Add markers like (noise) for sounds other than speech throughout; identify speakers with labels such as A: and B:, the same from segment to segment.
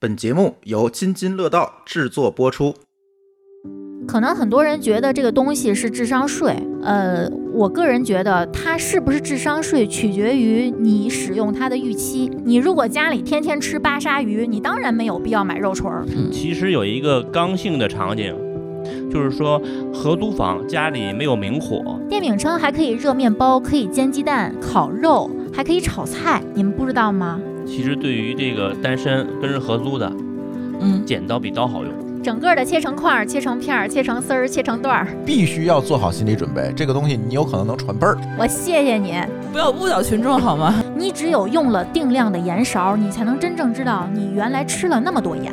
A: 本节目由津津乐道制作播出。
B: 可能很多人觉得这个东西是智商税，呃，我个人觉得它是不是智商税取决于你使用它的预期。你如果家里天天吃巴沙鱼，你当然没有必要买肉锤儿。
C: 其实有一个刚性的场景，就是说合租房家里没有明火，
B: 电饼铛还可以热面包，可以煎鸡蛋、烤肉，还可以炒菜，你们不知道吗？
C: 其实对于这个单身跟人合租的，
D: 嗯，
C: 剪刀比刀好用。
B: 整个的切成块儿、切成片儿、切成丝儿、切成段儿。
E: 必须要做好心理准备，这个东西你有可能能传辈儿。
B: 我谢谢你，
D: 不要误导群众好吗？
B: 你只有用了定量的盐勺，你才能真正知道你原来吃了那么多盐。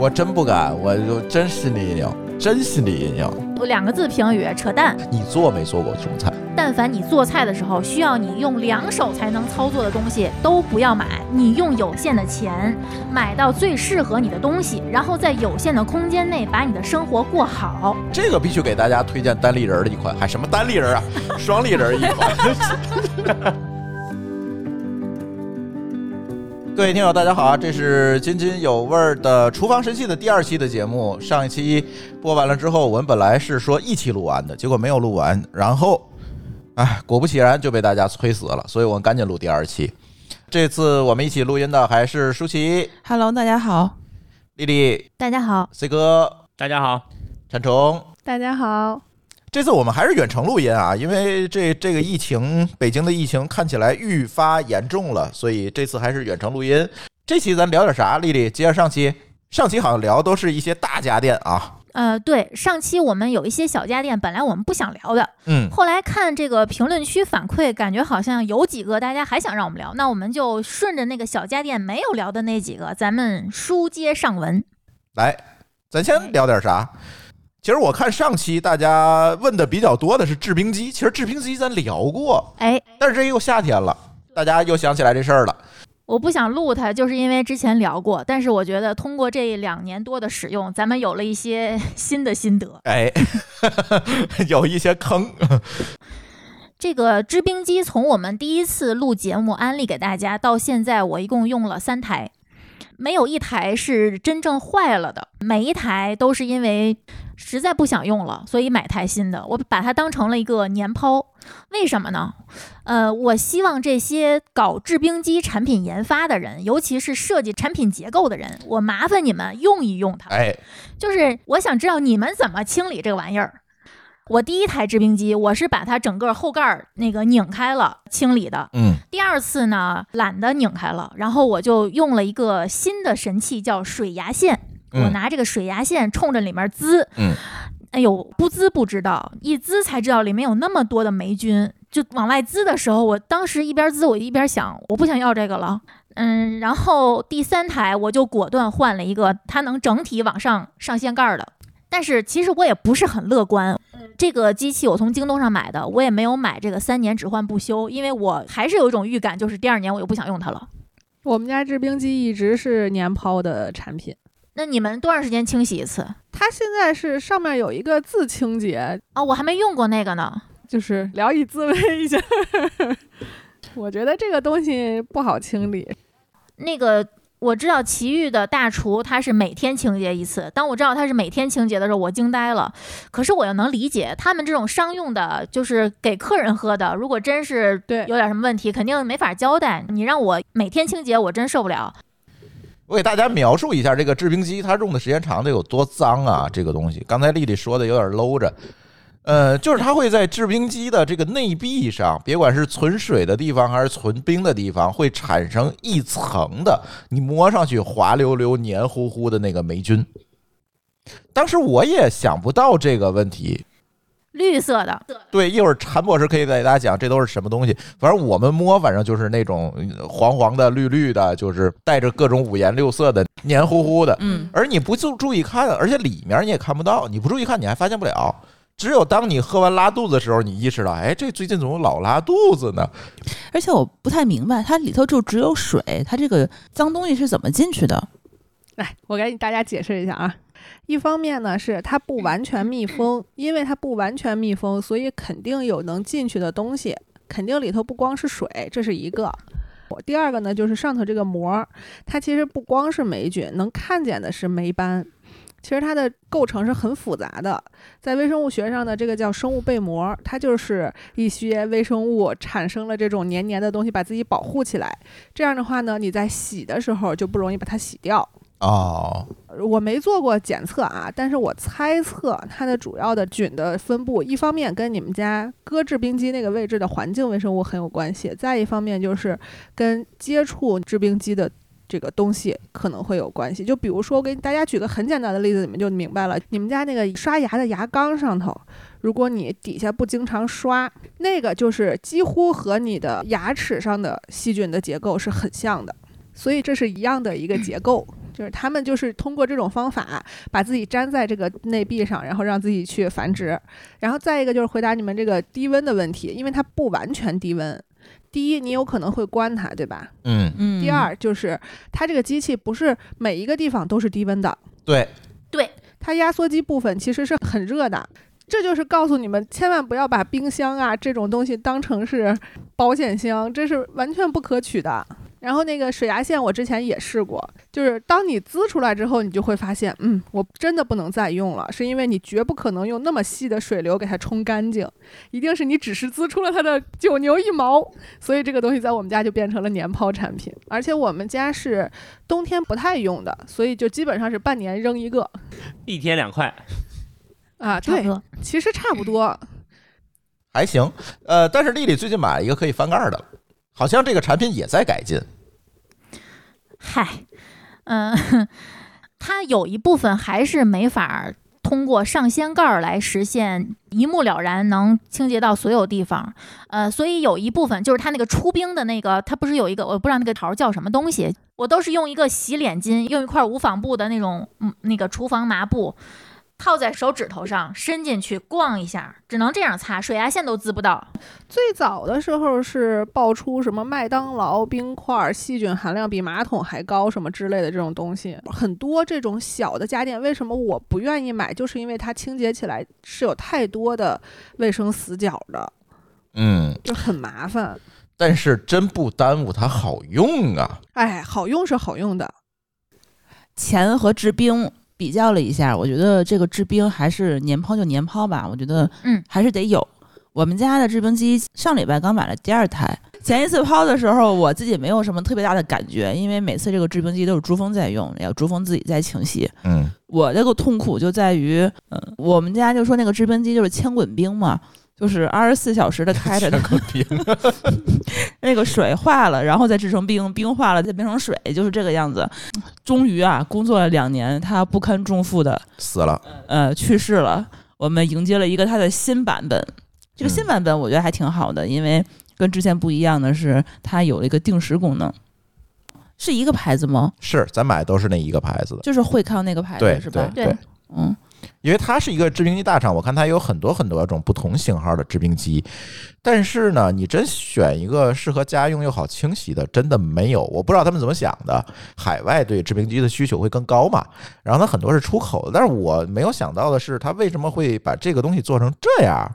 E: 我真不敢，我就真心理阴影，真心理阴影。
B: 我两个字评语：扯淡。
E: 你做没做过这种菜？
B: 但凡你做菜的时候需要你用两手才能操作的东西，都不要买。你用有限的钱买到最适合你的东西，然后在有限的空间内把你的生活过好。
E: 这个必须给大家推荐单立人儿的一款，还什么单立人儿啊，双立人儿一款。各位听友，大家好啊！这是津津有味儿的厨房神器的第二期的节目。上一期播完了之后，我们本来是说一期录完的，结果没有录完，然后，哎，果不其然就被大家催死了，所以我们赶紧录第二期。这次我们一起录音的还是舒淇、
D: Hello，大家好。
E: 丽丽、
B: 大家好，
E: C 哥、
C: 大家好，
E: 馋虫、
F: 大家好，
E: 这次我们还是远程录音啊，因为这这个疫情，北京的疫情看起来愈发严重了，所以这次还是远程录音。这期咱聊点啥？丽丽，接着上期，上期好像聊都是一些大家电啊，
B: 呃，对，上期我们有一些小家电，本来我们不想聊的，
E: 嗯，
B: 后来看这个评论区反馈，感觉好像有几个大家还想让我们聊，那我们就顺着那个小家电没有聊的那几个，咱们书接上文。
E: 来，咱先聊点啥？其实我看上期大家问的比较多的是制冰机，其实制冰机咱聊过，
B: 哎，
E: 但是这又夏天了，大家又想起来这事儿了。
B: 我不想录它，就是因为之前聊过，但是我觉得通过这两年多的使用，咱们有了一些 (laughs) 新的心得。
E: 哎， (laughs) 有一些坑，
B: 这个制冰机从我们第一次录节目安利给大家到现在，我一共用了三台，没有一台是真正坏了的，每一台都是因为实在不想用了，所以买台新的。我把它当成了一个年抛，为什么呢？呃，我希望这些搞制冰机产品研发的人，尤其是设计产品结构的人，我麻烦你们用一用它。
E: 哎，
B: 就是我想知道你们怎么清理这个玩意儿。我第一台制冰机，我是把它整个后盖儿那个拧开了清理的。
E: 嗯，
B: 第二次呢，懒得拧开了，然后我就用了一个新的神器，叫水牙线。
E: 嗯
B: 我拿这个水牙线冲着里面滋，
E: 嗯，
B: 哎呦，不滋不知道，一滋才知道里面有那么多的霉菌。就往外滋的时候，我当时一边滋，我一边想，我不想要这个了。嗯，然后第三台我就果断换了一个它能整体往上上掀盖儿的，但是其实我也不是很乐观。这个机器我从京东上买的，我也没有买这个三年只换不修，因为我还是有一种预感，就是第二年我就不想用它了。
F: 我们家制冰机一直是年抛的产品，
B: 那你们多长时间清洗一次
F: 它现在是上面有一个自清洁，
B: 啊？我还没用过那个呢。
F: 就是聊以自慰一下。 (laughs) 我觉得这个东西不好清理，
B: 那个我知道奇遇的大厨他是每天清洁一次，当我知道他是每天清洁的时候，我惊呆了。可是我又能理解他们这种商用的，就是给客人喝的，如果真是
F: 对
B: 有点什么问题，肯定没法交代。你让我每天清洁，我真受不了。
E: 我给大家描述一下这个制冰机，它用的时间长得有多脏啊！这个东西，刚才丽丽说的有点搂着，呃，就是它会在制冰机的这个内壁上，别管是存水的地方还是存冰的地方，会产生一层的你摸上去滑溜溜、黏糊糊的那个霉菌。当时我也想不到这个问题，
B: 绿色的，
E: 对，一会儿谭博士可以给大家讲这都是什么东西。反正我们摸，反正就是那种呃黄黄的、绿绿的，就是带着各种五颜六色的、黏糊糊的。
D: 嗯，
E: 而你不就注意看，而且里面你也看不到，你不注意看你还发现不了。只有当你喝完拉肚子的时候，你意识到，哎，这最近怎么老拉肚子呢？
D: 而且我不太明白，它里头就只有水，它这个脏东西是怎么进去的？
F: 来，我给大家解释一下啊。一方面呢，是它不完全密封， (clears throat) 因为它不完全密封，所以肯定有能进去的东西，肯定里头不光是水，这是一个。第二个呢，就是上头这个膜儿，它其实不光是霉菌，能看见的是霉斑。其实它的构成是很复杂的，在微生物学上呢，这个叫生物被膜，它就是一些微生物产生了这种黏黏的东西，把自己保护起来。这样的话呢，你在洗的时候就不容易把它洗掉。
E: 哦，
F: 我没做过检测啊，但是我猜测它的主要的菌的分布，一方面跟你们家搁制冰机那个位置的环境微生物很有关系，再一方面就是跟接触制冰机的。这个东西可能会有关系，就比如说，我给大家举个很简单的例子，你们就明白了。你们家那个刷牙的牙缸上头，如果你底下不经常刷，那个就是几乎和你的牙齿上的细菌的结构是很像的，所以这是一样的一个结构。就是他们就是通过这种方法把自己粘在这个内壁上，然后让自己去繁殖。然后再一个就是回答你们这个低温的问题，因为它不完全低温。第一，你有可能会关它，对吧？
E: 嗯，
D: 嗯
F: 第，二就是它这个机器不是每一个地方都是低温的，
E: 对，
B: 对，
F: 它压缩机部分其实是很热的。这就是告诉你们，千万不要把冰箱啊这种东西当成是保险箱，这是完全不可取的。然后那个水牙线，我之前也试过，就是当你滋出来之后，你就会发现，嗯，我真的不能再用了，是因为你绝不可能用那么细的水流给它冲干净，一定是你只是滋出了它的九牛一毛，所以这个东西在我们家就变成了年抛产品，而且我们家是冬天不太用的，所以就基本上是半年扔一个
C: 一天两块，
F: 啊，
B: 差不
F: 对，
B: 多。
F: 其实差不多，
E: 还行。呃，但是丽丽最近买了一个可以翻盖儿的了，好像这个产品也在改进。
B: 嗨，嗯、它有一部分还是没法儿通过上掀盖儿来实现一目了然，能清洁到所有地方。呃，所以有一部分就是它那个出冰的那个，它不是有一个我不知道那个桃儿叫什么东西，我都是用一个洗脸巾，用一块无纺布的那种嗯那个厨房麻布。套在手指头上，伸进去逛一下，只能这样擦，水牙线都滋不到。 (laughs)
F: 最早的时候是爆出什么麦当劳冰块儿细菌含量比马桶还高什么之类的这种东西，很多这种小的家电，为什么我不愿意买？就是因为它清洁起来是有太多的卫生死角的，
E: 嗯，
F: 就很麻烦。
E: 但是真不耽误它好用啊。
F: 哎，好用是好用的，
D: 钱和制冰比较了一下，我觉得这个制冰还是年抛就年抛吧，我觉得
B: 嗯
D: 还是得有。我们家的制冰机上礼拜刚买了第二台， (laughs) 前一次抛的时候我自己没有什么特别大的感觉，因为每次这个制冰机都是珠峰在用，也要珠峰自己在清洗。
E: 嗯，
D: 我这个痛苦就在于，嗯、我们家就说那个制冰机就是千滚冰嘛，就是二十四小时的开着它，
E: 个冰，
D: (laughs) 那个水化了，然后再制成冰，冰化了再变成水，就是这个样子。终于啊，工作了两年，他不堪重负的
E: 死了。
D: 呃去世了，我们迎接了一个它的新版本。这
E: 嗯
D: 个新版本我觉得还挺好的，因为跟之前不一样的是，它有了一个定时功能。是一个牌子吗？
E: 是，咱买的都是那一个牌子的，
D: 就是惠康那个牌
E: 对
D: 子是吧？
E: 对
B: 对
D: 嗯，
E: 因为它是一个制冰机大厂，我看它有很多很多种不同型号的制冰机，但是呢，你真选一个适合家用又好清洗的，真的没有。我不知道他们怎么想的，海外对制冰机的需求会更高嘛？然后它很多是出口的，但是我没有想到的是，它为什么会把这个东西做成这样？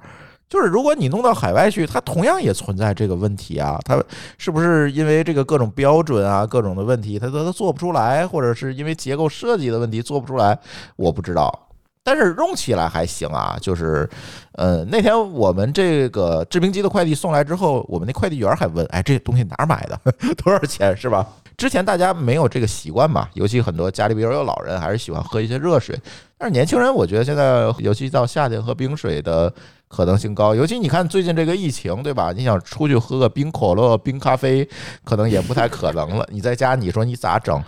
E: 就是如果你弄到海外去，它同样也存在这个问题啊。它是不是因为这个各种标准啊、各种的问题，它它它做不出来，或者是因为结构设计的问题做不出来？我不知道。但是用起来还行啊，就是，呃，那天我们这个制冰机的快递送来之后，我们那快递员还问，哎，这东西哪儿买的？ (laughs) 多少钱是吧？之前大家没有这个习惯嘛，尤其很多家里边有老人，还是喜欢喝一些热水。但是年轻人，我觉得现在尤其到夏天喝冰水的可能性高，尤其你看最近这个疫情，对吧？你想出去喝个冰可乐、冰咖啡，可能也不太可能了。你在家，你说你咋整？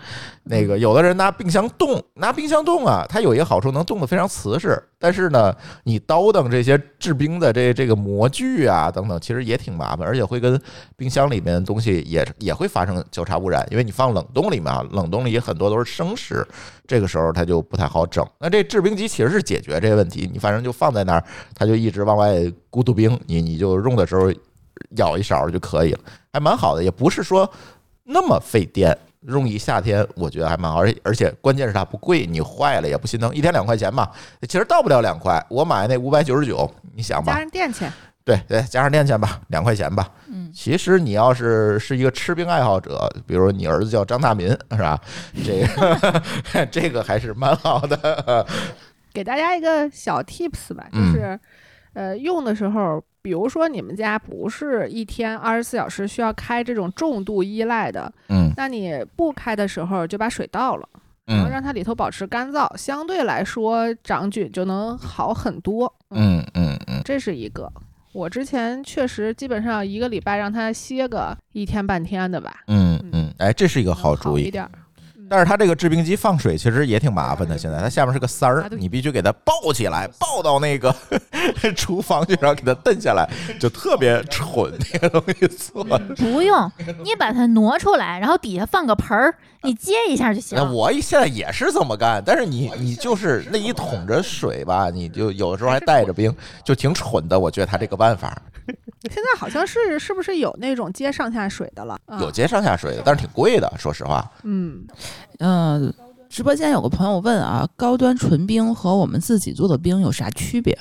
E: 那个有的人拿冰箱冻，拿冰箱冻啊，它有一个好处，能冻得非常瓷实。但是呢，你叨腾这些制冰的这这个模具啊等等，其实也挺麻烦，而且会跟冰箱里面的东西也也会发生交叉污染，因为你放冷冻里面啊，冷冻里很多都是生食，这个时候它就不太好整。那这制冰机其实是解决这个问题，你反正就放在那儿，它就一直往外咕嘟冰，你你就用的时候舀一勺就可以了，还蛮好的，也不是说那么费电。用一夏天，我觉得还蛮好，而且而且关键是它不贵，你坏了也不心疼，一天两块钱嘛，其实到不了两块。我买那五百九十九，你想吧
F: 加，上电钱，
E: 对对，加上店钱吧，两块钱吧。
D: 嗯，
E: 其实你要是是一个吃冰爱好者，比如你儿子叫张大民，是吧？这个 (laughs) 这个还是蛮好的。
F: 给大家一个小 tips 吧，就
E: 嗯
F: 是，呃，用的时候，比如说你们家不是一天二十四小时需要开这种重度依赖的，
E: 嗯
F: 那你不开的时候就把水倒了，然
E: 嗯
F: 后让它里头保持干燥，相对来说长菌就能好很多。，
E: 嗯嗯嗯，
F: 这是一个。我之前确实基本上一个礼拜让它歇个一天半天的吧，
E: 嗯嗯，哎，这是一个
F: 能
E: 好
F: 好
E: 主
F: 一
E: 意。
F: 点儿。
E: 但是它这个制冰机放水其实也挺麻
F: 嗯
E: 烦的，现在它下面是个塞儿
F: 啊，对
E: 你必须给它抱起来，抱到那个 (laughs) 厨房去，然后给它蹬下来，就特别蠢，那个东西做的。
B: 不用，你把它挪出来，然后底下放个盆儿，你接一下就行
E: 那。我现在也是这么干，但是你你就是那一桶着水吧，你就有的时候嗯还带着冰，就挺蠢的。我觉得他这个办法
F: 现在好像是是不是有那种接上下水的了？啊
E: 有接上下水的，但是挺贵的，说实话。
F: 嗯，
D: 嗯、直播间有个朋友问啊，高端纯冰和我们自己做的冰有啥区别？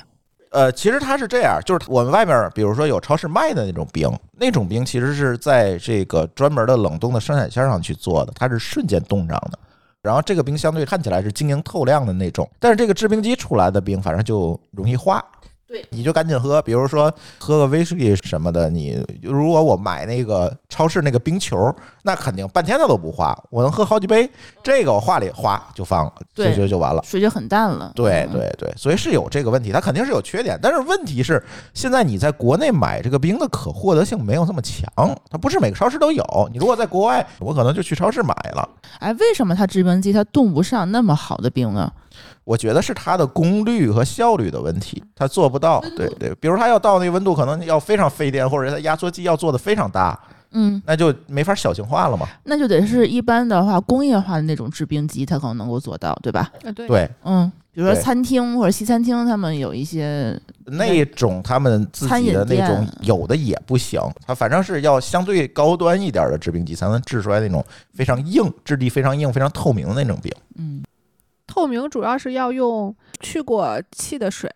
E: 呃，其实它是这样，就是我们外面比如说有超市卖的那种冰，那种冰其实是在这个专门的冷冻的生产线上去做的，它是瞬间冻上的。然后这个冰相对看起来是晶莹透亮的那种，但是这个制冰机出来的冰反正就容易化。对，你就赶紧喝，比如说喝个威士忌什么的。你如果我买那个超市那个冰球，那肯定半天它都不化，我能喝好几杯。这个我化里哗就放了，就
D: 对
E: 就就完了。
D: 水就很淡了。
E: 对
D: 嗯
E: 对对，所以是有这个问题，它肯定是有缺点。但是问题是，现在你在国内买这个冰的可获得性没有这么强，它不是每个超市都有。你如果在国外，我可能就去超市买了。
D: 哎，为什么它制冰机它冻不上那么好的冰呢？
E: 我觉得是它的功率和效率的问题，它做不到。对对，比如它要到那个温度，可能要非常费电，或者它压缩机要做的非常大，
D: 嗯，
E: 那就没法小型化了嘛。
D: 那就得是一般的话，工业化的那种制冰机，它可能能够做到，对吧？
F: 呃对，
E: 对，
D: 嗯，比如说
E: 对
D: 餐厅或者西餐厅，他们有一些
E: 那种他们自己的那
D: 餐饮
E: 种
D: 店
E: 有的也不行，它反正是要相对高端一点的制冰机才能制出来那种非常硬、质地非常硬、非常透明的那种冰。
D: 嗯
F: 透明主要是要用去过气的水，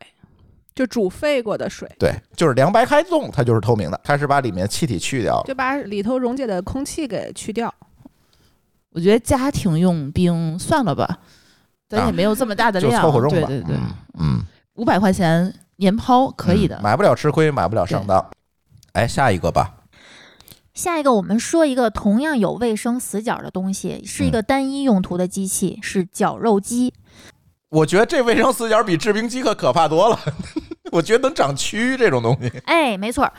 F: 就煮沸过的水，
E: 对，就是凉白开粽，它就是透明的，它是把里面气体去掉了。
F: 就把里头溶解的空气给去掉。
D: 我觉得家庭用冰算了吧，咱也没有这么大的
E: 啊就
D: 量，
E: 凑合用
D: 对
E: 吧
D: 对对，
E: 嗯，
D: 五百块钱年抛可以的。
E: 买不了吃亏，买不了上当。哎，下一个吧。
B: 下一个，我们说一个同样有卫生死角的东西，是一个单一用途的机器，是绞肉机。
E: 我觉得这卫生死角比制冰机可可怕多了， (laughs) 我觉得能长蛆这种东西。
B: 哎，没错儿，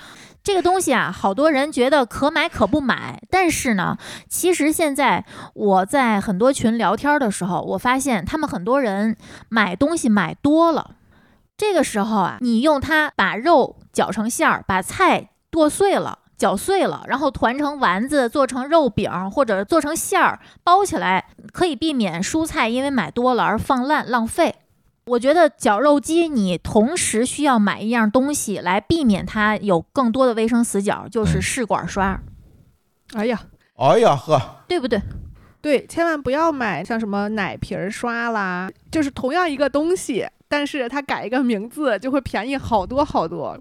B: 这个东西啊，好多人觉得可买可不买，但是呢，其实现在我在很多群聊天的时候，我发现他们很多人买东西买多了，这个时候啊，你用它把肉绞成馅儿，把菜剁碎了。绞碎了，然后团成丸子，做成肉饼或者做成馅儿，包起来，可以避免蔬菜因为买多了而放烂浪费。我觉得绞肉机你同时需要买一样东西来避免它有更多的卫生死角，就是
E: 嗯
B: 试管刷，
F: 哎呀，
E: 哎呀呵，
B: 对不对？
F: 对，千万不要买像什么奶瓶儿刷啦，就是同样一个东西，但是它改一个名字就会便宜好多好多。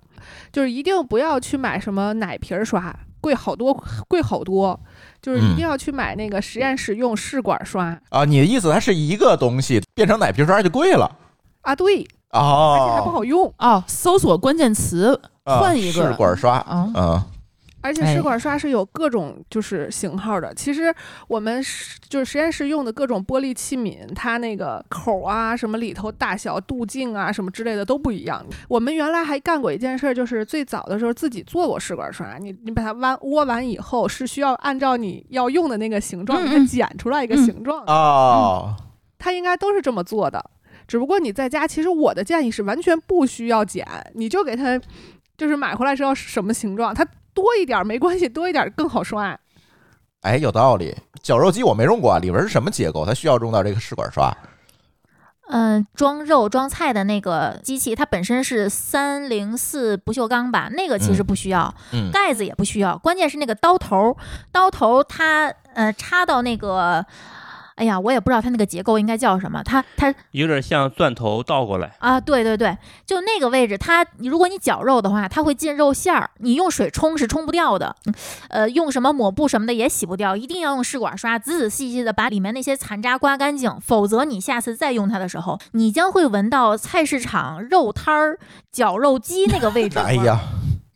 F: 就是一定不要去买什么奶瓶儿刷，贵好多，贵好多。就是一定要去买那个实验室用试管刷、
E: 啊，你的意思它是一个东西变成奶瓶刷就贵了
F: 啊，对，而且还不
E: 哦？
F: 好用，
D: 哦，搜索关键词
E: 啊
D: 换一个
E: 试管刷
D: 啊，
E: 啊，
F: 而且
D: 哎
F: 试管刷是有各种就是型号的。其实我们是就是实验室用的各种玻璃器皿，它那个口啊、什么里头大小、度径啊、什么之类的都不一样。我们原来还干过一件事儿，就是最早的时候自己做过试管刷，你你把它弯窝完以后，是需要按照你要用的那个形状，
D: 嗯
F: 给它剪出来一个
D: 嗯
F: 形状的。
E: 哦，
F: 它应该都是这么做的。只不过你在家，其实我的建议是完全不需要剪，你就给它，就是买回来是要什么形状，它多一点儿没关系，多一点儿更好刷。
E: 哎，有道理。绞肉机我没用过，啊，里边是什么结构？它需要用到这个试管刷。
B: 嗯，装肉装菜的那个机器，它本身是三零四不锈钢吧，那个其实
E: 嗯
B: 不需要，
E: 嗯
B: 盖子也不需要，关键是那个刀头儿，刀头儿它呃插到那个。哎呀，我也不知道它那个结构应该叫什么，它它
C: 有点像钻头倒过来，
B: 啊，对对对，就那个位置，它你如果你绞肉的话，它会进肉馅儿，你用水冲是冲不掉的，嗯呃，用什么抹布什么的也洗不掉，一定要用试管刷，仔仔细细的把里面那些残渣刮干净，否则你下次再用它的时候，你将会闻到菜市场肉摊儿绞肉机那个位置。
E: (laughs) 哎，呀，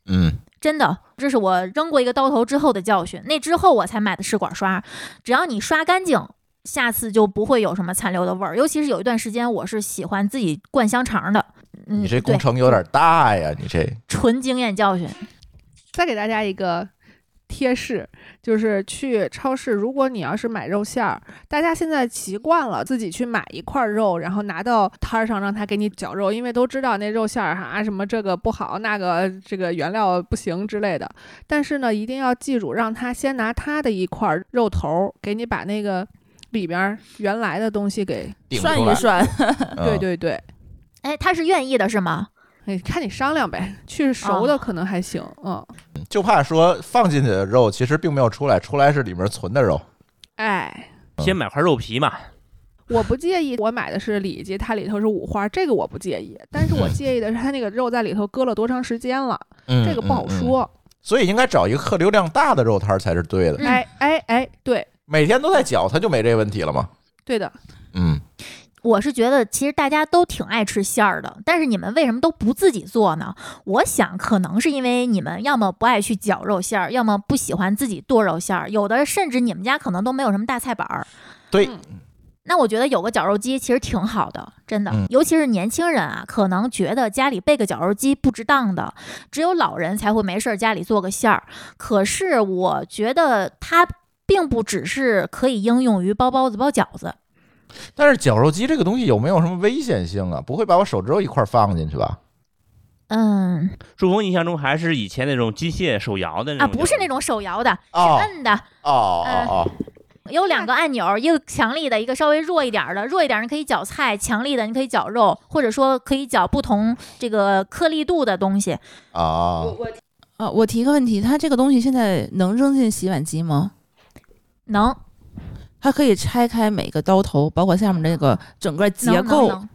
E: 嗯，
B: 真的，这是我扔过一个刀头之后的教训，那之后我才买的试管刷，只要你刷干净。下次就不会有什么残留的味儿，尤其是有一段时间，我是喜欢自己灌香肠的。嗯，
E: 你这工
B: 对
E: 程有点大呀，你这
B: 纯经验教训。
F: 再给大家一个贴士，就是去超市，如果你要是买肉馅儿，大家现在习惯了自己去买一块肉，然后拿到摊儿上让他给你绞肉，因为都知道那肉馅儿哈、啊什么这个不好，那个这个原料不行之类的。但是呢，一定要记住，让他先拿他的一块儿肉头儿给你把那个里边儿原来的东西给，
E: 顶
D: 涮
E: 出
D: 一
E: 来，
D: 涮，
E: 嗯
F: 对对对。
B: 哎，他是愿意的是吗？
F: 哎，看你商量呗，去熟的可能还行，嗯，
E: 就怕说放进去的肉其实并没有出来，出来是里面存的肉。
F: 哎，
C: 先买块肉皮嘛，
F: 我不介意，我买的是里脊，它里头是五花，这个我不介意。但是我介意的是它那个肉在里头搁了多长时间了，
E: 嗯
F: 这个不好。说。
E: 所以应该找一个客流量大的肉摊儿才是对的。
B: 嗯
F: 哎哎哎，对
E: 每天都在搅，它就没这问题了嘛。
F: 对的，
E: 嗯，
B: 我是觉得其实大家都挺爱吃馅儿的，但是你们为什么都不自己做呢？我想可能是因为你们要么不爱去绞肉馅儿，要么不喜欢自己剁肉馅儿，有的甚至你们家可能都没有什么大菜板儿。
E: 对
F: 嗯，
B: 那我觉得有个绞肉机其实挺好的，真的，
E: 嗯
B: 尤其是年轻人啊，可能觉得家里备个绞肉机不值当的，只有老人才会没事儿家里做个馅儿。可是我觉得它并不只是可以应用于包包子、包饺子。
E: 但是绞肉机这个东西有没有什么危险性啊？不会把我手指头一块儿放进去吧？
B: 嗯
C: 朱峰印象中还是以前那种机械手摇的
D: 嗯
C: 那
B: 啊，
C: 种，
B: 不是那种手摇的，
E: 哦
B: 摁的，
E: 哦哦
B: 有两个按钮，一个强力的，一个稍微弱一点儿的。弱一点儿你可以搅菜，强力的你可以搅肉，或者说可以搅不同这个颗粒度的东西。
E: 哦哦，
D: 我啊，我提一个问题，它这个东西现在能扔进洗碗机吗？
B: 能
D: 它可以拆开每个刀头，包括下面那个整个结
B: 能能
D: 构。
B: 能，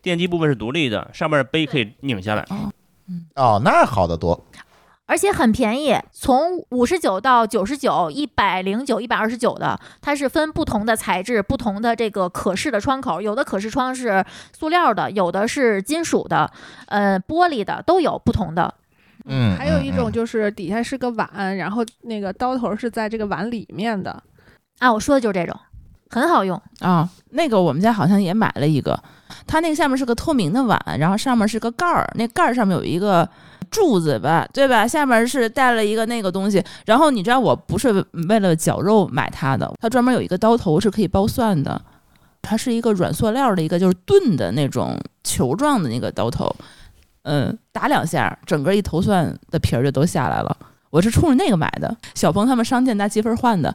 C: 电机部分是独立的，上面杯可以拧下来。
B: 嗯
E: 哦，那好得多。
B: 而且很便宜，从五十九到九十九、一百零九、一百二十九的，它是分不同的材质、不同的这个可视的窗口，有的可视窗是塑料的，有的是金属的，呃，玻璃的都有不同的。
E: 嗯，
F: 还有一种
E: 嗯
F: 就是底下是个碗，然后那个刀头是在这个碗里面的。
B: 啊，我说的就是这种，很好用。
D: 啊，那个我们家好像也买了一个，它那个下面是个透明的碗，然后上面是个盖儿，那盖儿上面有一个柱子吧，对吧？下面是带了一个那个东西，然后你知道我不是为了绞肉买它的，它专门有一个刀头是可以剥蒜的，它是一个软塑料的一个就是钝的那种球状的那个刀头，嗯，打两下，整个一头蒜的皮儿就都下来了。我是冲着那个买的，小鹏他们商店拿积分换的，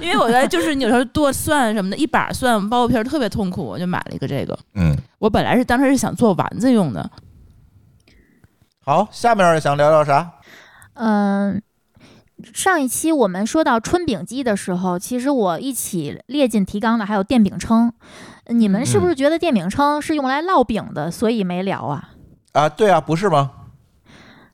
D: 因为我觉得就是你有时候剁蒜什么的，一把蒜剥皮儿特别痛苦，我就买了一个这个。
E: 嗯，
D: 我本来是当时是想做丸子用的，
E: 好，下面想聊聊啥？
B: 嗯，上一期我们说到春饼机的时候，其实我一起列进提纲的还有电饼铛。呃你们是不是觉得电饼铛是用来烙饼的，所以没聊啊？
E: 啊，对啊，不是吗？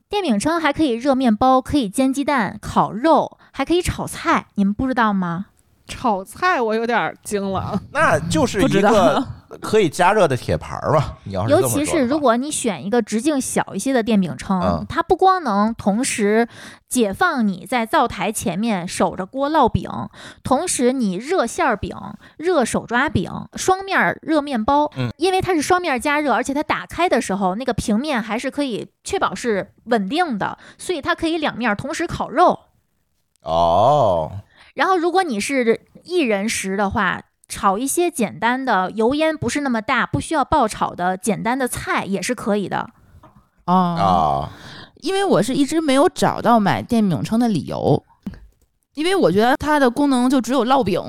B: 电饼铛还可以热面包，可以煎鸡蛋、烤肉，还可以炒菜，你们不知道吗？
F: 炒菜我有点惊了，
E: 那就是
D: 不
E: 一
D: 知道
E: (laughs) 个可以加热的铁盘儿嘛。你要是这
B: 尤
E: 么
B: 其
E: 说的
B: 是
E: 话
B: 如果你选一个直径小一些的电饼铛，
E: 嗯
B: 它不光能同时解放你在灶台前面守着锅烙饼，同时你热馅儿饼、热手抓饼、双面儿热面包，
E: 嗯
B: 因为它是双面加热，而且它打开的时候那个平面还是可以确保是稳定的，所以它可以两面儿同时烤肉。
E: 哦，
B: 然后，如果你是一人食的话，炒一些简单的油烟不是那么大、不需要爆炒的简单的菜也是可以的。
D: 啊、
E: 啊，
D: 因为我是一直没有找到买电饼铛的理由，因为我觉得它的功能就只有烙饼，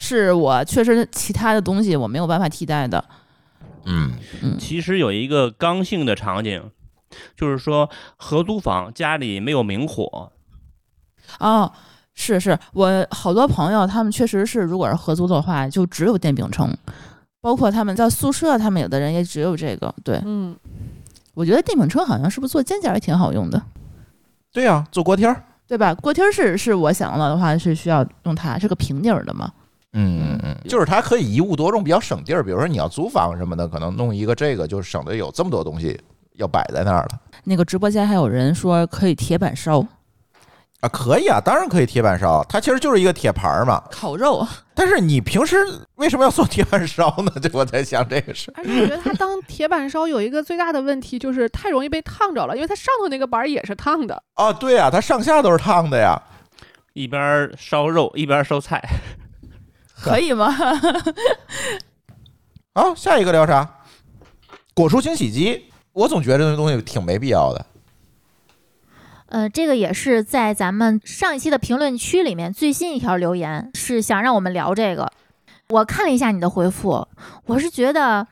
D: 是我确实其他的东西我没有办法替代的。
E: 嗯，
C: 其实有一个刚性的场景，就是说合租房家里没有明火，
D: 哦，是是，我好多朋友他们确实是，如果是合租的话，就只有电饼铛，包括他们在宿舍，他们有的人也只有这个。对
F: (laughs) 嗯，
D: 我觉得电饼铛好像是不是做煎饺也挺好用的，
E: 对呀、做锅贴儿。
D: 对吧？锅贴儿是是我想到的话是需要用它，是个平底儿的嘛。
E: 嗯嗯嗯，就是它可以一物多用，比较省地儿。比如说你要租房什么的，可能弄一个这个，就省得有这么多东西要摆在那儿了
D: 那个直播间还有人说可以铁板烧
E: 啊。可以啊，当然可以铁板烧，它其实就是一个铁盘儿嘛。
D: 烤肉，
E: 但是你平时为什么要做铁板烧呢？ (laughs) 这我在想这个事儿。
F: 而且我觉得它当铁板烧有一个最大的问题就是太容易被烫着了，因为它上头那个板儿也是烫的。
E: 啊，对啊，它上下都是烫的呀。
C: 一边烧肉一边烧菜，
D: 可以吗？
E: 好，啊下一个聊啥？果蔬清洗机，我总觉得这东西挺没必要的。
B: 呃，这个也是在咱们上一期的评论区里面最新一条留言，是想让我们聊这个。我看了一下你的回复，我是觉得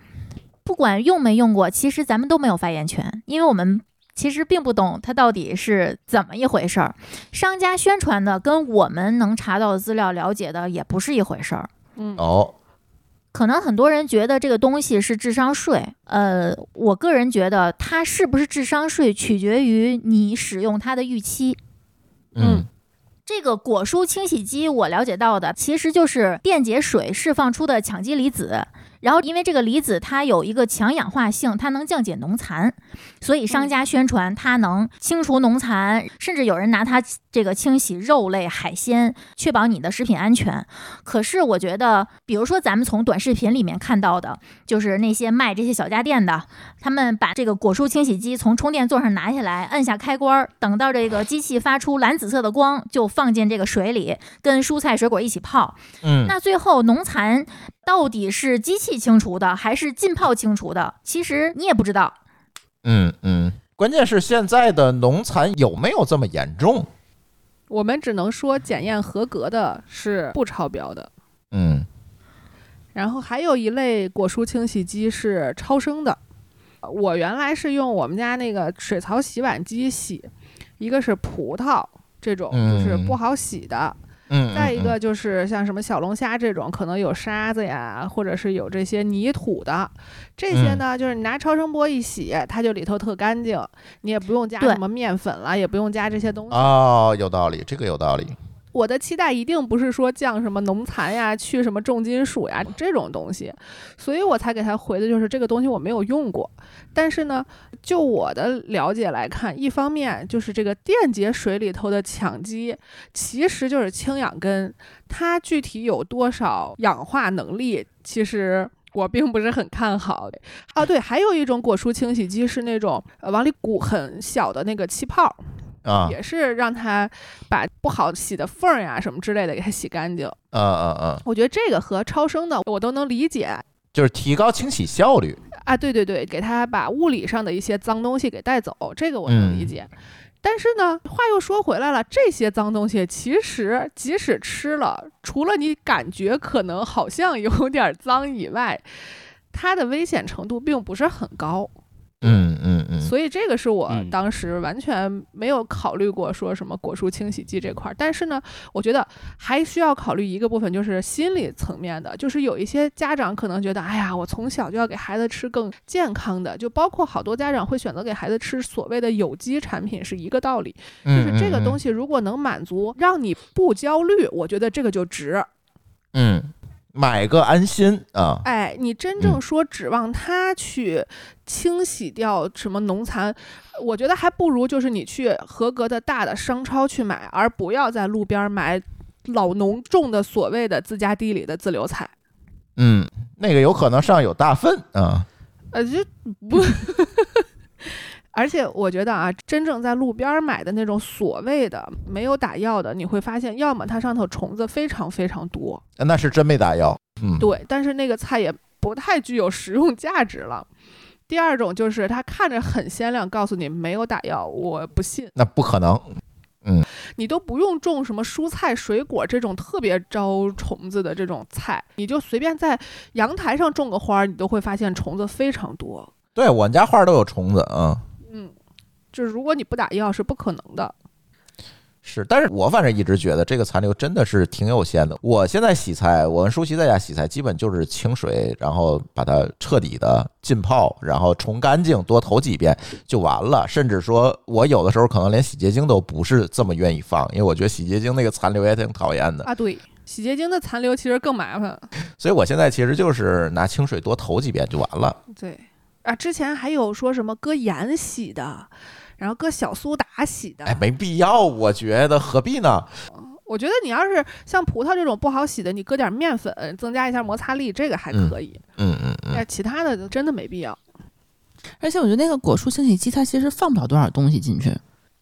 B: 不管用没用过，其实咱们都没有发言权，因为我们其实并不懂它到底是怎么一回事儿。商家宣传的跟我们能查到的资料了解的也不是一回事儿。
F: 嗯，
E: 哦，
B: 可能很多人觉得这个东西是智商税，呃，我个人觉得它是不是智商税取决于你使用它的预期。
F: 嗯
B: 这个果蔬清洗机，我了解到的其实就是电解水释放出的羟基离子，然后因为这个离子它有一个强氧化性，它能降解农残，所以商家宣传它能清除农残，甚至有人拿它这个清洗肉类、海鲜，确保你的食品安全。可是我觉得，比如说咱们从短视频里面看到的，就是那些卖这些小家电的，他们把这个果蔬清洗机从充电座上拿下来，按下开关儿，等到这个机器发出蓝紫色的光，就放进这个水里，跟蔬菜水果一起泡。
E: 嗯，
B: 那最后农残到底是机器清除的，还是浸泡清除的？其实你也不知道。
E: 嗯嗯，关键是现在的农残有没有这么严重？
F: 我们只能说检验合格的是不超标的。
E: 嗯
F: 然后还有一类果蔬清洗机是超声的，我原来是用我们家那个水槽洗碗机洗，一个是葡萄这种
E: 嗯
F: 就是不好洗的，
E: 嗯，
F: 再一个就是像什么小龙虾这种可能有沙子呀，或者是有这些泥土的，这些呢
E: 嗯
F: 就是你拿超声波一洗，它就里头特干净，你也不用加
B: 对
F: 什么面粉了，也不用加这些东西。
E: 哦，有道理，这个有道理。
F: 我的期待一定不是说降什么农残呀、去什么重金属呀这种东西，所以我才给他回的就是这个东西我没有用过。但是呢，就我的了解来看，一方面就是这个电解水里头的羟基其实就是氢氧根，它具体有多少氧化能力，其实。我并不是很看好啊，对，还有一种果蔬清洗机是那种呃往里鼓很小的那个气泡，
E: 啊
F: 也是让它把不好洗的缝儿呀、什么之类的给它洗干净。
E: 啊啊啊！
F: 我觉得这个和超声的我都能理解
E: 就是提高清洗效率。
F: 啊，对对对，给它把物理上的一些脏东西给带走，这个我能理解。但是呢，话又说回来了，这些脏东西其实即使吃了，除了你感觉可能好像有点脏以外，它的危险程度并不是很高。
E: 嗯嗯嗯，
F: 所以这个是我
C: 嗯
F: 当时完全没有考虑过说什么果蔬清洗剂这块儿，但是呢，我觉得还需要考虑一个部分，就是心理层面的，就是有一些家长可能觉得，哎呀，我从小就要给孩子吃更健康的，就包括好多家长会选择给孩子吃所谓的有机产品是一个道理，
E: 嗯
F: 就是这个东
E: 西，
F: 西如果能满足让你不焦虑，我觉得这个就值。
E: 嗯，买个安心啊。
F: 哎，你
E: 嗯
F: 真正说指望它去清洗掉什么农残，我觉得还不如就是你去合格的大的商超去买，而不要在路边买老农种的所谓的自家地里的自留菜。
E: 嗯，那个有可能上有大粪啊。
F: 呃，就不。而且我觉得啊，真正在路边买的那种所谓的没有打药的，你会发现，要么它上头虫子非常非常多，
E: 那是真没打药。嗯，
F: 对，但是那个菜也不太具有实用价值了。第二种就是它看着很鲜亮，告诉你没有打药，我不信。
E: 那不可能。
F: 你都不用种什么蔬菜、水果这种特别招虫子的这种菜，你就随便在阳台上种个花儿，你都会发现虫子非常多。
E: 对我们家花都有虫子啊。
F: 嗯，就是如果你不打药是不可能的。
E: 是，但是我反正一直觉得这个残留真的是挺有限的。我现在洗菜，我跟舒淇在家洗菜，基本就是清水，然后把它彻底的浸泡，然后冲干净，多投几遍就完了。甚至说，我有的时候可能连洗洁精都不是这么愿意放，因为我觉得洗洁精那个残留也挺讨厌的。
F: 啊，对，洗洁精的残留其实更麻烦。
E: 所以我现在其实就是拿清水多投几遍就完了。
F: 对啊，之前还有说什么搁盐洗的，然后搁小苏打洗的。
E: 哎，没必要，我觉得何必呢？
F: 我觉得你要是像葡萄这种不好洗的，你搁点面粉增加一下摩擦力，这个还
E: 嗯
F: 可以。
E: 嗯嗯嗯，
F: 但其他的真的没必要。
D: (laughs) 而且我觉得那个果蔬清洗机它其实放不了多少东西进去，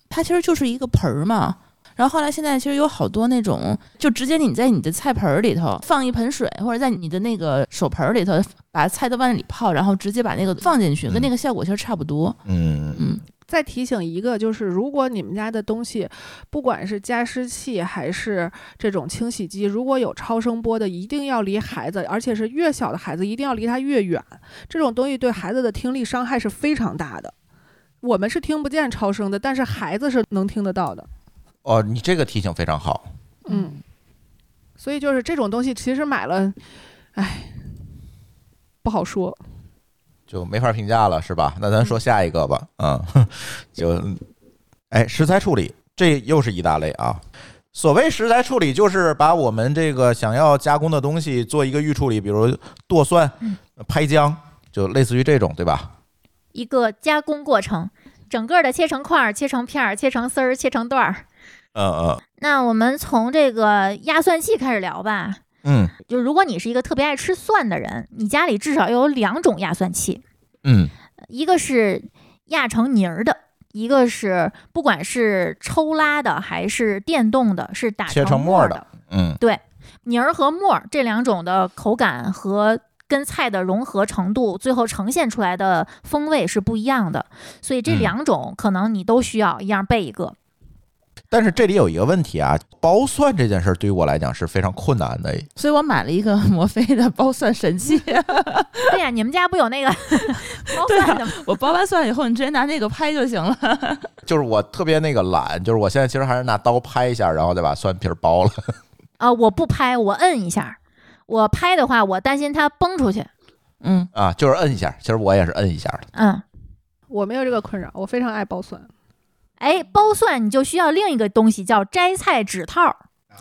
D: 它其实就是一个盆儿嘛。然后后来现在其实有好多那种，就直接你在你的菜盆儿里头放一盆水，或者在你的那个手盆儿里头把菜都往里泡，然后直接把那个放进去，跟那个效果其实差不多。
E: 嗯
D: 嗯，
F: 再提醒一个，就是如果你们家的东西，不管是加湿器还是这种清洗机，如果有超声波的，一定要离孩子，而且是越小的孩子，一定要离他越远。这种东西对孩子的听力伤害是非常大的。我们是听不见超声的，但是孩子是能听得到的。
E: 哦，你这个提醒非常好。
F: 嗯，所以就是这种东西，其实买了，哎，不好说。
E: 就没法评价了，是吧？那咱说下一个吧，嗯，哼就，哎，食材处理这又是一大类啊。所谓食材处理，就是把我们这个想要加工的东西做一个预处理，比如剁蒜
B: 嗯、
E: 拍姜，就类似于这种，对吧？
B: 一个加工过程，整个的切成块儿、切成片儿、切成丝儿、切成段儿。
E: 嗯嗯
B: 那我们从这个压蒜器开始聊吧。
E: 嗯
B: 就如果你是一个特别爱吃蒜的人，你家里至少要有两种压蒜器，
E: 嗯
B: 一个是压成泥儿的，一个是不管是抽拉的还是电动的，是打
E: 切成
B: 沫
E: 沫儿
B: 儿
E: 的嗯
B: 泥儿和沫儿这两种的口感和跟菜的融合程度，最后呈现出来的风味是不一样的，所以这
E: 嗯
B: 两种可能你都需要一样备一个。
E: 但是这里有一个问题啊，剥蒜这件事儿对于我来讲是非常困难的。
D: 所以我买了一个摩飞的剥蒜神器，
B: 对呀、你们家不有那
E: (laughs)
B: 个 (laughs) 包
D: 对啊
B: 饭的吗？
D: (laughs) 我剥完蒜以后，你直接拿那个拍就行了。
E: 就是我特别那个懒，就是我现在其实还是拿刀拍一下，然后再把蒜皮儿剥了。
B: 啊、我不拍，我摁一下。我拍的话，我担心它崩出去。
D: 嗯，
E: 啊，就是摁一下，其实我也是摁一下的。
B: 嗯，
F: 我没有这个困扰，我非常爱剥蒜。
B: 哎，剥蒜你就需要另一个东西，叫摘菜指套。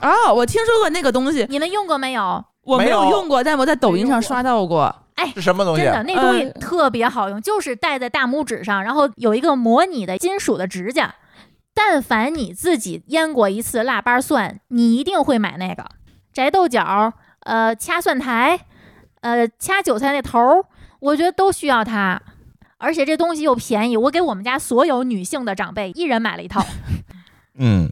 D: 哦，我听说过那个东西，
B: 你们用过没有？
D: 我没有
E: 没有
D: 用过，但我在抖音上刷到过。
E: 是什么东西？啊
B: 真的，那东西
D: 嗯
B: 特别好用，就是戴在大拇指上，然后有一个模拟的金属的指甲。但凡你自己腌过一次腊八蒜，你一定会买那个摘豆角，呃，掐蒜苔，呃，掐韭菜那头儿，我觉得都需要它。而且这东西又便宜，我给我们家所有女性的长辈一人买了一套。
E: 嗯，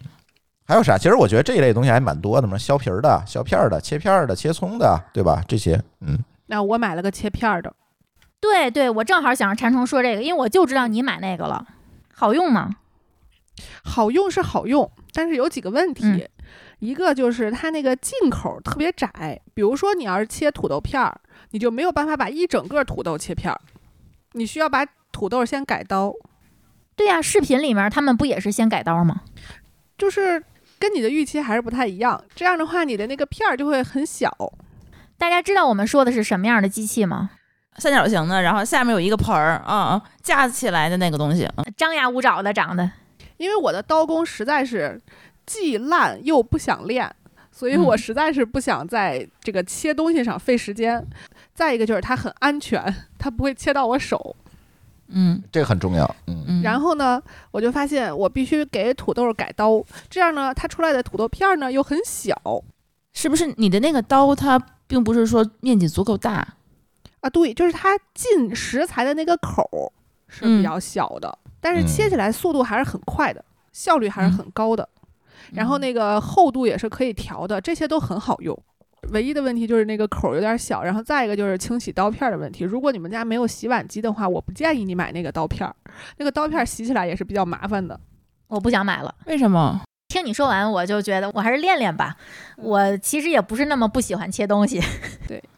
E: 还有啥？其实我觉得这一类东西还蛮多的嘛，削皮儿的、削片儿的、切片儿的、切葱的，对吧？这些，嗯，
F: 那我买了个切片儿的，
B: 对对，我正好想让馋虫说这个，因为我就知道你买那个了，好用吗？
F: 好用是好用，但是有几个问题。
B: 嗯
F: 一个就是它那个进口特别窄，比如说你要是切土豆片儿，你就没有办法把一整个土豆切片儿，你需要把土豆先改刀，
B: 对呀、视频里面他们不也是先改刀吗？
F: 就是跟你的预期还是不太一样。这样的话，你的那个片儿就会很小。
B: 大家知道我们说的是什么样的机器吗？
D: 三角形的，然后下面有一个盆儿啊、嗯，架起来的那个东西，嗯
B: 张牙舞爪的长得，
F: 因为我的刀工实在是既烂又不想练，所以我
D: 嗯
F: 实在是不想在这个切东西上费时间。再一个就是它很安全，它不会切到我手。
D: 嗯
E: 这个很重要。嗯，
D: 嗯，
F: 然后呢，我就发现我必须给土豆改刀，这样呢，它出来的土豆片儿呢又很小
D: 是不是你的那个刀它并不是说面积足够大？
F: 啊。对，就是它进食材的那个口儿是比较小的，但是切起来速度还是很快的，效率还是很高的。
D: 嗯
F: 然后那个厚度也是可以调的，这些都很好用。唯一的问题就是那个口儿有点小，然后再一个就是清洗刀片儿的问题。如果你们家没有洗碗机的话，我不建议你买那个刀片儿，那个刀片儿洗起来也是比较麻烦的。
B: 我不想买了。
D: 为什么？
B: 听你说完，我就觉得我还是练练吧。我其实也不是那么不喜欢切东西，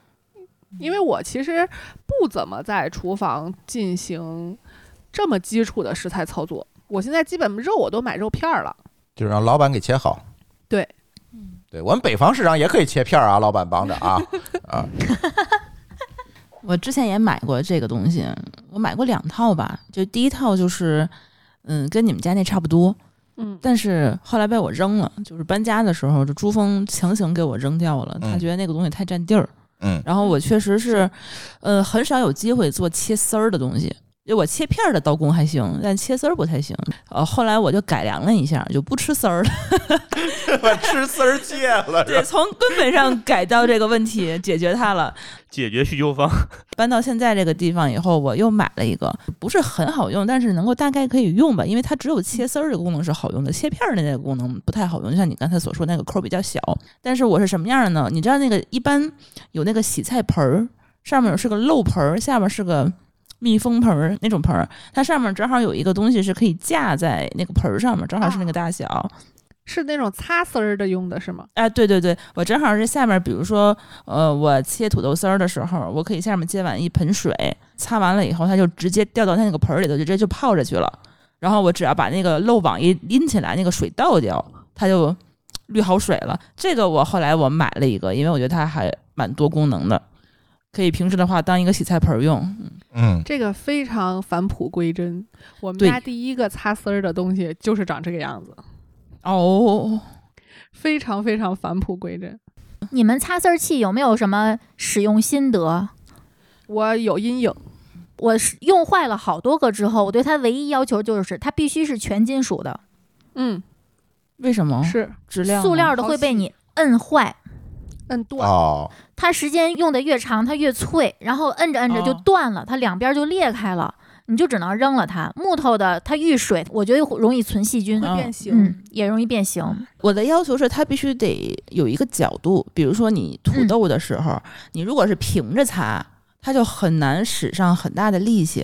B: (laughs)
F: 因为我其实不怎么在厨房进行这么基础的食材操作，我现在基本肉我都买肉片儿了，
E: 就是让老板给切好。
F: 对，
E: 对我们北方市场也可以切片儿啊，老板帮着啊啊，
D: 我之前也买过这个东西，我买过两套吧，就第一套就是，嗯，跟你们家那差不多，
F: 嗯，
D: 但是后来被我扔了，就是搬家的时候，就珠峰强行给我扔掉了，他
E: 嗯
D: 觉得那个东西太占地儿。
E: 嗯
D: 然后我确实是，呃，很少有机会做切丝儿的东西。就我切片儿的刀工还行，但切丝儿不太行。呃，后来我就改良了一下，就不吃丝儿了。
E: 把吃丝儿戒了
D: 对，从根本上改到这个问题，解决它了。
C: 解决需求方。
D: 搬到现在这个地方以后，我又买了一个，不是很好用，但是能够大概可以用吧，因为它只有切丝儿这个功能是好用的，切片儿的那个功能不太好用。就像你刚才所说，那个扣儿比较小。但是我是什么样的呢？你知道那个一般有那个洗菜盆儿，上面有是个漏盆儿，下面是个密封盆儿那种盆儿，它上面正好有一个东西是可以架在那个盆儿上面，正好是那个大小。
F: 是那种擦丝儿的用的是吗？
D: 哎，对对对，我正好是下面，比如说，呃，我切土豆丝儿的时候，我可以下面接满一盆水，擦完了以后，它就直接掉到它那个盆儿里头，就直接就泡着去了。然后我只要把那个漏网一拎起来，那个水倒掉，它就滤好水了。这个我后来我买了一个，因为我觉得它还蛮多功能的，可以平时的话当一个洗菜盆儿用。
E: 嗯，
F: 这个非常返璞归真。我们
D: 对
F: 家第一个擦丝儿的东西就是长这个样子，
D: 哦，
F: 非常非常返璞归真。
B: 你们擦丝儿器有没有什么使用心得？
F: 我有阴影，
B: 我是用坏了好多个之后，我对它唯一要求就是它必须是全金属的，
F: 嗯，
D: 为什么？
F: 是
D: 质量啊吗？
B: 塑料的
F: 好
B: 会被
F: 细
B: 你摁坏。
F: 摁断，
E: 哦，
B: 它时间用的越长，它越脆，然后摁着摁着就
D: 哦
B: 断了，它两边就裂开了，你就只能扔了它。木头的它遇水，我觉得容易存细菌，
D: 嗯
F: 变形。
B: 嗯，也容易变形。
D: 我的要求是，它必须得有一个角度，比如说你土豆的时候，你如果是平着擦，它就很难使上很大的力气。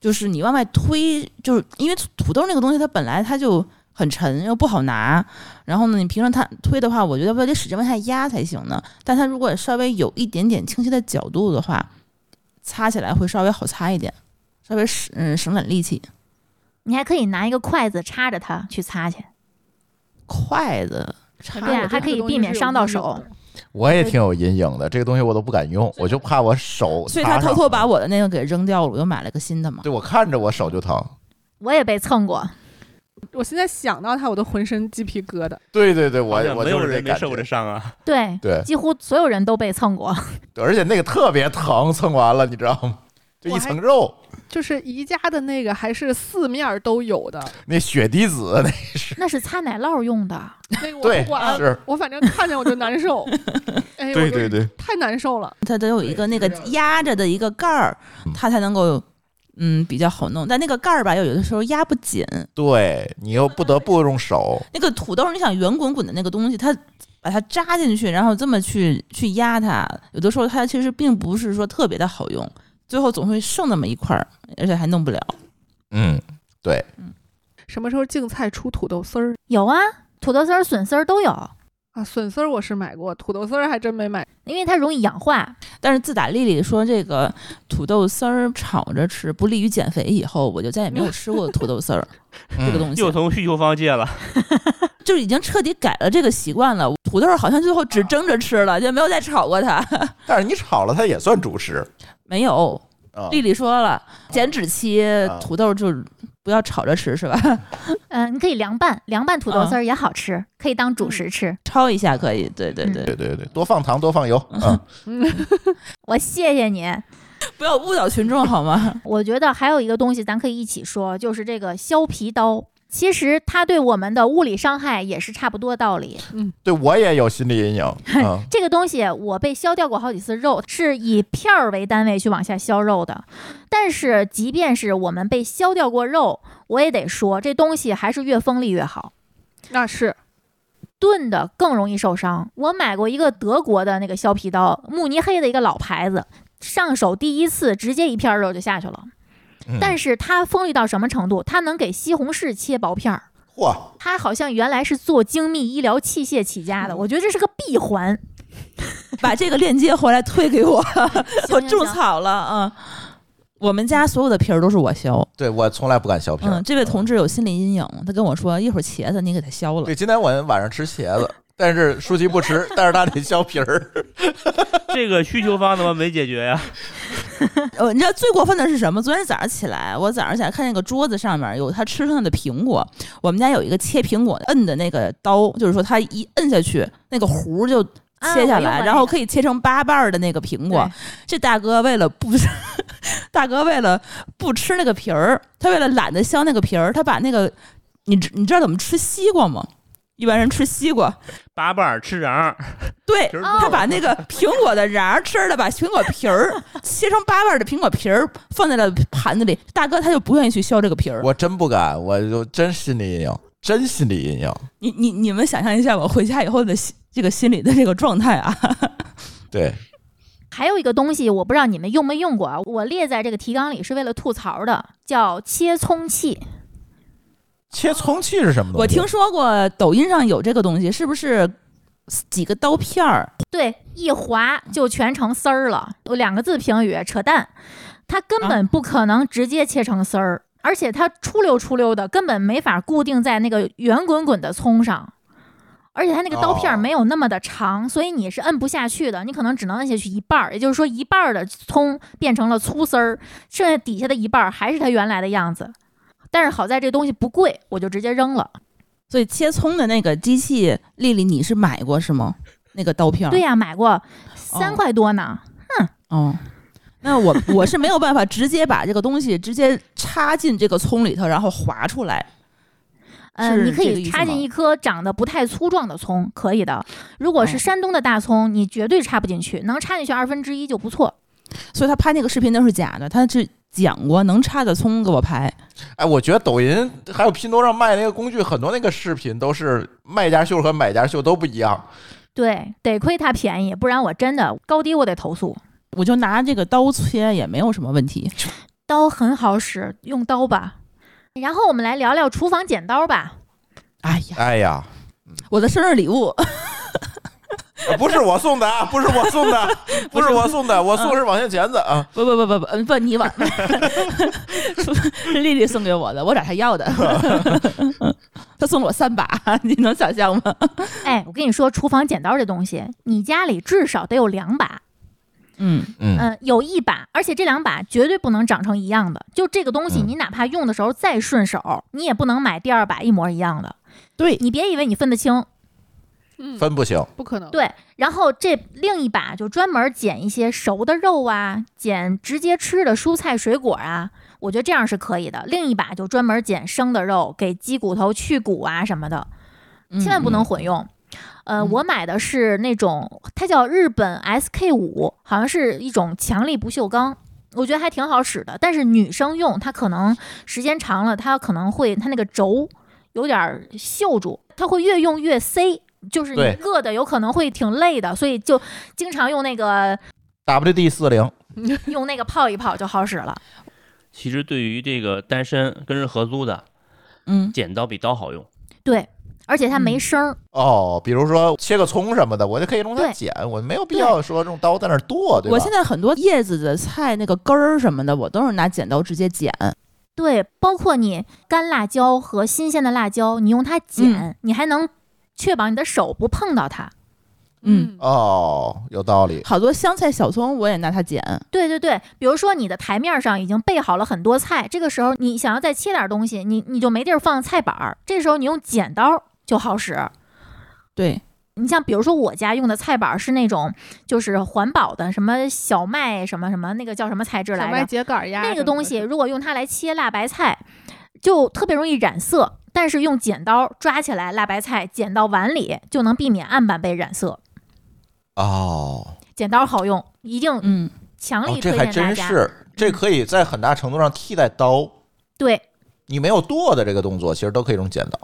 D: 就是你往外推，就是因为土土豆那个东西，它本来它就很沉，又不好拿。然后呢，你平常它推的话，我觉得我得使劲往下压才行呢。但它如果稍微有一点点清晰的角度的话，擦起来会稍微好擦一点，稍微省嗯省点力气。
B: 你还可以拿一个筷子插着它去擦去，
D: 筷子插
F: 反正
B: 对
F: 我
B: 啊
F: 这
B: 还可
F: 个
B: 以
F: 东
B: 避
F: 西
B: 免
F: 是有
B: 伤到
F: 阴影
B: 手
F: 的。
E: 我也挺有阴影的，这个东西我都不敢用，我就怕我手
D: 所以他
E: 擦
D: 偷
E: 上
D: 偷把我的那个给扔掉了，我又买了个新的嘛。
E: 对我看着我手就疼。
B: 我也被蹭过。
F: 我现在想到它，我都浑身鸡皮疙瘩。
E: 对对对，我
C: 好像
E: 我
C: 没
E: 就
C: 有
E: 是
C: 人
E: 这
C: 没
E: 感
C: 受过这
E: 觉。
C: 伤啊。
B: 对，
E: 对，
B: 几乎所有人都被蹭过。
E: 而且那个特别疼，蹭完了你知道吗？就一
F: 我还
E: 层肉，
F: 就是宜家的那个还是四面儿都
E: (laughs)
F: 有的，
E: 那血滴子那
B: 那是擦奶酪用的，
F: 那个我
E: 对
F: 不管，
E: 是，
F: 我反正看见我就难
E: (laughs)
F: 受。哎，我就，
E: 对，
F: 太难受了。
D: 它得有一个那个压着的一个盖儿
E: 嗯，
D: 它才能够嗯比较好弄。但那个盖儿吧，又有的时候压不紧。
E: 对你又不得不用手，
D: 那个土豆，你想圆滚滚的那个东西，它把它扎进去，然后这么去去压它，有的时候它其实并不是说特别的好用，最后总会剩那么一块儿，而且还弄不了。
E: 嗯，对，
F: 什么时候净菜出土豆丝儿
B: 有啊，土豆丝儿、笋丝儿都有，
F: 啊？笋丝儿我是买过，土豆丝儿还真没买。
B: 因为它容易氧化。
D: 但是自打丽丽说这个土豆丝儿炒着吃不利于减肥以后，我就再也没有吃过土豆丝
E: (laughs)
D: 儿这个
E: 嗯
D: 东西。
C: 又从需求方戒了， (laughs)
D: 就已经彻底改了这个习惯了。土豆好像最后只蒸着吃了，就没有再炒过
B: (laughs)
D: 它。
E: 但是你炒了它也算主食
D: 没有，
B: 哦
E: 啊。
D: 丽丽说了，减脂期
E: 啊
D: 土豆就不要炒着吃，是吧？
B: 嗯、你可以凉拌，凉拌土豆丝儿也好吃，可以当主食吃。
D: 焯一下可以。对对
B: 嗯
D: 对，
E: 对对对，多放糖，多
D: (laughs)
E: 放油，嗯，
F: 嗯， (laughs)
B: 我谢谢你。
D: 不要误导群众好吗？ (laughs)
B: 我觉得还有一个东西咱可以一起说，就是这个削皮刀。其实它对我们的物理伤害也是差不多道理。
E: 对我也有心理阴影，嗯
B: 这个东西我被削掉过好几次肉，是以片儿为单位去往下削肉的。但是即便是我们被削掉过肉，我也得说这东西还是越锋利越好。
F: 那是
B: 钝的更容易受伤。我买过一个德国的那个削皮刀，慕尼黑的一个老牌子，上手第一次直接一片肉就下去了。
E: 嗯，
B: 但是它锋利到什么程度？它能给西红柿切薄片儿。
E: 嚯，
B: 它好像原来是做精密医疗器械起家
D: 嗯
B: 的，我觉得这是个闭环。 (laughs)
D: 把这个链接回来推给我，我
B: 行
D: 种草了啊！我们家所有的皮儿都是我削。
E: 对我从来不敢削皮儿。
D: 嗯，这位同志有心理阴影，他跟我说一会儿茄子你给他削了
E: 对，。今天我晚上吃茄子，但是舒淇不
D: (laughs)
E: 吃，但是她得削皮儿。
C: 这个需求方怎么没解决呀？
D: 呃，你知道最过分的是什么？昨天早上起来，我早上起来看那个桌子上面有他吃剩的苹果。我们家有一个切苹果摁的那个刀，就是说他一摁下去，那个核就
B: 啊
D: 切下
B: 我用
D: 来，
B: 过
D: 然
B: 那
D: 后
B: 个
D: 可以切成八瓣儿的那个苹果
B: 对。
D: 这大哥为了不， (laughs) 大哥为了不吃那个皮儿，他为了懒得削那个皮儿，他把那个你知你知道怎么吃西瓜吗？一般人吃西瓜，
C: 八瓣儿吃瓤儿，
D: 对
C: 皮儿
D: 哦他把那个苹果的瓤儿吃了，把苹果皮儿切成八瓣儿的苹果皮儿放在了盘子里。大哥他就不愿意去削这个皮儿。
E: 我真不敢，我就真心理阴影，真心理阴影。
D: 你你你们想象一下，我回家以后的心这个心理的这个状态啊，
E: 对，
B: 还有一个东西，我不知道你们用没用过啊，我列在这个提纲里是为了吐槽的，叫切葱器。
E: 切葱器是什么东西？
D: 我听说过抖音上有这个东西，是不是几个刀片儿？
B: 对，一划就全成丝儿了。有两个字评语，扯淡。它根本不可能直接切成丝儿，而且它出溜出溜的，根本没法固定在那个圆滚滚的葱上。而且它那个刀片儿
E: 哦
B: 没有那么的长，所以你是摁不下去的，你可能只能摁下去一半儿，也就是说一半儿的葱变成了粗丝儿，剩下底下的一半儿还是它原来的样子。但是好在这东西不贵，我就直接扔了。
D: 所以切葱的那个机器，丽丽你是买过是吗？那个刀片儿？
B: 对呀、买过三
D: 啊哦
B: 块多呢。
D: 哦，那我我是没有办法直接把这个东西直接插进这个葱里头，然后划出来。
B: 嗯，你
D: 是
B: 可
D: 这个
B: 以
D: 意思
B: 插进
D: 吗
B: 一颗长得不太粗壮的葱，可以的。如果是
D: 哦
B: 山东的大葱，你绝对插不进去，能插进去二分之一就不错。
D: 所以他拍那个视频都是假的，他是讲过能插的葱给我拍。
E: 哎，我觉得抖音还有拼多多上卖那个工具，很多那个视频都是卖家秀和买家秀都不一样。
B: 对，得亏它便宜，不然我真的高低我得投诉。
D: 我就拿这个刀切也没有什么问题。
B: 刀很好使，用刀吧。然后我们来聊聊厨房剪刀吧。
D: 哎呀，
E: 哎呀，
D: 我的生日礼物， (laughs)
E: 啊 (laughs) 不是我送的啊，不是我送的，不是我送的，我送的是网线钳子啊。
D: 不不不不不嗯不，你往 (laughs) 是丽丽送给我的，我找她要的， (laughs) 她送了我三把，你能想象吗？
B: 哎，我跟你说，厨房剪刀这东西，你家里至少得有两把，
D: 嗯，
E: 嗯，
B: 嗯，有一把，而且这两把绝对不能长成一样的。就这个东西，
E: 嗯
B: 你哪怕用的时候再顺手，你也不能买第二把一模一样的。
D: 对，
B: 你别以为你分得清，
F: 嗯，
E: 分不清。
F: 不可能。
B: 对，然后这另一把就专门捡一些熟的肉啊，捡直接吃的蔬菜水果啊，我觉得这样是可以的。另一把就专门捡生的肉，给鸡骨头去骨啊什么的，千嗯万不能混用。呃，
D: 嗯
B: 我买的是那种，它叫日本 SK 五，好像是一种强力不锈钢，我觉得还挺好使的。但是女生用它可能时间长了，它可能会它那个轴有点儿锈住，它会越用越塞，就是你
E: 对
B: 硌的有可能会挺累的，所以就经常用那个
E: WD 四零，
B: 用那个泡一泡就好使了。
C: 其实对于这个单身跟人合租的，
D: 嗯，
C: 剪刀比刀好用。
B: 对，而且它没
D: 嗯
B: 声儿，
E: 哦，比如说切个葱什么的，我就可以用它
B: 对
E: 剪，我没有必要说用刀在那儿剁，对吧？
D: 我现在很多叶子的菜那个根儿什么的，我都是拿剪刀直接剪。
B: 对，包括你干辣椒和新鲜的辣椒，你用它剪，
D: 嗯
B: 你还能确保你的手不碰到它。
D: 嗯，
E: 哦，有道理。
D: 好多香菜、小葱我也拿它剪。
B: 对对对，比如说你的台面上已经备好了很多菜，这个时候你想要再切点东西，你你就没地儿放菜板儿，这时候你用剪刀就好使。
D: 对，
B: 你像比如说我家用的菜板儿是那种就是环保的，什么小麦什么什么那个叫什么材质
F: 小
B: 来
F: 麦
B: 着？
F: 秸秆儿呀，
B: 那个东西，如果用它来切辣白菜，就特别容易染色。但是用剪刀抓起来辣白菜，剪到碗里就能避免案板被染色。
E: 哦，
B: 剪刀好用，一定
D: 嗯，
B: 强
E: 哦
B: 力，推
E: 这还
B: 荐大
E: 真
B: 家。
E: 是，这可以在很大程度上替代刀。
B: 对，
E: 你没有剁的这个动作，其实都可以用剪刀。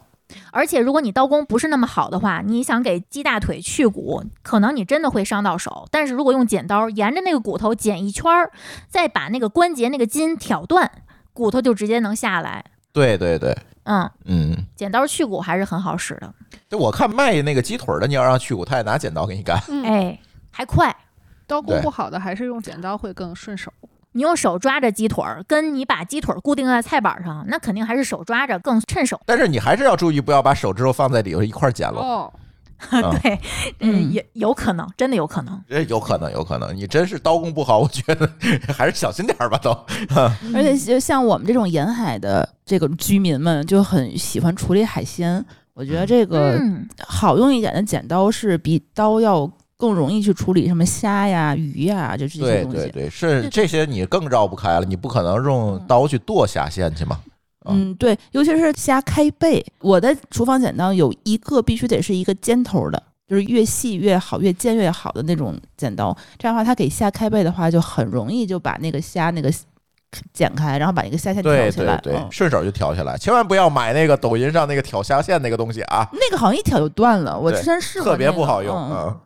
B: 而且如果你刀工不是那么好的话，你想给鸡大腿去骨，可能你真的会伤到手。但是如果用剪刀沿着那个骨头剪一圈儿，再把那个关节那个筋挑断，骨头就直接能下来。
E: 对对对，
B: 嗯，
E: 嗯，
B: 剪刀去骨还是很好使的，
E: 就我看卖那个鸡腿儿的，你要让去骨，他也拿剪刀给你干。
F: 嗯，
B: 哎哎，还快。
F: 刀工
E: 对
F: 不好的还是用剪刀会更顺手。
B: 你用手抓着鸡腿儿，跟你把鸡腿儿固定在菜板上，那肯定还是手抓着更趁手。
E: 但是你还是要注意，不要把手指头放在里头一块儿捡了。
F: 哦，
E: 啊
B: 对，嗯，
D: 嗯
B: 也有可能，真的有可能。
E: 这有可能，有可能，你真是刀工不好，我觉得还是小心点儿吧，都。嗯
D: 而且就像我们这种沿海的这个居民们，就很喜欢处理海鲜。我觉得这个
B: 嗯，
D: 好用一点的剪刀是比刀要更容易去处理什么虾呀、鱼呀，就这些
E: 对
D: 东
E: 对
D: 西。
E: 对，是这些你更绕不开了，你不可能用刀去剁虾线去嘛。啊
D: 嗯，对，尤其是虾开背，我的厨房剪刀有一个必须得是一个尖头的，就是越细越好，越尖越好的那种剪刀。这样的话，它给虾开背的话，就很容易就把那个虾那个剪开，然后把那个虾线挑
E: 对
D: 起
E: 对
D: 来。
E: 对
D: 嗯，
E: 顺手就挑起来，千万不要买那个抖音上那个挑虾线那个东西啊，
D: 那个好像一挑就断了，我
E: 对
D: 之前试过、
E: 特别不好用。
D: 嗯
E: 嗯，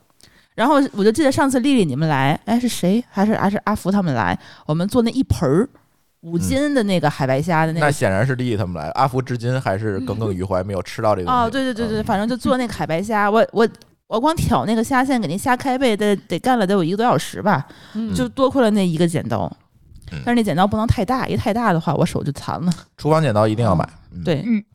D: 然后我就记得上次丽丽你们来，哎是谁？还是还是阿福他们来？我们做那一盆儿五斤的那个海白虾的那个。
E: 嗯那显然是丽丽他们来，阿福至今还是耿耿于怀，没有吃到这个东西。
D: 哦，对对对对，
E: 嗯，
D: 反正
E: (laughs)
D: 就做那个海白虾，我我我光挑那个虾线给那虾开背，得得干了得有一个多小时吧，
F: 嗯
D: 就多亏了那一个剪刀。
E: 嗯
D: 但是那剪刀不能太大，一太大的话我手就残了。
E: 厨房剪刀一定要买。嗯，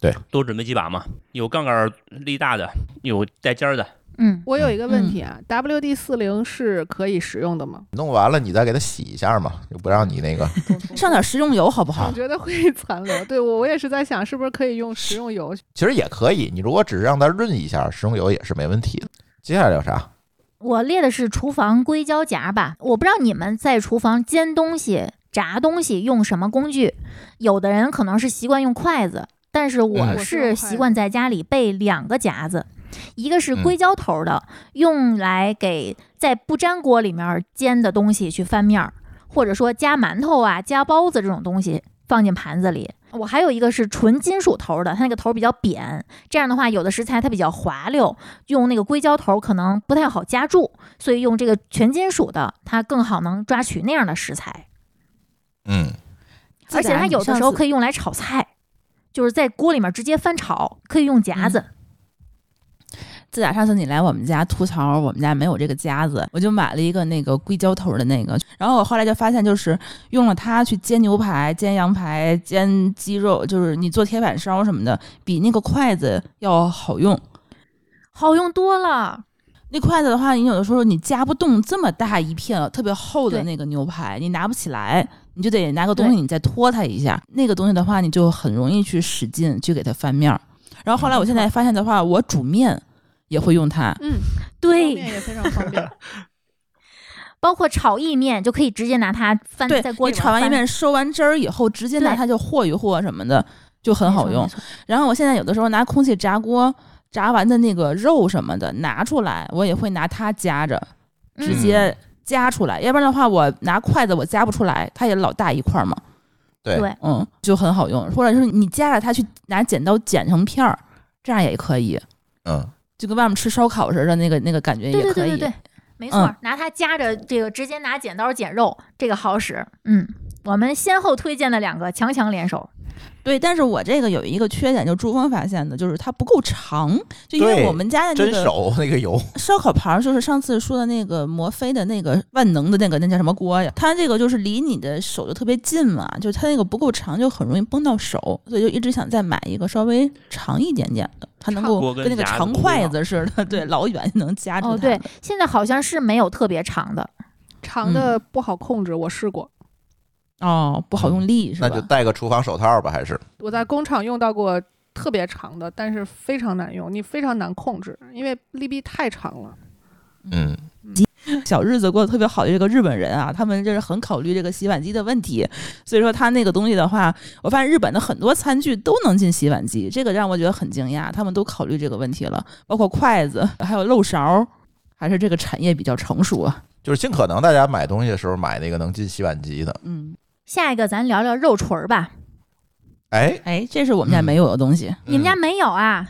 D: 对，
C: 多准备几把嘛，有杠杆儿力大的，有带尖儿的，
B: 嗯，
F: 我有一个问题啊、w d 四零是可以使用的 (laughs) 吗？
E: 弄完了你再给它洗一下嘛，就不让你
D: (laughs)
E: 那个。
D: 上点食用油好不好
E: 啊
F: 我？
B: 嗯
F: 觉得会 (laughs) 残留。对我，我也是在想，是不是可以用食用油？
E: 其实也可以，你如果只是让它润一下，食用油也是没问题的。接下来聊啥？
B: 我列的是厨房硅胶夹吧，我不知道你们在厨房煎东西、炸东西用什么工具，有的人可能是习惯用筷子，但是我
E: 嗯
B: 是习惯在家里备两个夹子，一个是硅胶头的，用来给在不粘锅里面煎的东西去翻面儿，或者说夹馒头啊、夹包子这种东西放进盘子里。我还有一个是纯金属头的，它那个头比较扁，这样的话有的食材它比较滑溜，用那个硅胶头可能不太好夹住，所以用这个全金属的，它更好能抓取那样的食材，
E: 嗯，
B: 而且它有的时候可以
D: 以。
B: 用来炒菜，就是在锅里面直接翻炒，可以用夹
D: 嗯
B: 子。
D: 自打上次你来我们家吐槽我们家没有这个夹子，我就买了一个那个硅胶头的那个。然后我后来就发现，就是用了它去煎牛排、煎羊排、煎鸡肉，就是你做铁板烧什么的，比那个筷子要好用。
B: 好用多了，
D: 那筷子的话，你有的时候你夹不动这么大一片特别厚的
B: 对
D: 那个牛排，你拿不起来，你就得拿个东西
B: 对
D: 你再托它一下。那个东西的话，你就很容易去使劲去给它翻面儿。然后后来我现在发现的话，我煮面也会用它。
F: 嗯，方
B: 对，
F: 便也非常
E: (laughs)
F: 方便。
B: 包括炒意面就可以直接拿它翻
D: 对
B: 在锅
D: 你
B: 里面
D: 炒完一
B: 翻
D: 面收完汁儿以后，直接拿
B: 对
D: 它就和一和什么的，就很好用
B: 没。错没错
D: 然后我现在有的时候拿空气炸锅炸完的那个肉什么的拿出来，我也会拿它夹着，直
B: 嗯
D: 接夹出来。要不然的话，我拿筷子我夹不出来，它也老大一块儿嘛，
E: 对
B: 对
D: 嗯，就很好用。或者是你夹着它去拿剪刀剪成片儿，这样也可以，
E: 嗯，
D: 就跟外面吃烧烤似的那个那个感觉也可
B: 对对
D: 以。
B: 对对对，没错，
D: 嗯
B: 拿它夹着这个，直接拿剪刀剪肉，这个好使。嗯，我们先后推荐的两个强强联手。
D: 对但是我这个有一个缺点，就是珠峰发现的，就是它不够长，就因为
E: 对
D: 我们家的那
E: 真
B: (laughs)
D: 个
E: 手那个油，
D: 烧烤盘儿就是上次说的那个摩飞的那个万能的那个那叫什么锅呀？它这个就是离你的手就特别近嘛，就它那个不够长，就很容易崩到手，所以就一直想再买一个稍微长一点点的，它能
C: 长
D: 够
C: 锅
D: 跟
C: 跟
D: 那个
C: 夹子
D: 长
C: 不一
D: 筷
C: 样
D: 子似的， (laughs) 对，老远能夹住它。
B: 哦，对，，现在好像是没有特别长的，
F: 长
E: 嗯
F: 的不好控制，我试过，
D: 哦，不好用力是
E: 那
D: 吧？
E: 就戴个厨房手套吧，还是
F: 我在工厂用到过特别长的，但是非常难用，你非常难控制，因为利弊太长了。
E: 嗯，
D: 小日子过得特别好的这个日本人啊，他们就是很考虑这个洗碗机的问题，所以说他那个东西的话，我发现日本的很多餐具都能进洗碗机，这个让我觉得很惊讶，他们都考虑这个问题了，包括筷子，还有漏勺，还是这个产业比较成熟啊。
E: 就是尽可能大家买东西的时候买那个能进洗碗机的。
D: 嗯，
B: 下一个咱聊聊肉锤儿吧，
E: 哎，
D: 哎，这是我们家没有的东西，
E: 嗯
B: 你们家没有啊？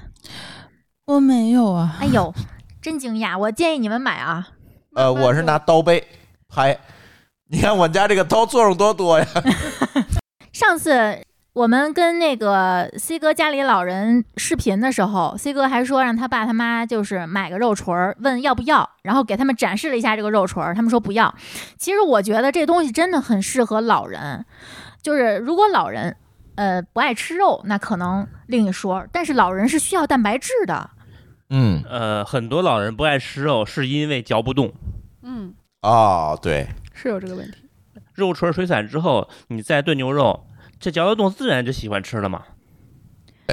D: 我没有啊。
B: 哎呦，真惊讶！我建议你们买啊。
E: 呃，我是拿刀背
B: (laughs)
E: 拍，你看我家这个刀作用多多呀。
B: 上次我们跟那个 C 哥家里老人视频的时候，C 哥还说让他爸他妈就是买个肉锤儿，问要不要，然后给他们展示了一下这个肉锤儿，他们说不要。其实我觉得这东西真的很适合老人，就是如果老人呃不爱吃肉，那可能另一说，但是老人是需要蛋白质的。
E: 嗯
C: 呃，很多老人不爱吃肉，是因为嚼不动。
F: 嗯，
E: 啊，对，
F: 是有这个问题。
C: 肉锤水散之后，你再炖牛肉，这嚼得动，自然就喜欢吃了嘛。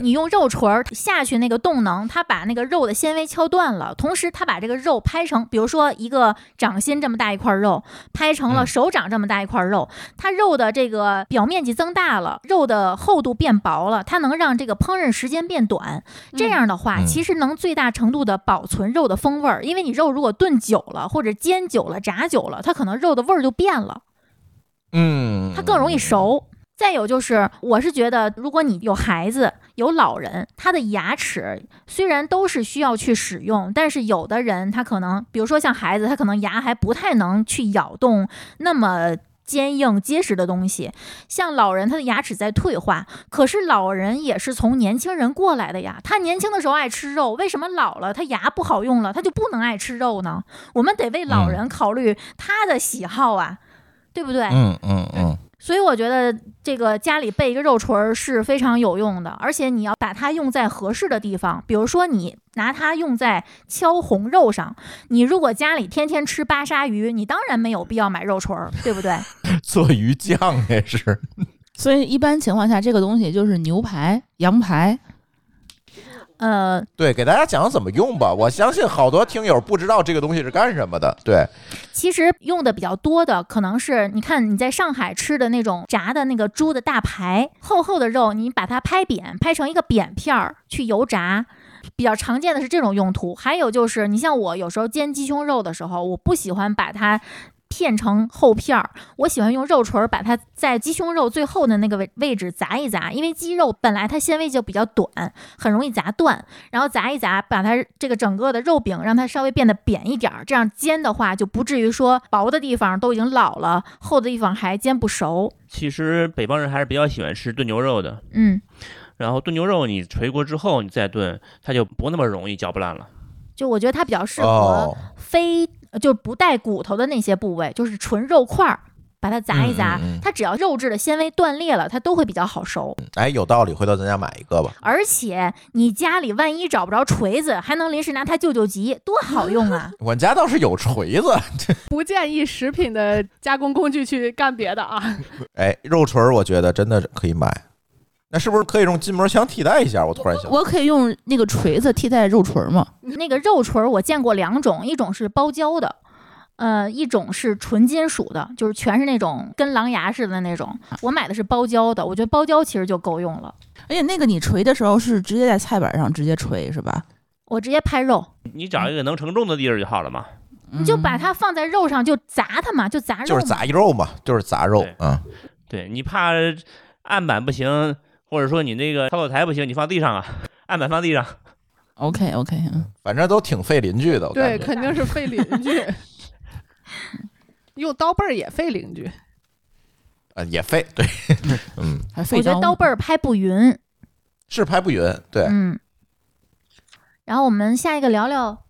B: 你用肉锤儿下去那个动能，它把那个肉的纤维敲断了，同时它把这个肉拍成，比如说一个掌心这么大一块肉，拍成了
E: 嗯
B: 手掌这么大一块肉，它肉的这个表面积增大了，肉的厚度变薄了，它能让这个烹饪时间变短。这样的话，
E: 嗯
B: 其实能最大程度的保存肉的风味儿，因为你肉如果炖久了或者煎久了、炸久了，它可能肉的味儿就变了。
E: 嗯，
B: 它更容易熟。再有就是，我是觉得，如果你有孩子、有老人，他的牙齿虽然都是需要去使用，但是有的人他可能，比如说像孩子，他可能牙还不太能去咬动那么坚硬结实的东西。像老人，他的牙齿在退化，可是老人也是从年轻人过来的呀。他年轻的时候爱吃肉，为什么老了他牙不好用了，他就不能爱吃肉呢？我们得为
E: 嗯
B: 老人考虑他的喜好啊，对不对？
E: 嗯嗯嗯，
B: (laughs) 所以我觉得这个家里备一个肉锤儿是非常有用的，而且你要把它用在合适的地方，比如说你拿它用在敲红肉上。你如果家里天天吃巴沙鱼，你当然没有必要买肉锤儿，对 (laughs) 不对？
E: 做鱼酱也是，
D: 所以一般情况下，这个东西就是牛排、羊排，
B: 呃，
E: 对，给大家讲讲怎么用吧。我相信好多听友不知道这个东西是干什么的，对，
B: 其实用的比较多的可能是，你看你在上海吃的那种炸的那个猪的大排，厚厚的肉，你把它拍扁，拍成一个扁片儿去油炸。比较常见的是这种用途，还有就是你像我有时候煎鸡胸肉的时候，我不喜欢把它片成厚片儿，我喜欢用肉锤儿把它在鸡胸肉最后的那个位位置砸一砸，因为鸡肉本来它纤维就比较短，很容易砸断，然后砸一砸，把它这个整个的肉饼让它稍微变得扁一点儿，这样煎的话就不至于说薄的地方都已经老了，厚的地方还煎不熟。
C: 其实北方人还是比较喜欢吃炖牛肉的。
B: 嗯，
C: 然后炖牛肉，你捶过之后，你再炖，它就不那么容易嚼不烂了。
B: 就我觉得它比较适合
E: 哦，
B: 非、呃就不带骨头的那些部位，就是纯肉块儿，把它砸一砸，
E: 嗯嗯嗯
B: 它只要肉质的纤维断裂了，它都会比较好熟。
E: 哎，有道理，回头咱家买一个吧。
B: 而且你家里万一找不着锤子，还能临时拿它救救急，多好用啊！
E: 我家倒是有锤子，
F: 不建议食品的加工工具去干别的啊。
E: 哎，肉锤儿我觉得真的可以买。那是不是可以用筋膜枪替代一下？我突然想，
D: 我可以用那个锤子替代肉锤吗？
B: 那个肉锤儿我见过两种，一种是包胶的，呃，一种是纯金属的，就是全是那种跟狼牙似的那种。我买的是包胶的，我觉得包胶其实就够用了。
D: 而且哎那个你锤的时候是直接在菜板上直接锤是吧？
B: 我直接拍肉，
C: 你找一个能承重的地儿就好了嘛。
D: 嗯
B: 你就把它放在肉上就砸它嘛，就砸肉
E: 嗯就
B: 嘛。
E: 是砸肉嘛，就是砸肉
C: 对，
E: 嗯，
C: 对你怕案板不行，或者说你那个操作台不行，你放地上啊，案板放地上。
D: OK OK，嗯，
E: 反正都挺费邻居的。我感
F: 对，
E: 觉
F: 肯定是费邻居。
D: (laughs)
F: 用刀背儿也费邻居，
E: 呃也费，对，嗯，
D: 还费
B: 我觉得刀背儿拍不匀，
E: 是拍不匀，对，哦
B: 嗯。然后我们下一个聊聊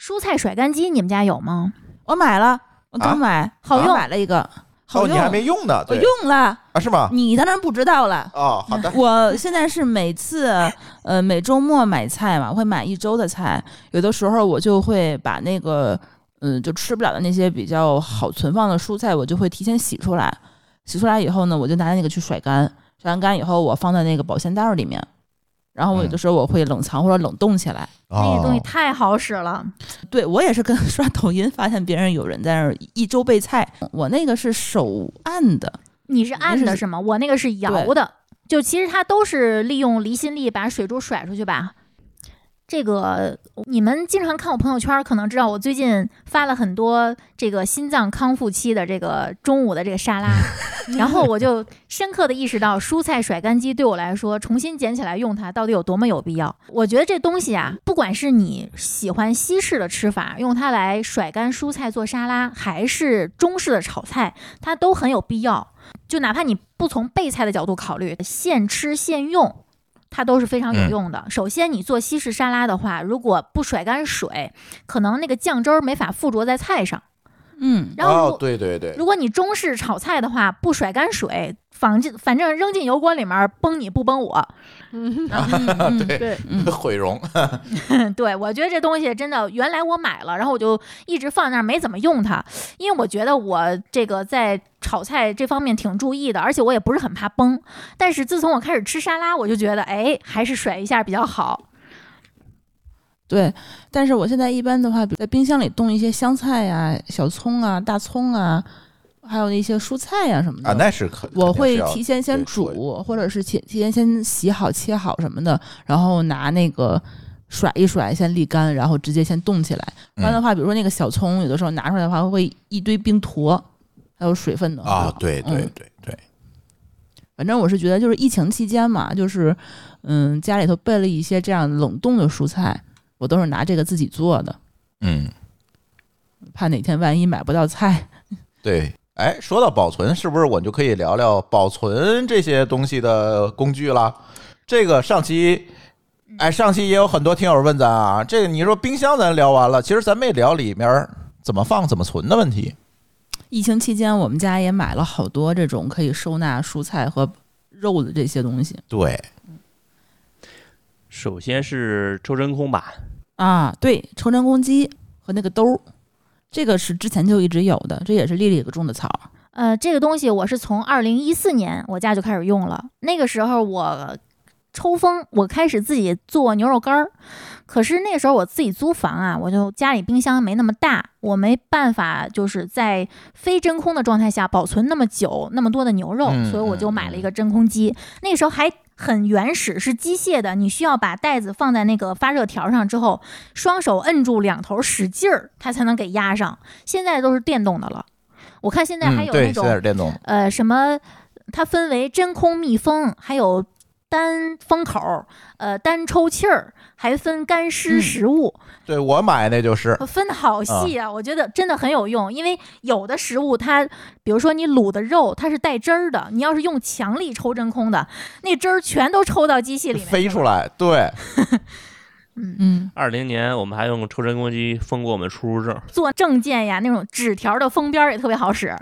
B: 蔬菜甩干机，你们家有吗？
D: 我买了，我刚买，
B: 好用
D: 我买了一个，啊好
E: 哦，
D: 用，
E: 你还没用呢，
D: 我
E: 对
D: 用嗯了，
E: 啊，是吗？
D: 你当然不知道了。
E: 哦，好的，
D: 我现在是每次，呃，每周末买菜嘛，我会买一周的菜。有的时候我就会把那个，嗯，就吃不了的那些比较好存放的蔬菜，我就会提前洗出来。洗出来以后呢，我就拿那个去甩干，甩完干以后，我放在那个保鲜袋儿里面。然后我有的时候我会冷藏或者冷冻起来。
B: 那个东西
E: 哦
B: 太好使了，
D: 对我也是跟 (laughs) 刷抖音发现别人有人在那儿一周备菜，我那个是手按的，
B: 你是按的
D: 是
B: 是吗？我那个是摇的，就其实它都是利用离心力把水珠甩出去吧。这个你们经常看我朋友圈，可能知道我最近发了很多这个心脏康复期的这个中午的这个沙拉，然后我就深刻的意识到，蔬菜甩干机对我来说重新捡起来用它到底有多么有必要。我觉得这东西啊，不管是你喜欢西式的吃法，用它来甩干蔬菜做沙拉，还是中式的炒菜，它都很有必要。就哪怕你不从备菜的角度考虑，现吃现用，它都是非常
E: 嗯
B: 有用的。首先，你做西式沙拉的话，如果不甩干水，可能那个酱汁儿没法附着在菜上。
D: 嗯，
B: 然后如
E: 哦，对对对，
B: 如果你中式炒菜的话，不甩干水，反正反正扔进油锅里面，崩你不崩我。
D: (laughs)
F: 嗯，
D: 嗯
E: 对
F: 对，
D: 嗯
E: (laughs) 毁容，
B: 对我觉得这东西真的，原来我买了，然后我就一直放那儿没怎么用它，因为我觉得我这个在炒菜这方面挺注意的，而且我也不是很怕崩。但是自从我开始吃沙拉，我就觉得哎，还是甩一下比较好。
D: 对，但是我现在一般的话，比如在冰箱里冻一些香菜呀、小葱啊、大葱啊，还有一些蔬菜呀、什么的。
E: 啊，那是可
D: 嗯我
E: 肯定
D: 会
E: 是要
D: 提前先
E: 对说
D: 煮，或者是提提前先洗好、切好什么的，然后拿那个甩一甩，先沥干，然后直接先冻起来。不
E: 嗯
D: 然的话，比如说那个小葱，有的时候拿出来的话会一堆冰坨，还有水分的话
E: 啊，对对
D: 嗯
E: 对对，
D: 反正我是觉得，就是疫情期间嘛，就是嗯，家里头备了一些这样冷冻的蔬菜，我都是拿这个自己做的，
E: 嗯，
D: 怕哪天万一买不到菜。 (laughs)
E: 对。哎，说到保存，是不是我就可以聊聊保存这些东西的工具了？这个上期，哎，上期也有很多听友问咱啊，这个你说冰箱咱聊完了，其实咱没聊里面怎么放、怎么存的问题。
D: 疫情期间，我们家也买了好多这种可以收纳蔬菜和肉的这些东西
E: 对，
C: 首先是抽真空吧，
D: 啊，对，抽真空机和那个兜儿，这个是之前就一直有的，这也是丽丽种的草。
B: 呃，这个东西我是从二零一四年我家就开始用了，那个时候我抽风，我开始自己做牛肉干儿。可是那时候我自己租房啊，我就家里冰箱没那么大，我没办法就是在非真空的状态下保存那么久那么多的牛肉，
E: 嗯
B: 所以我就买了一个真空机。那个时候还很原始，是机械的，你需要把袋子放在那个发热条上之后，双手摁住两头使劲儿，它才能给压上。现在都是电动的了，我看现在还
E: 嗯，
B: 有
E: 对，
B: 那
E: 现
B: 种、
E: 在是电动，
B: 呃，什么，它分为真空密封，还有单封口儿，呃，单抽气儿，还分干湿
D: 嗯
B: 食物，
E: 对我买那就是
B: 呃分的好细
E: 嗯
B: 啊！我觉得真的很有用，因为有的食物它，比如说你卤的肉，它是带汁儿的，你要是用强力抽真空的，那汁儿全都抽到机器
E: (laughs)
B: 里面
E: 飞
B: 去
E: 出
B: 了。
E: 来，对，
D: 嗯，
C: 二零年我们还用抽真空机封过我们出入证，
B: 做证件呀，那种纸条的封边儿也特别好使。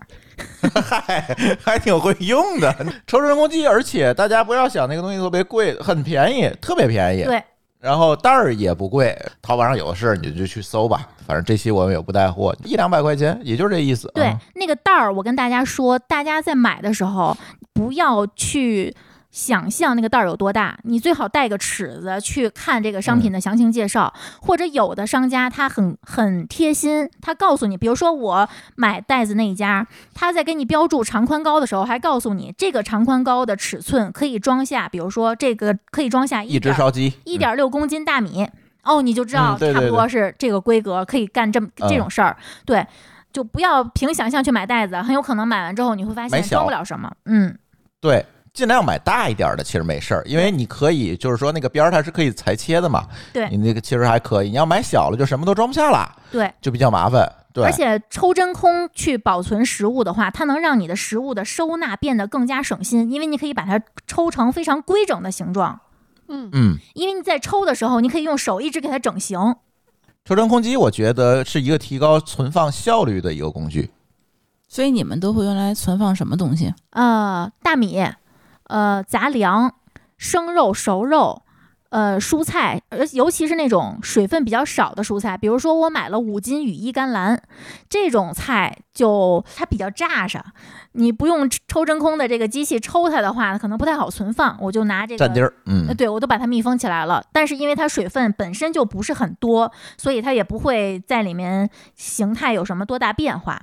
E: 嗨，还挺会用的 (laughs) 抽真空机，而且大家不要想那个东西特别贵，很便宜，特别便宜。
B: 对，
E: 然后袋儿也不贵，淘宝上有的是，你就去搜吧。反正这期我们也不带货，一两百块钱，也就这意思。
B: 对
E: 嗯，
B: 那个袋儿，我跟大家说，大家在买的时候不要去想象那个袋儿有多大，你最好带个尺子去看这个商品的详情介绍，或者有的商家他很很贴心，他告诉你，比如说我买袋子那一家，他在给你标注长宽高的时候，还告诉你这个长宽高的尺寸可以装下，比如说这个可以装下
E: 一只
B: 点
E: 烧鸡，
B: 一点六公斤大米，哦，你就知道
E: 嗯对
B: 差不
E: 对
B: 多是这个规格，可以干这么
E: 嗯
B: 这种事儿。对，就不要凭想象去买袋子，很有可能买完之后你会发
E: 买
B: 现
E: 小
B: 装不了什么。嗯，
E: 对，尽量买大一点的，其实没事儿，因为你可以就是说那个边儿它是可以裁切的嘛。
B: 对
E: 你那个其实还可以。你要买小了，就什么都装不下了，
B: 对。
E: 就比较麻烦。对
B: 而，且抽真空去保存食物的话，它能让你的食物的收纳变得更加省心，因为你可以把它抽成非常规整的形状。
F: 嗯，
E: 嗯，
B: 因为你在抽的时候，你可以用手一直给它整形。
E: 抽真空机我觉得是一个提高存放效率的一个工具。
D: 所以你们都会用来存放什么东西？
B: 呃，大米，呃，杂粮、生肉、熟肉，呃，蔬菜，呃，尤其是那种水分比较少的蔬菜，比如说我买了五斤羽衣甘蓝，这种菜就它比较扎实，你不用抽真空的这个机器抽它的话，可能不太好存放，我就拿这
E: 占地
B: 个。
E: 儿，嗯
B: 呃，，对，我都把它密封起来了，但是因为它水分本身就不是很多，所以它也不会在里面形态有什么多大变化。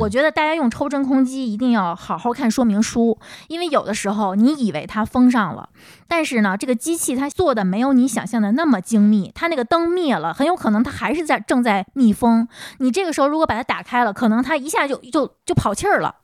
B: 我觉得大家用抽真空机一定要好好看说明书，因为有的时候你以为它封上了，但是呢，这个机器它做的没有你想象的那么精密，它那个灯灭了，很有可能它还是在正在密封。你这个时候如果把它打开了，可能它一下就就就跑气儿了。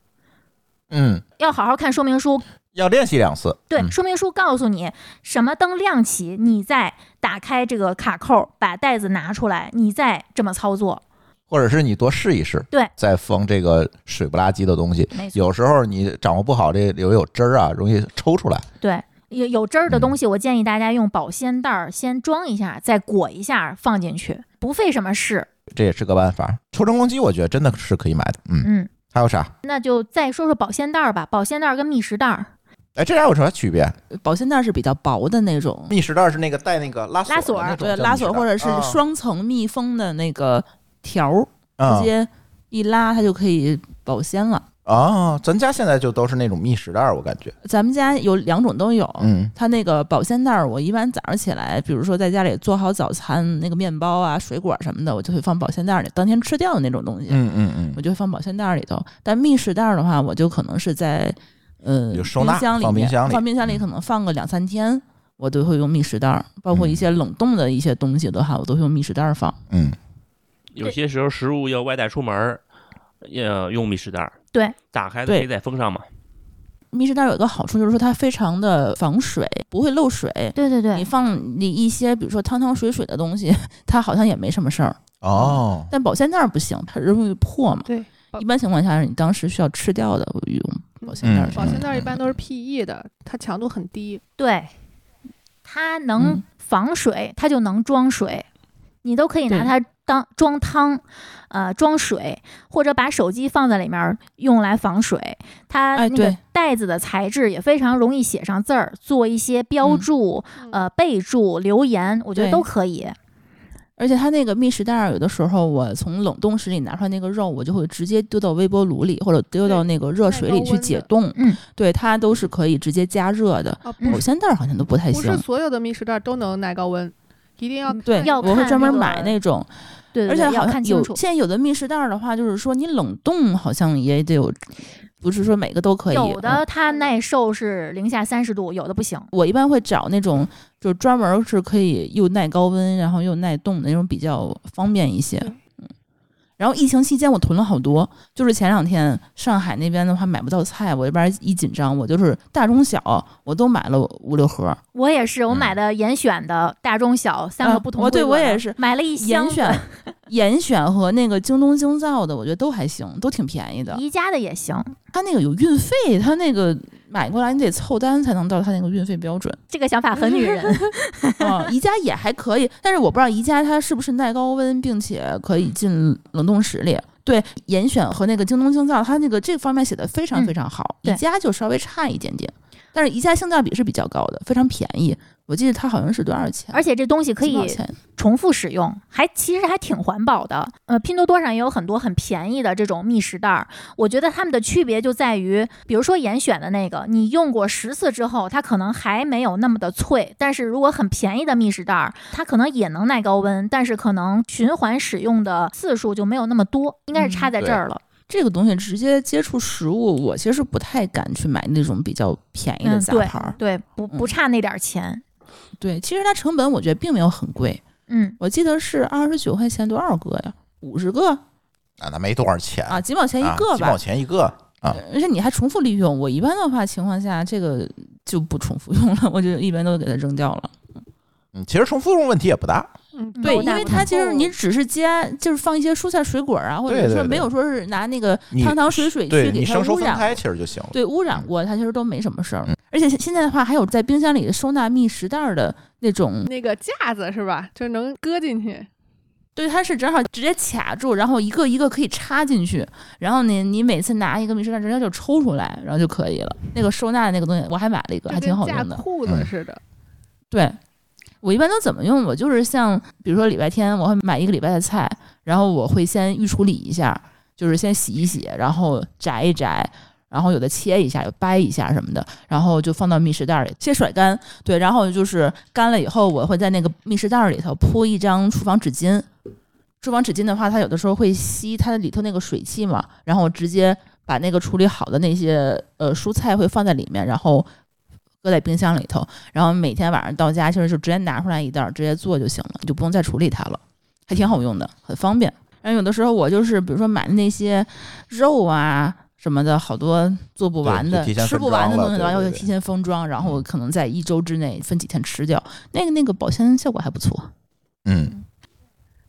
E: 嗯，
B: 要好好看说明书，
E: 要练习两次。
B: 对，
E: 嗯
B: 说明书告诉你什么灯亮起，你再打开这个卡扣，把袋子拿出来，你再这么操作。
E: 或者是你多试一试，
B: 对，
E: 再封这个水不拉几的东西。
B: 没错，
E: 有时候你掌握不好这里头有汁儿啊，容易抽出来。
B: 对。有有汁
E: 嗯
B: 儿的东西，我建议大家用保鲜袋儿先装一下，再裹一下放进去，不费什么事。
E: 这也是个办法。抽真空机我觉得真的是可以买的。嗯，
B: 嗯，
E: 还有啥？
B: 那就再说说保鲜袋儿吧。保鲜袋儿跟密实袋儿
E: 哎，这俩有什么区别？
D: 保鲜袋是比较薄的那种，
E: 密实袋是那个带那个拉
B: 拉锁
E: 的那种
D: 对，
E: 叫
D: 拉
E: 密
D: 锁
E: 实袋
D: 或者是
E: 啊
D: 双层密封的那个条儿，
E: 啊
D: 直接一拉它就可以保鲜了。
E: 啊，咱家现在就都是那种密实袋儿，我感觉。
D: 咱们家有两种都有，
E: 嗯
D: 它那个保鲜袋儿，我一般早上起来，比如说在家里做好早餐，那个面包啊、水果什么的，我就会放保鲜袋儿里，当天吃掉的那种东西，
E: 嗯嗯
D: 我就会放保鲜袋儿里头。但密室袋儿的话，我就可能是在呃
E: 有收纳
D: 冰箱里
E: 放冰
D: 面
E: 箱里嗯
D: 放冰箱里可能放个两三天，我都会用密室袋儿。包括一些冷冻的一些东西的话，我都会用密室袋儿放。
E: 嗯
C: 有些时候食物要外带出门儿，要用密室袋儿。
B: 对，
C: 打开的
D: 对
C: 可以再封上嘛。
D: 密室袋儿有一个好处就是说它非常的防水，不会漏水。
B: 对对
D: 你
B: 对，
D: 放你一些比如说汤汤水水的东西， (laughs) 它好像也没什么事儿。
E: 嗯，哦，
D: 但保鲜袋儿不行，它容易破嘛。
F: 对，保
D: 一般情况下，你当时需要吃掉的，我用保鲜袋儿
E: 嗯
D: 去。
F: 保鲜袋一般都是 PE 的，它强度很低。
B: 对，它能
D: 嗯
B: 防水，它就能装水，你都可以拿
D: 对
B: 它当装汤，呃，装水，或者把手机放在里面儿用来防水。它
D: 哎
B: 那个
D: 对
B: 袋子的材质也非常容易写上字儿，做一些标
D: 嗯
B: 注、呃备注、留言，我觉得
D: 对
B: 都可以。
D: 而且它那个密室袋儿，有的时候我从冷冻室里拿出来那个肉，我就会直接丢到微波炉里，或者丢到那个热水里去解冻。
B: 嗯，
D: 对，它都是可以直接加热的。
F: 啊，
B: 嗯
F: 不
D: 保
F: 是，
D: 鲜袋儿好像都哦不太
F: 不是
D: 行。
F: 所有的密室袋都能耐高温，一定要
D: 嗯对，
B: 要
D: 我会
B: 看
D: 专门
B: 那个
D: 买那种，
B: 对对
D: 而
B: 对，
D: 且
B: 要
D: 好
B: 看
D: 像
B: 清
D: 有
B: 楚。
D: 现在有的密室袋儿的话，就是说你冷冻好像也得有，不是说每个都可以。
B: 有
D: 嗯
B: 的它耐受是零下三十度，有的不行。
D: 我一般会找那种就是专门是可以又耐高温，然后又耐冻的那种比较方便一些。
F: 对
D: 嗯，然后疫情期间我囤了好多，就是前两天上海那边的话买不到菜，我这边一紧张，我就是大中小我都买了五六盒，
B: 我也是，我
E: 嗯
B: 买的严选的大中小三个
D: 啊
B: 不同
D: 我
B: 规
D: 对
B: 格
D: 我
B: 的
D: 也是
B: 买了一箱
D: 严
B: 子 (laughs)
D: 选严选和那个京东京造的，我觉得都还行，都挺便宜的。
B: 宜家的也行。
D: 它那个有运费，它那个买过来你得凑单才能到它那个运费标准。
B: 这个想法很女
D: (laughs)
B: 人，
D: 啊，宜家也还可以，但是我不知道宜家它是不是耐高温，并且可以进冷冻室里。对，严选和那个京东京造，它那个这方面写的非常
B: 嗯
D: 非常好，
B: 对
D: 宜家就稍微差一点点，但是宜家性价比是比较高的，非常便宜。我记得它好像是多少钱，
B: 而且这东西可
D: 几毛
B: 以
D: 钱
B: 重复使用，还其实还挺环保的。呃，拼多多上也有很多很便宜的这种密食袋儿，我觉得它们的区别就在于，比如说严选的那个，你用过十次之后，它可能还没有那么的脆，但是如果很便宜的密食袋儿，它可能也能耐高温，但是可能循环使用的次数就没有那么多，应该
D: 嗯
B: 是差在这儿了。
D: 这个东西直接接触食物，我其实不太敢去买那种比较便宜的
B: 嗯
D: 杂
B: 对
D: 牌儿。
B: 对，不
D: 嗯
B: 不差那点儿钱。
D: 对，其实它成本我觉得并没有很贵，
B: 嗯，
D: 我记得是二十九块钱多少个呀？五十个
E: 啊，那没多少钱
D: 啊，几毛钱一
E: 啊
D: 个
E: 几
D: 吧
E: 毛？钱一个。
D: 而且你还重复利用，我一般的话情况下，这个就不重复用了，我就一般都给它扔掉了。
E: 嗯，其实重复用问题也不大。
F: 嗯，
D: 对，
B: 不
D: 因
B: 大
D: 为
B: 不
D: 它
B: 大
D: 其实你只是加，就是放一些蔬菜水果啊，或
E: 对
D: 者
E: 对
D: 说
E: 对
D: 没有说是拿那个
E: 你
D: 汤汤水水去
E: 对
D: 给
E: 你
D: 它
E: 生熟
D: 污
E: 分
D: 染。
E: 开其实就行了。
D: 对，污染过它其实都没什么事儿
E: 嗯，
D: 而且现在的话，还有在冰箱里收纳密食袋儿的那种，
F: 那个架子是吧？就能搁进去。
D: 对，它是正好直接卡住，然后一个一个可以插进去，然后你你每次拿一个密食袋儿，直接就抽出来，然后就可以了。那个收纳的那个东西，我还买了一个，
F: 就
D: 还挺
F: 跟
D: 好
F: 架
D: 用的。
F: 裤
E: 嗯
F: 子似的。
D: 对，我一般都怎么用？我就是像，比如说礼拜天，我会买一个礼拜的菜，然后我会先预处理一下，就是先洗一洗，然后摘一摘，然后有的切一下，有掰一下什么的，然后就放到密食袋里，先甩干。对，然后就是干了以后，我会在那个密食袋里头铺一张厨房纸巾。厨房纸巾的话，它有的时候会吸它的里头那个水汽嘛，然后我直接把那个处理好的那些呃蔬菜会放在里面，然后搁在冰箱里头，然后每天晚上到家其实就直接拿出来一袋儿直接做就行了，你就不用再处理它了，还挺好用的，很方便。然后有的时候我就是比如说买的那些肉啊。什么的，好多做不完的
E: 对就提、前
D: 吃不
E: 封装
D: 完的
E: 了
D: 东西，
E: 对
D: 然后
E: 对嗯
D: 就
E: 对
D: 提前封装，然后我可能在一周之内分几天吃掉，那个那个保鲜效果还不错。
E: 嗯，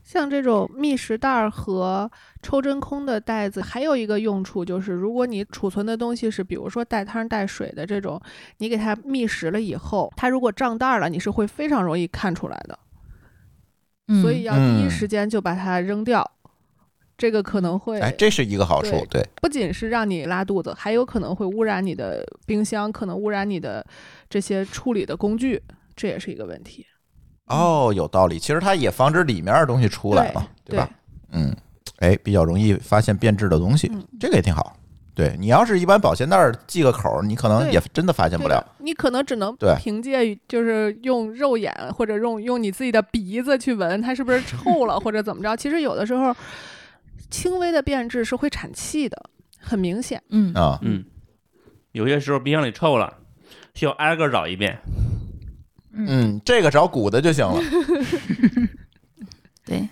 F: 像这种密食袋儿和抽真空的袋子，还有一个用处就是，如果你储存的东西是比如说带汤带水的这种，你给它密实了以后，它如果胀袋儿了，你是会非常容易看出来的，
D: 嗯，
F: 所以要第一
E: 嗯
F: 时间就把它扔掉。这个可能会
E: 哎，这是一个好处，对，
F: 不仅是让你拉肚子，还有可能会污染你的冰箱，可能污染你的这些处理的工具，这也是一个问题。
E: 哦，有道理。其实它也防止里面的东西出来嘛，
F: 对
E: 吧？？嗯，哎，比较容易发现变质的东西
F: 嗯，
E: 这个也挺好。对你要是一般保鲜袋儿系个口儿，你可能
F: 对
E: 也真的发现
F: 对
E: 不了
F: 的。，你可能只能
E: 对
F: 凭借于就是用肉眼或者用用你自己的鼻子去闻它是不是臭了或者怎么着。其实有的时候轻微的变质是会产气的，很明显。
D: 嗯，
E: 啊，
C: 嗯，有些时候冰箱里臭了，需要挨个儿找一遍。
E: 嗯，这个找鼓的就
D: (laughs)
E: 行了。
D: 对，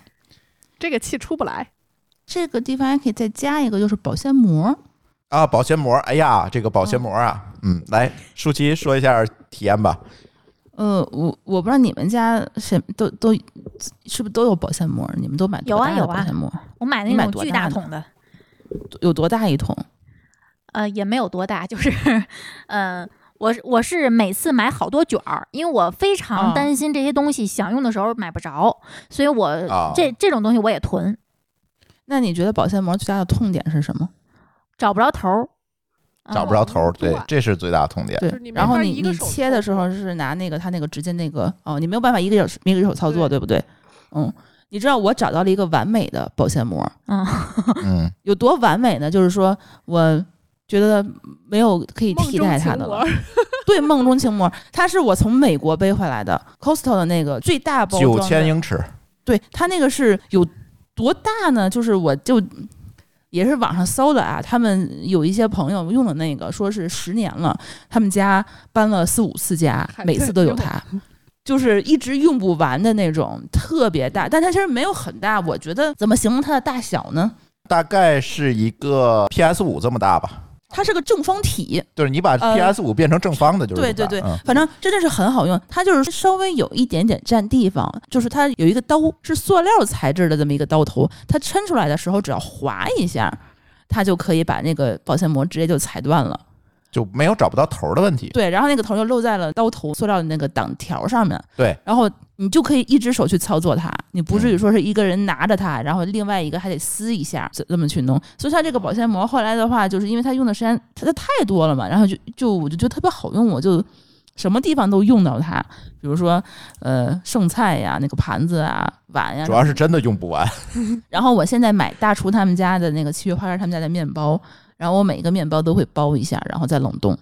F: 这个气出不来，
D: 这个地方还可以再加一个，就是保鲜膜。
E: 啊，保鲜膜，哎呀，这个保鲜膜啊，嗯，来，舒淇说一下体验吧。
D: 呃，我我不知道你们家什都都是不是都有保鲜膜？你们都买多
B: 有啊
D: 大
B: 有
D: 的
B: 啊
D: 保鲜膜？
B: 我买
D: 你买
B: 那种
D: 多
B: 巨
D: 大
B: 大
D: 的
B: 桶的，
D: 有多大一桶？
B: 呃，也没有多大，就是，呃，我是我是每次买好多卷儿，因为我非常
E: 哦
D: 啊
B: 担心这些东西想用的时候买不着，所以我
E: 啊
B: 这这种东西我也囤，
D: 那你觉得保鲜膜最大的痛点是什么？
B: 找不着头儿。嗯
E: 找不着头儿，对
F: 对，
E: 这是最大痛点。
D: 对
F: 就是你，没
D: 然后
F: 法
D: 你
F: 一个
D: 你
F: 手
D: 切
F: 操
D: 的时候是拿那个它那个直接那个哦，你没有办法一个手一个手操作，对不对？嗯，你知道我找到了一个完美的保鲜膜，
B: 嗯，
E: 嗯，
D: 有多完美呢？就是说我觉得没有可以
F: 梦
D: 替
F: 中
D: 代它
F: 情
D: 的了
F: 魔。
D: 对，梦中情魔，它是我从美国背回来的 Costco 的那个最大包装
E: 九
D: 的，
E: 千英尺，
D: 对，它那个是有多大呢？就是我就也是网上搜的啊，他们有一些朋友用的那个，说是十年了，他们家搬了四五次家
F: 还，
D: 每次都有
F: 对
D: 它。就是一直用不完的那种，特别大，但它其实没有很大。我觉得怎么形容它的大小呢？
E: 大概是一个 PS 五这么大吧，
D: 它是个正方体，
E: 就是你把
D: 呃
E: PS 五变成正方的，就是
D: 对
E: 这
D: 对
E: 么大
D: 对
E: 嗯，
D: 反正真的是很好用。它就是稍微有一点点占地方，就是它有一个刀是塑料材质的这么一个刀头，它抻出来的时候只要划一下，它就可以把那个保鲜膜直接就裁断了。
E: 就没有找不到头儿的问题。
D: 对，然后那个头就露在了刀头塑料的那个挡条上面。
E: 对，嗯
D: 然后你就可以一只手去操作它，你不至于说是一个人拿着它，然后另外一个还得撕一下，这这么去弄。所以它这个保鲜膜后来的话，就是因为它用的时间它它太多了嘛，然后就就我就觉得特别好用，我就什么地方都用到它，比如说呃剩菜呀、那个盘子啊、碗呀
E: 主。要是真的用不完。
D: 然后我现在买大厨他们家的那个七月花园他们家的面包，然后我每个面包都会包一下，然后再冷冻，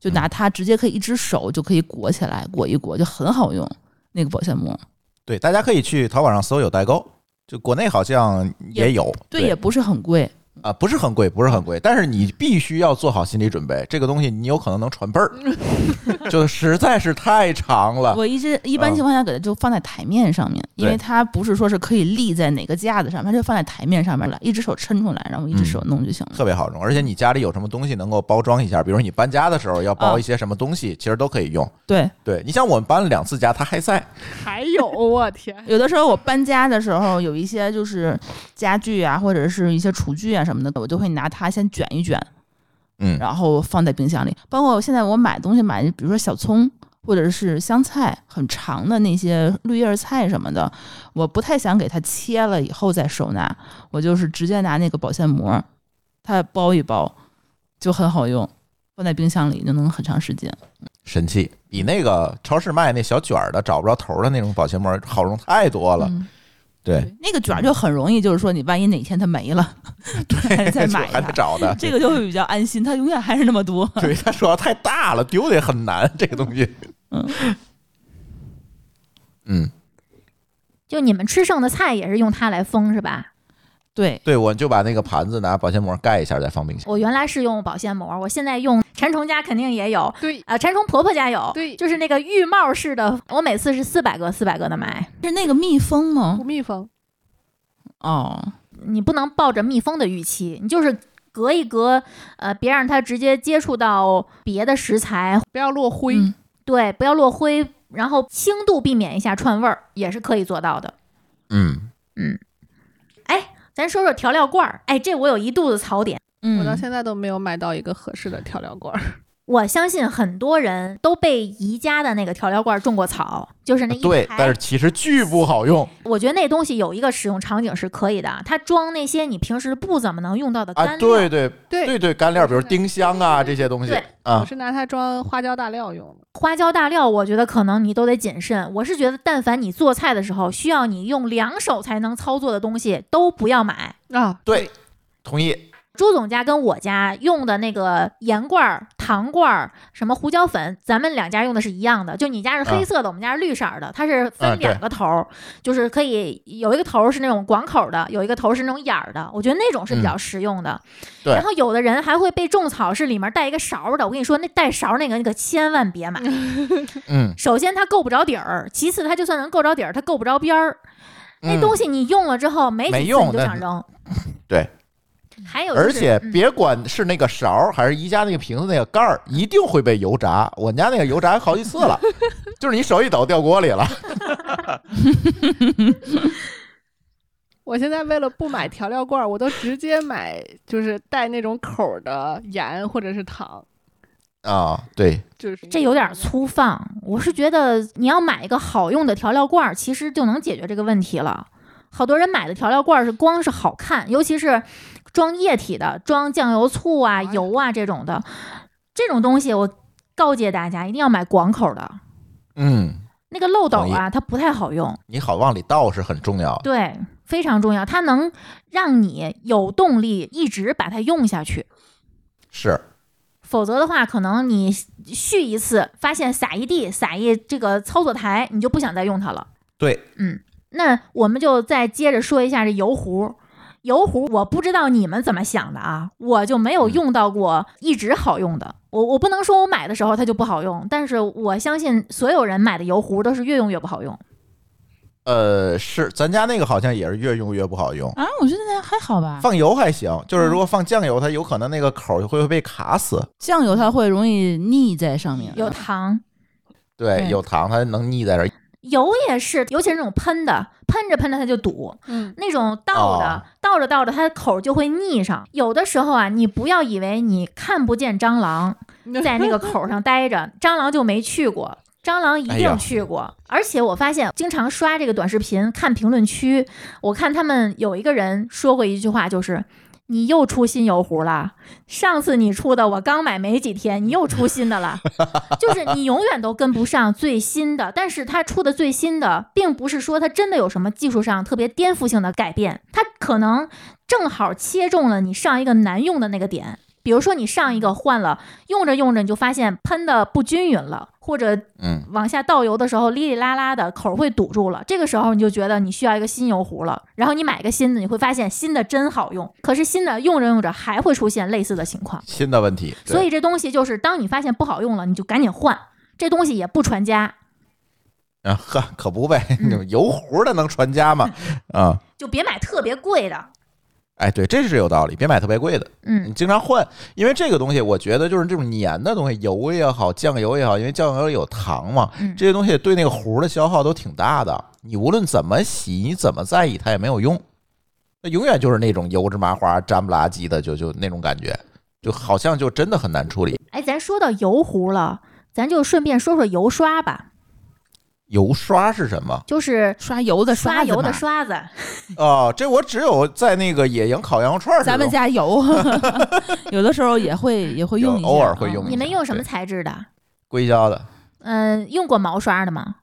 D: 就拿它直接可以一只手就可以裹起来，裹一裹就很好用。那个保鲜膜，
E: 对，大家可以去淘宝上搜有代购，就国内好像也
D: 也
E: 有，
D: 对，也不是很贵。
E: 啊，不是很贵，不是很贵，但是你必须要做好心理准备，这个东西你有可能能传辈
D: (laughs)
E: 儿，就实在是太长了。
D: 我一直一般情况下给它就放在台面上面，因为
E: 啊对
D: 它不是说是可以立在哪个架子上面，它就放在台面上面了，一只手抻出来，然后一只手弄就行了。
E: 特别好用，而且你家里有什么东西能够包装一下，比如你搬家的时候要包
D: 啊
E: 一些什么东西，其实都可以用。
D: 对，
E: 对你像我们搬了两次家，它还在，
F: (laughs) 还有我天，
D: 有的时候我搬家的时候，有一些就是家具啊，或者是一些厨具啊什么的，我就会拿它先卷一卷，
E: 嗯，
D: 然后放在冰箱里。包括现在我买东西买，比如说小葱或者是香菜，很长的那些绿叶菜什么的，我不太想给它切了以后再收纳，我就是直接拿那个保鲜膜，它包一包，就很好用，放在冰箱里就能很长时间。
E: 神器比那个超市卖那小卷儿的找不着头儿的那种保鲜膜好用太多了。
D: 嗯
E: 对，
D: 那个卷儿就很容易，就是说你万一哪天它没
E: (laughs)
D: 了，对再买
E: 还
D: 它
E: 得。找的。
D: (laughs) 这个就会比较安心，它永远还是那么多。 (laughs)
E: 对，它主要太大了，丢的也很难，这个东西。
D: 嗯
E: 嗯，
B: 就你们吃剩的菜也是用它来封是吧？
D: 对，
E: 对，我就把那个盘子拿保鲜膜盖一下，再放冰箱。
B: 我原来是用保鲜膜，我现在用馋虫家肯定也有，
F: 对，
B: 啊，馋虫婆婆家有，
F: 对
B: 就是那个浴帽式的，我每次是四百个四百个的买，
D: 是那个密封吗
F: 不？密封，
D: 哦，
B: 你不能抱着密封的预期，你就是隔一隔，呃，别让它直接接触到别的食材，
F: 不要落灰。
D: 嗯
B: 对，不要落灰，然后轻度避免一下串味儿，也是可以做到的。
E: 嗯，
B: 咱说说调料罐儿，哎，这我有一肚子槽点。
D: 嗯，
F: 我到现在都没有买到一个合适的调料罐儿。
B: 我相信很多人都被宜家的那个调料罐儿种过草，就是那一
E: 对，
B: 排
E: 但是其实巨不好用
B: 我觉得那东西有一个使用场景是可以的，它装那些你平时不怎么能用到的干料。
E: 啊！对对
F: 对
E: 对对，干料，比如丁香啊这些东西
B: 对
F: 我
E: 啊，
F: 是拿它装花椒大料用的。
B: 花椒大料，我觉得可能你都得谨慎。我是觉得，但凡你做菜的时候需要你用两手才能操作的东西，都不要买。
F: 啊，
E: 对，
B: (laughs)
E: 同意。
B: 朱总家跟我家用的那个盐罐儿、糖罐儿、什么胡椒粉，咱们两家用的是一样的。就你家是黑色的，我们家是绿色儿的，它是
E: 啊
B: 分
E: 对
B: 两个头儿，就是可以有一个头儿是那种管口儿的，有一个头儿是那种眼儿的。我觉得那种是比较实用的。
E: 嗯对
B: 然后有的人还会被种草，是里面带一个勺儿的。我跟你说，那带勺儿那个，你可千万别买。
E: 嗯，
B: 首先它够不着底儿，其次它就算能够着底儿，它够不着边儿。那
E: 嗯
B: 东西你用了之后没几次
E: 没用
B: 你就
E: 那
B: 想扔。
E: (laughs) 对。
B: 还有、就是，
E: 而且
B: 嗯
E: 别管是那个勺儿还是宜家那个瓶子那个盖儿，一定会被油炸。我们家那个油炸好几次
B: (laughs)
E: 了，就是你手一抖掉锅里了。
F: 我现在为了不买调料罐儿，我都直接买就是带那种口儿的盐或者是糖，
E: 啊，对，
F: 就是
B: 这有点粗放。我是觉得你要买一个好用的调料罐儿，其实就能解决这个问题了。好多人买的调料罐儿是光是好看，尤其是装液体的，装酱油、醋啊、
F: 呀
B: 油啊这种的，这种东西我告诫大家一定要买广口的，
E: 嗯，
B: 那个漏斗
E: 同
B: 啊它不太好用。
E: 你好往里倒是很重要的。
B: 对，非常重要，它能让你有动力一直把它用下去。
E: 是，
B: 否则的话，可能你续一次，发现撒一地，撒一这个操作台，你就不想再用它了。
E: 对，
B: 嗯，那我们就再接着说一下这油壶。油壶，我不知道你们怎么想的啊，我就没有用到过一直好用的。我我不能说我买的时候它就不好用，但是我相信所有人买的油壶都是越用越不好用。
E: 呃，是，咱家那个好像也是越用越不好用。
D: 啊，我觉得那还好吧。
E: 放油还行，就是
B: 嗯
E: 如果放酱油，它有可能那个口儿会被卡死。
D: 酱油它会容易腻在上面的，啊
B: 有糖，
E: 对，
D: 对
E: 有糖它能腻在这儿。
B: 油也是，尤其是那种喷的，喷着喷着它就堵，
F: 嗯，
B: 那种倒的，
E: 哦
B: 倒着倒着它口儿就会腻上。有的时候啊，你不要以为你看不见蟑螂 (laughs) 在那个口儿上待着，蟑螂就没去过。蟑螂一
E: 哎呀
B: 定去过，而且我发现经常刷这个短视频，看评论区，我看他们有一个人说过一句话，就是“你又出新油壶了，上次你出的我刚买没几天，你又出新的
E: (laughs)
B: 了。”就是你永远都跟不上最新的，但是它出的最新的，并不是说它真的有什么技术上特别颠覆性的改变，它可能正好切中了你上一个难用的那个点。比如说你上一个换了，用着用着你就发现喷的不均匀了，或者
E: 嗯，
B: 往下倒油的时候哩哩啦啦的口儿会堵住了，这个时候你就觉得你需要一个新油壶了，然后你买一个新的，你会发现新的真好用，可是新的用着用着还会出现类似的情况。
E: 新的问题。对
B: 所以这东西就是，当你发现不好用了，你就赶紧换。这东西也不传家，
E: 啊，呵，可不呗，
B: 嗯
E: (laughs) 油壶的能传
B: (laughs)
E: 家吗？啊，
B: 就别买特别贵的。
E: 哎，对，这是有道理，别买特别贵的，你
B: 嗯，
E: 经常换，因为这个东西，我觉得就是这种粘的东西，油也好，酱油也好，因为酱油有糖嘛，
B: 嗯
E: 这些东西对那个壶的消耗都挺大的。你无论怎么洗，你怎么在意，它也没有用，那永远就是那种油脂麻花、粘不拉几的，就就那种感觉，就好像就真的很难处理。
B: 哎，咱说到油壶了，咱就顺便说说油刷吧，
E: 油刷是什
D: (laughs)
E: 么？
B: 就是
D: 刷油的
B: 刷
D: 刷
B: 油的刷
D: 刷，
B: 子。
E: 哦，这我只有在那个野营烤羊肉串儿时
D: 咱们
E: 候
D: 家
E: (laughs)
D: 有，有的时候也会也会用一下，
E: 偶尔会用
D: 嗯
E: 一
B: 你
E: 下
B: 们用什么材质的？
E: 硅胶的。
B: 嗯、用过毛刷的吗？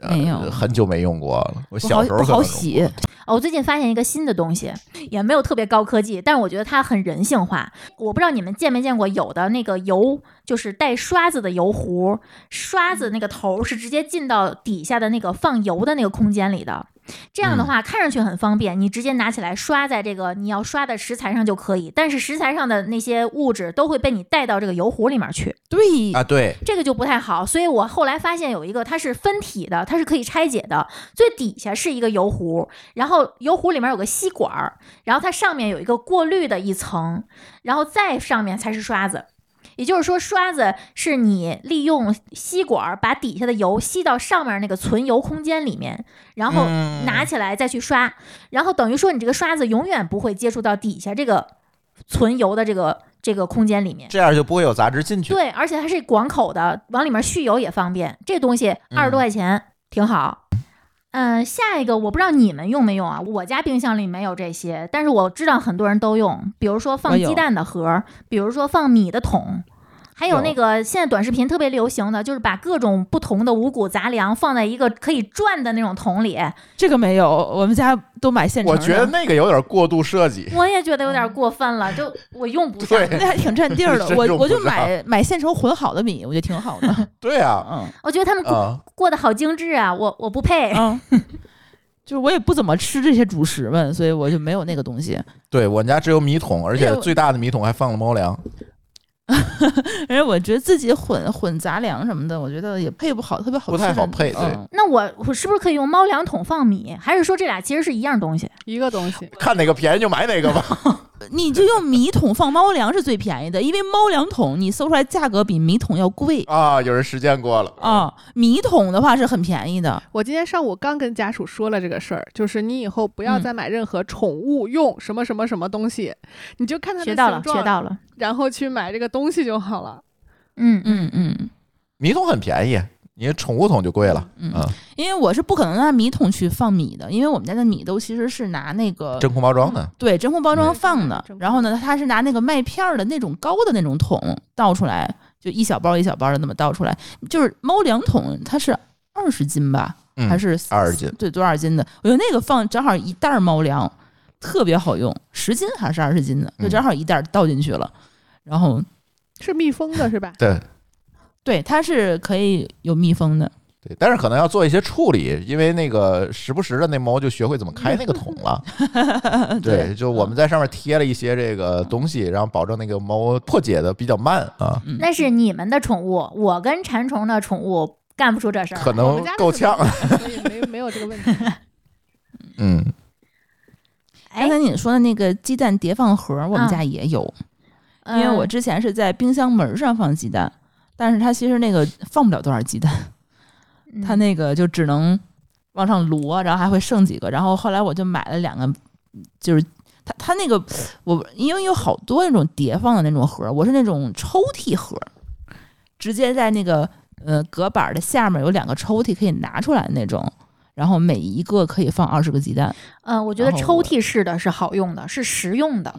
E: 呃
D: 没有
E: 很久没用过了。
D: 不
E: 我小
D: 好
E: 时候
D: 不
E: 可能
D: 好
E: 用
D: 洗，
B: 哦，我最近发现一个新的东西，也没有特别高科技，但是我觉得它很人性化。我不知道你们见没见过，有的那个油就是带刷子的油壶，刷子那个头是直接进到底下的那个放油的那个空间里的。这样的话，看上去很方便，你直接拿起来刷在这个你要刷的食材上就可以。但是食材上的那些物质都会被你带到这个油壶里面去，
D: 对，
E: 啊，对，
B: 这个就不太好。所以我后来发现有一个它是分体的，它是可以拆解的，最底下是一个油壶，然后油壶里面有个吸管儿，然后它上面有一个过滤的一层，然后再上面才是刷子。也就是说，刷子是你利用吸管儿把底下的油吸到上面那个存油空间里面，然后
E: 嗯
B: 拿起来再去刷，然后等于说你这个刷子永远不会接触到底下这个存油的这个这个空间里面。
E: 这样就不会有杂质进去。
B: 对，而且它是广口的，往里面蓄油也方便。这东西二十
D: 嗯
B: 多块钱、挺好。嗯，下一个我不知道你们用没用啊？我家冰箱里没有这些，但是我知道很多人都用，比如说放
D: 我有
B: 鸡蛋的盒儿，比如说放米的桶，还有
D: 有
B: 那个现在短视频特别流行的，就是把各种不同的五谷杂粮放在一个可以转的那种桶里。
D: 这个没有，我们家都买现成
E: 我
D: 的。
E: 觉得那个有点过度设计。
B: 我也觉得有
D: 哦
B: 点过分了，就我用不上。
E: 对
D: (laughs) 那还挺占地儿的，
E: 真
D: 我
E: 用
D: 我
E: 不
D: 就
E: 上
D: 买买现成混好的米，我觉得挺好的。
E: 对啊，
D: 嗯
B: (laughs) 我觉得他们过
E: 啊，
B: 过得好精致啊，我我不配。
D: 嗯，就是我也不怎么吃这些主食们，所以我就没有那个东西。
E: 对我们家只有米桶，而
D: 哎
E: 且
D: 呦
E: 最大的米桶还放了猫粮。
D: 而且我觉得自己混混杂粮什么的，我觉得也配不好，特别好吃
E: 不太好
D: 的
E: 配对
D: 嗯
B: 那我我是不是可以用猫粮桶放米？还是说这俩其实是一样东西？
F: 一个东西。
E: 看哪个便宜就买哪
D: (laughs)
E: 个吧。
D: 你就用米桶放猫粮是最便宜的，因为猫粮桶你搜出来价格比米桶要贵
E: 啊，有人实践过了
D: 啊、米桶的话是很便宜的，
F: 我今天上午刚跟家属说了这个事儿，就是你以后不要
D: 嗯
F: 再买任何宠物用什么什么什么东西，你就看它的
B: 学到了，
F: 形状
B: 学到了。
F: 然后去买这个东西就好了。
B: 嗯，
D: 嗯嗯
E: 米桶很便宜，你宠物桶就贵了，
D: 嗯
E: 啊
D: 因为我是不可能拿米桶去放米的，因为我们家的米都其实是拿那个
E: 真空包装的。
D: 对真空包装放的
F: 真空，
D: 然后呢，它是拿那个麦片儿的那种高的那种桶倒出来，就一小包一小包的那么倒出来，就是猫粮桶它是二十斤吧，
E: 嗯
D: 还是
E: 20斤
D: 对，多少斤的？我用那个放，正好一袋儿猫粮，特别好用，十斤还是二十斤的，
E: 嗯
D: 就正好一袋儿倒进去了。然后，
F: 是密封的，是吧？
E: 对
D: 对，它是可以有密封的，
E: 对，但是可能要做一些处理，因为那个时不时的那猫就学会怎么开那个桶
D: (laughs)
E: 了。对，就我们在上面贴了一些这个东西，然后保证那个猫破解的比较慢啊，
D: 嗯
B: 那是你们的宠物，我跟馋虫的宠物干不出这事
E: 可
B: 儿。
F: 我
E: (laughs) 能
F: 们家
E: 够呛。 (laughs)
F: 那种，所以没没有这个问题。
E: 嗯，
B: 哎
D: 刚才，你说的那个鸡蛋叠放盒儿，我们
B: 嗯
D: 家也有，因为
B: 嗯
D: 我之前是在冰箱门儿上放鸡蛋，但是它其实那个放不了多少鸡蛋，
B: 嗯
D: 它那个就只能往上摞，然后还会剩几个。然后后来我就买了两个，就是它它那个我因为有好多那种叠放的那种盒儿，我是那种抽屉盒儿，直接在那个呃隔板儿的下面有两个抽屉可以拿出来的那种。然后每一个可以放二十个鸡蛋，
B: 嗯，我觉得
D: 然后
B: 抽
D: 我
B: 屉式的是好用的，是实用的。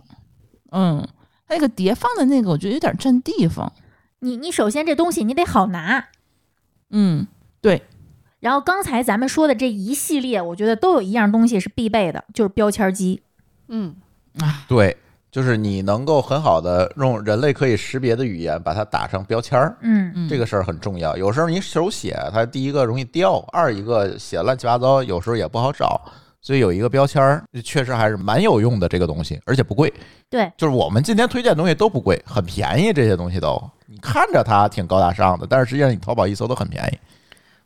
D: 嗯，它那个叠放的那个我觉得有点占地方，
B: 你你首先这东西你得好拿，
D: 嗯，
B: 然后刚才咱们说的这一系列，我觉得都有一样东西是必备的，就是标签机。
F: 嗯，
E: 对，就是你能够很好的用人类可以识别的语言把它打上标签儿，
B: 嗯
D: 嗯
E: 这个事儿很重要。有时候你手写，它第一个容易掉，二一个写乱七八糟，有时候也不好找。所以有一个标签儿，确实还是蛮有用的这个东西，而且不贵。
B: 对，
E: 就是我们今天推荐的东西都不贵，很便宜，这些东西都。你看着它挺高大上的，但是实际上你淘宝一搜都很便宜。
F: (laughs)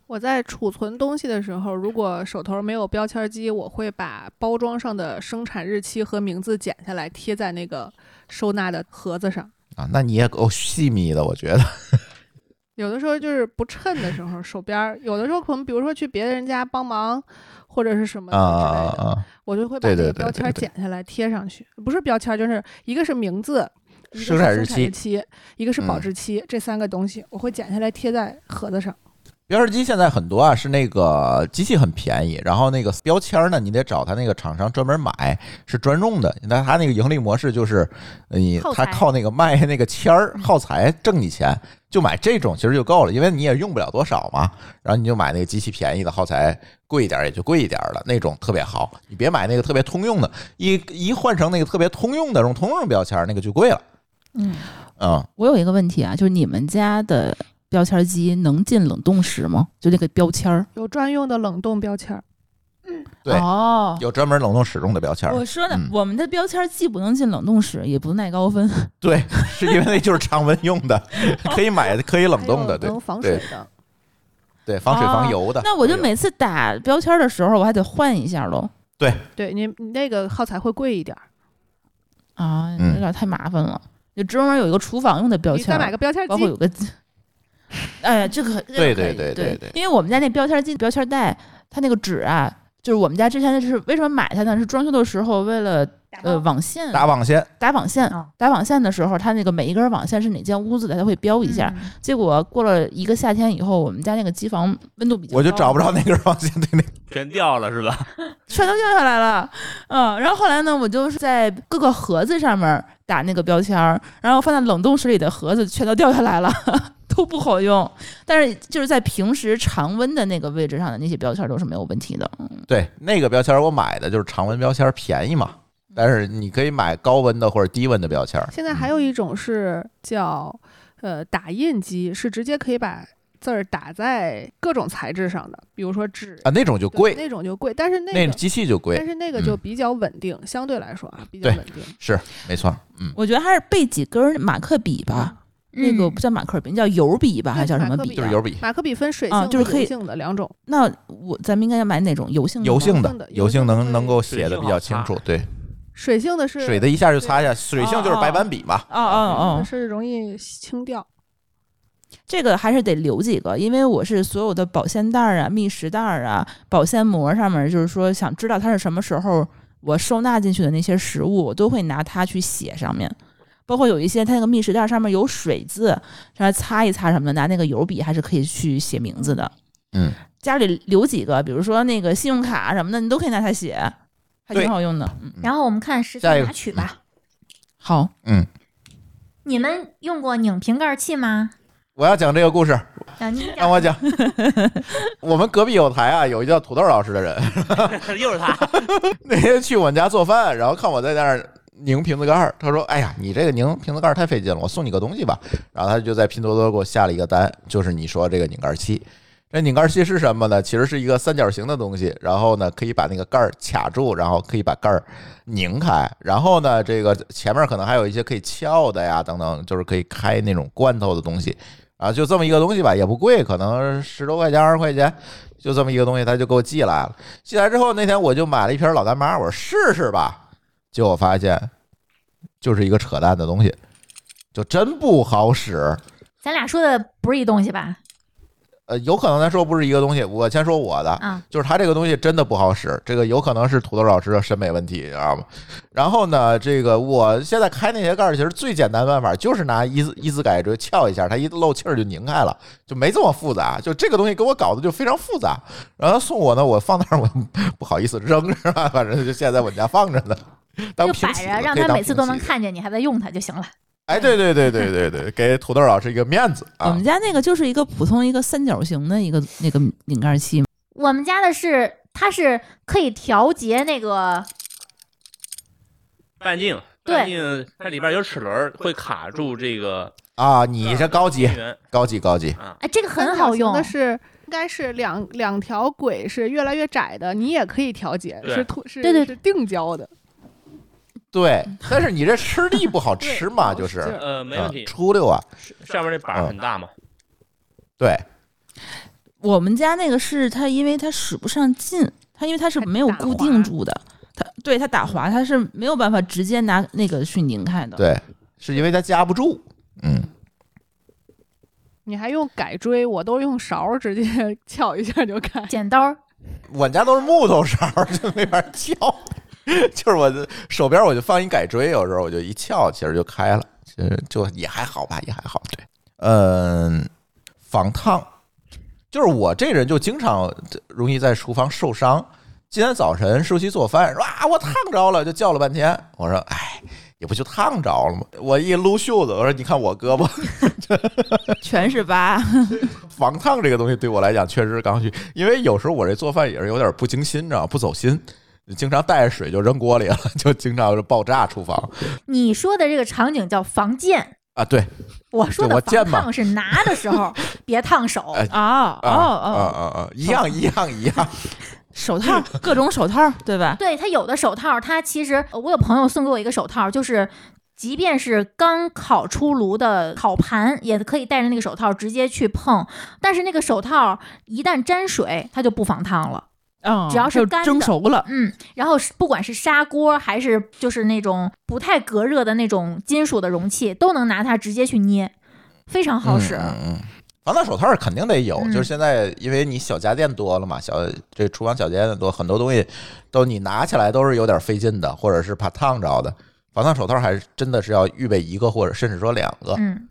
F: 我在储存东西的时候，如果手头没有标签机，我会把包装上的生产日期和名字剪下来贴在那个收纳的盒子上。
E: 啊，那你也够细密的，我觉得。
F: 有的时候就是不趁的时候，手边儿有的时候可能，比如说去别人家帮忙，或者是什么
E: 啊
F: 之
E: 啊
F: 类的，
E: 啊啊！
F: 我就会把
E: 对
F: 那
E: 对
F: 个
E: 对
F: 标签
E: 对
F: 儿
E: 对
F: 剪下来贴上去。不是标签儿，就是一个是名字，一个
E: 生
F: 是
E: 产日
F: 生产
E: 期
F: 日期，一个是保
E: 嗯
F: 质期，这三个东西我会剪下来贴在盒子上。
E: 标识机现在很多啊，是那个机器很便宜，然后那个标签儿呢，你得找他那个厂商专门买，是专用的。那他那个盈利模式就是，呃你
B: 耗
E: 他
B: 材
E: 靠那个卖那个签儿耗材挣你钱，就买这种其实就够了，因为你也用不了多少嘛。然后你就买那个机器便宜的耗材，贵一点儿也就贵一点儿了，那种特别好。你别买那个特别通用的，一一换成那个特别通用的用通用标签儿，那个就贵了。
B: 嗯，
E: 嗯，
D: 我有一个问题啊，就是你们家的标签机能进冷冻室吗？就那个标签儿，
F: 有专用的冷冻标签儿，
E: 对
D: 哦，
E: 有专门冷冻室用的标签儿。
D: 我说呢，
E: 嗯
D: 我们的标签既不能进冷冻室，也不耐高
E: (laughs)
D: 温。
E: 对，是因为那就是常温用
F: (laughs)
E: 的，可以买的，可以冷冻的，
F: 哦还
E: 对
F: 有能哦防水
E: 对
F: 的，
E: 对，防水防油的。
D: 那我就
E: 都有
D: 每次打标签的时候，我还得换一下喽。
F: 对你你那个耗材会贵一点儿，
D: 啊，
E: 嗯
D: 有点太麻烦了。就专门有一个厨房用的标
F: 你
D: 签
F: 再
D: 儿，
F: 买个标签
D: 包括
F: 机，
D: 有个，
F: (laughs)
D: 哎，这个这个可以
E: 对对对
D: 对
E: 对对
D: 因为我们家那标签机、标签袋，它那个纸啊，就是我们家之前是为什么买它呢？是装修的时候为了呃网线
E: 打网线，
D: 打网线
B: 啊
D: 打网线的时候，它那个每一根网线是哪间屋子的，它会标一下。
B: 嗯
D: 结果过了一个夏天以后，我们家那个机房温度比较高，
F: 哦
E: 我就找不着那根网线，对
F: (laughs)
E: 那
C: 全掉了是吧？ (laughs)
D: 全都掉下来了，嗯，然后后来呢，我就是在各个盒子上面打那个标签儿，然后放在冷冻室里的盒子全都掉下来了， (laughs) 都不好用。但是就是在平时常温的那个位置上的那些标签儿都是没有问题的。
F: 嗯
E: 对那个标签，我买的就是常温标签，便宜嘛。但是你可以买高温的或者低温的标签。
F: 现在还有一种是叫呃打印机，是直接可以把字儿打在各种材质上的，比如说纸
E: 啊，那种就
F: 对
E: 贵，
F: 那种就贵，但是那
E: 那
F: 个
E: 机器就贵
F: 但，是那个
E: 嗯
F: 就比较稳定，相对来说啊比较
E: 对
F: 稳定。
E: 没错。
F: 哎
E: 嗯，
D: 我觉得还是备几根马克笔吧，那
B: 嗯
D: 个不叫马克笔，叫油笔吧，
F: 嗯对
D: 还叫什么
F: 马克笔
D: 笔
E: 就
D: 啊？
E: 是油笔，
F: 马克笔分水
D: 啊
F: 性
D: 就是
F: 和
D: 可
F: 油
D: 以
F: 性的两种，
D: 那我咱们应该要买哪种油性的吗？
E: 油性
F: 嗯油性
E: 的
F: 的，
E: 油性
F: 油
E: 能
F: 性
E: 能够
F: 会
E: 写的比较清楚。对，
F: 水性的是嗯
E: 水的一下就擦下，水性就是
D: 哦
E: 白板笔嘛。
D: 哦哦哦，
F: 是容易清掉。
D: 这个还是得留几个，因为我是所有的保鲜袋儿啊、觅食袋儿啊、保鲜膜上面，就是说想知道它是什么时候我收纳进去的那些食物，我都会拿它去写上面。包括有一些它那个觅食袋上面有水渍，让它擦一擦什么的，拿那个油笔还是可以去写名字的。
E: 嗯，
D: 家里留几个，比如说那个信用卡什么的，你都可以拿它写，还
E: 对
D: 挺好用的。嗯，
B: 然后我们看时
E: 下一
B: 间
E: 个
B: 拿取吧。
D: 好，
B: 你们用过拧瓶盖器吗？
E: 我要讲这个故事，
B: 啊，你
E: 让我讲。 (laughs) 我们隔壁有台啊，有一叫土豆老师的人，
C: 又是他，
E: (laughs) 那天去我们家做饭，然后看我在那儿拧瓶子盖儿，他说：“哎呀，你这个拧瓶子盖儿太费劲了，我送你个东西吧。”然后他就在拼多多给我下了一个单，就是你说这个拧盖器。这拧盖器是什么呢？其实是一个三角形的东西，然后呢可以把那个盖儿卡住，然后可以把盖儿拧开，然后呢这个前面可能还有一些可以撬的呀等等，就是可以开那种罐头的东西。啊，就这么一个东西吧，也不贵，可能十多块钱、二十块钱，就这么一个东西，他就给我寄来了。寄来之后，那天我就买了一瓶老干妈，我说试试吧。结果发现，就是一个扯淡的东西，就真不好使。
B: 咱俩说的不是一东西吧？
E: 呃，有可能咱说不是一个东西，我先说我的，
B: 啊，
E: 就是它这个东西真的不好使，这个有可能是土豆老师的审美问题，知道吗？然后呢，这个我现在开那些盖儿，其实最简单的办法就是拿一字一字改锥撬一下，它一漏气儿就拧开了，就没这么复杂。就这个东西给我搞得就非常复杂。然后送我呢，我放那儿我 (laughs) 不好意思扔是吧？反正就现在我们家放着呢，当
B: 就
E: 平
B: 摆
E: 起子
B: 着，让
E: 可以
B: 他
E: 当
B: 每次
E: 平
B: 都
E: 起
B: 能
E: 子
B: 看见你还在用它就行了。
E: 哎，对对对对对对，给土豆老师一个面子
D: 我
E: 啊
B: 嗯
D: 们！家那个就是一个普通一个三角形的一个那个拧盖器，
B: 我们家的是，它是可以调节那个，
C: 半径，
B: 对
C: 半径它里边有齿轮儿，会卡住这个
E: 啊，你这高级
C: 边缘
E: 高级高级，
C: 啊。
B: 哎，这个很好用
F: 的。是应该是两两条轨是越来越窄的，你也可以调节，
C: 对
F: 是凸是
B: 对对
F: 是定焦的，
E: 对，
B: 嗯
E: 但是你这吃力不好
F: 对
E: 吃嘛，
F: 不好
E: 就是
F: 使劲儿
C: 呃，没
E: 啊
C: 问题，
E: 出溜啊，
C: 上面那板儿很大嘛，
E: 对，
D: 我们家那个是它，因为它使不上劲，它因为它是没有固定住的，它对它打滑，它是没有办法直接拿那个去拧开的。，
C: 嗯
E: 对，是因为它夹不住。嗯，
F: 你还用改锥，我都用勺儿直接 (laughs) 撬一下就开。
B: 剪刀儿，
E: 我家都是木头勺儿， (laughs) 就没法撬。就是我的手边我就放一改锥，有时候我就一撬，其实就开了，其实就也还好吧，也还好。对，嗯，防烫，就是我这人就经常容易在厨房受伤。今天早晨舒淇做饭，说啊我烫着了，就叫了半天。我说哎，也不就烫着了吗？我一撸袖子，我说你看我胳膊，
D: 全是疤。
E: 防烫这个东西对我来讲确实是刚需，因为有时候我这做饭也是有点不精心，你知道吗不走心，经常带着水就扔锅里了， (laughs) 就经常就爆炸厨房
B: 你说的这个场景叫防溅，
E: 啊。对，
B: 我说的
E: 我溅
B: 防
E: 嘛
B: 烫是拿
E: (laughs)
B: 的时候别烫手。
E: 哎
D: 哦哦
E: 啊啊
D: 哦，
E: 啊啊，一样一样一样，
D: 手套，各种手套，对吧？
B: 对它有的手套，它其实呃我有朋友送给我一个手套，就是即便是刚烤出炉的烤盘，也可以戴着那个手套直接去碰。但是那个手套一旦沾水，它就不防烫了。
D: 嗯，
B: 只要是
D: 就
B: 干的
D: 蒸熟了，
B: 嗯，然后是不管是砂锅还是就是那种不太隔热的那种金属的容器，都能拿它直接去捏，非常好使。
E: 嗯嗯嗯防盗手套肯定得有，
B: 嗯
E: 就是现在，因为你小家电多了嘛，小这厨房小家电多，很多东西都你拿起来都是有点费劲的，或者是怕烫着的。防烫手套还是真的是要预备一个，或者甚至说两个，
B: 嗯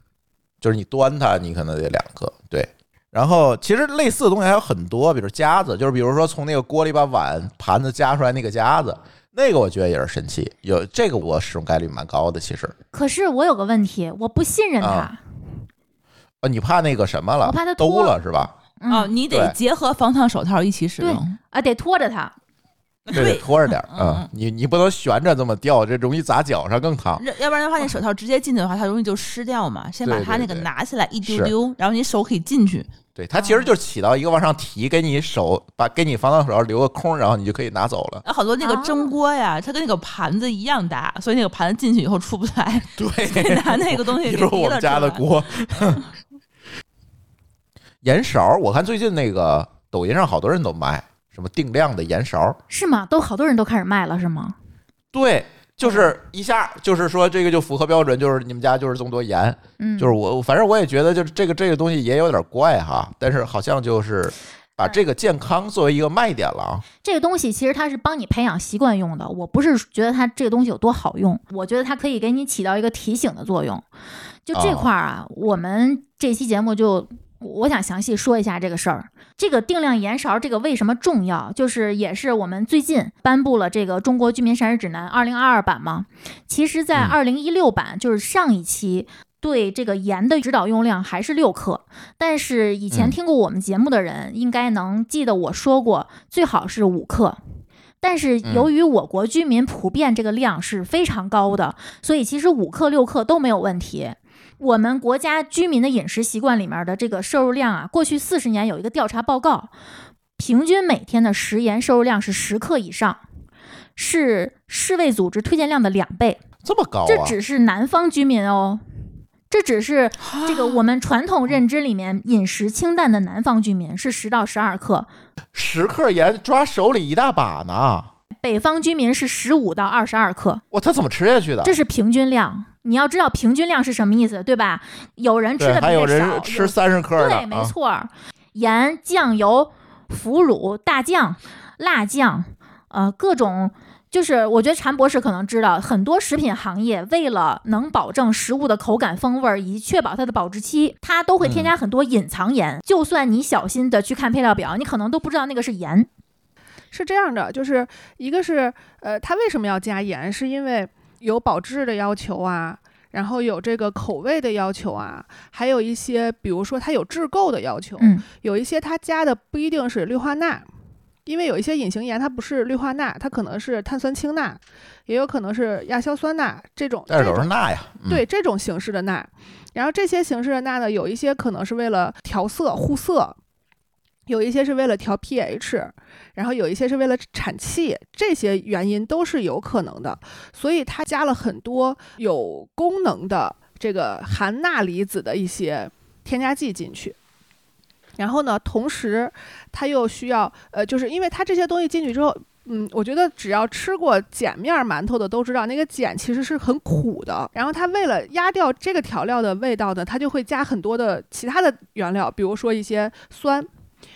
E: 就是你端它，你可能得两个。对，然后其实类似的东西还有很多，比如夹子，就是比如说从那个锅里把碗盘子夹出来那个夹子，那个我觉得也是神器，有这个我使用概率蛮高的。其实
B: 可是我有个问题，我不信任它。
E: 啊啊，你怕那个什么了？
B: 我怕它
E: 兜
B: 脱
E: 了是吧？
B: 嗯、
D: 哦，你得
E: 对
D: 结合防烫手套一起使
B: 对
D: 用。
B: 啊，得拖着它。
E: 对，得拖着点儿
D: 嗯
E: 啊、
D: 嗯
E: 你你不能悬着这么吊，这容易砸脚上更烫。
D: 要要不然的话，那手套直接进去的话，它容易就湿掉嘛。先把
E: 对
D: 它
E: 对
D: 那个
E: 对
D: 拿起来一丢
E: 是
D: 丢，然后你手可以进去。
E: 对，它其实就起到一个往上提，给你手把给你防盗手套留个空，然后你就可以拿走了。
D: 啊好多那
E: 哦
D: 个蒸锅呀，它跟那个盘子一样大，所以那个盘子进去以后出不来，
E: (laughs)
D: (laughs)
E: 对
D: 拿那个
E: (laughs)
D: 东西
E: 比
D: 给
E: 如
D: 提
E: 我
D: 了
E: 们
D: 出
E: 家的
D: 来。
E: (laughs) 锅，盐勺，我看最近那个抖音上好多人都卖什么定量的盐勺，
B: 是吗？都好多人都开始卖了，是吗？
E: 对，就是一下就是说这个就符合标准，就是你们家就是这么多盐，
B: 嗯，
E: 就是我反正我也觉得就是这个这个东西也有点怪哈，但是好像就是把这个健康作为一个卖点了啊。
B: 这个东西其实它是帮你培养习惯用的，我不是觉得它这个东西有多好用，我觉得它可以给你起到一个提醒的作用。就这
E: 哦
B: 块儿啊，我们这期节目就我想详细说一下这个事儿。这个定量盐勺这个为什么重要？就是也是我们最近颁布了这个《中国居民膳食指南》二零二二版嘛。其实，在
E: 嗯
B: 二零一六版，就是上一期。对这个盐的指导用量还是六克，但是以前
E: 嗯
B: 听过我们节目的人，应该能记得我说过，最好是五克。但是
E: 嗯
B: 由于我国居民普遍这个量是非常高的，所以其实五克六克都没有问题。我们国家居民的饮食习惯里面的这个摄入量啊，过去四十年有一个调查报告，平均每天的食盐摄入量是十克以上，是世卫组织推荐量的两倍。
E: 这么高啊？
B: 这只是南方居民哦，这只是这个我们传统认知里面饮食清淡的南方居民是十到十二克，
E: 十克盐抓手里一大把呢，
B: 北方居民是十五到二十二克，
E: 哇，他怎么吃下去的？
B: 这是平均量。你要知道平均量是什么意思，对吧？有人吃
E: 对
B: 的，比
E: 还有
B: 你少，
E: 人吃三十克
B: 对，
E: 呢
B: 没
E: 啊！
B: 错儿，盐、酱油、腐乳、大酱、辣酱，呃，各种。就是我觉得禅博士可能知道，很多食品行业为了能保证食物的口感风味儿，以及确保它的保质期，它都会添
E: 嗯
B: 加很多隐藏盐。就算你小心的去看配料表，你可能都不知道那个是盐。
F: 是这样的，就是一个是呃，它为什么要加盐？是因为有保质的要求啊，然后有这个口味的要求啊，还有一些比如说它有制购的要求，
B: 嗯
F: 有一些它加的不一定是氯化钠。因为有一些隐形盐，它不是氯化钠，它可能是碳酸氢钠，也有可能是亚硝酸钠这种。
E: 但是
F: 这
E: 都
F: 种
E: 是钠呀，嗯，
F: 对这种形式的钠。然后这些形式的钠呢，有一些可能是为了调色护色，有一些是为了调 pH，然后有一些是为了产气，这些原因都是有可能的。所以它加了很多有功能的这个含钠离子的一些添加剂进去。然后呢，同时它又需要，呃，就是因为它这些东西进去之后，嗯，我觉得只要吃过碱面儿馒头的都知道，那个碱其实是很苦的。然后它为了压掉这个调料的味道呢，它就会加很多的其他的原料，比如说一些酸、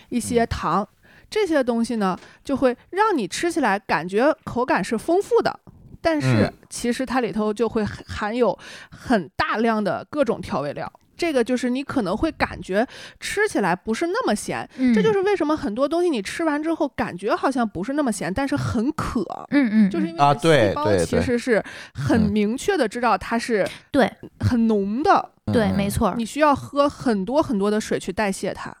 F: 一些糖这些东西呢，就会让你吃起来感觉口感是丰富的。但是
E: 嗯
F: 其实它里头就会含含有很大量的各种调味料，这个就是你可能会感觉吃起来不是那么咸，
B: 嗯，
F: 这就是是为什么很多东西你吃完之后感觉好像不是那么咸，但是很渴，
B: 嗯嗯，
F: 就是
B: 嗯
F: 因为
E: 啊
F: 你的
E: 对
F: 细胞
E: 对
F: 其
E: 对
F: 实是很
E: 嗯
F: 明确的知道它是
B: 对
F: 很浓的，
B: 对，
E: 嗯
B: 没。错儿，
F: 你需要喝很多很多的水去代谢它。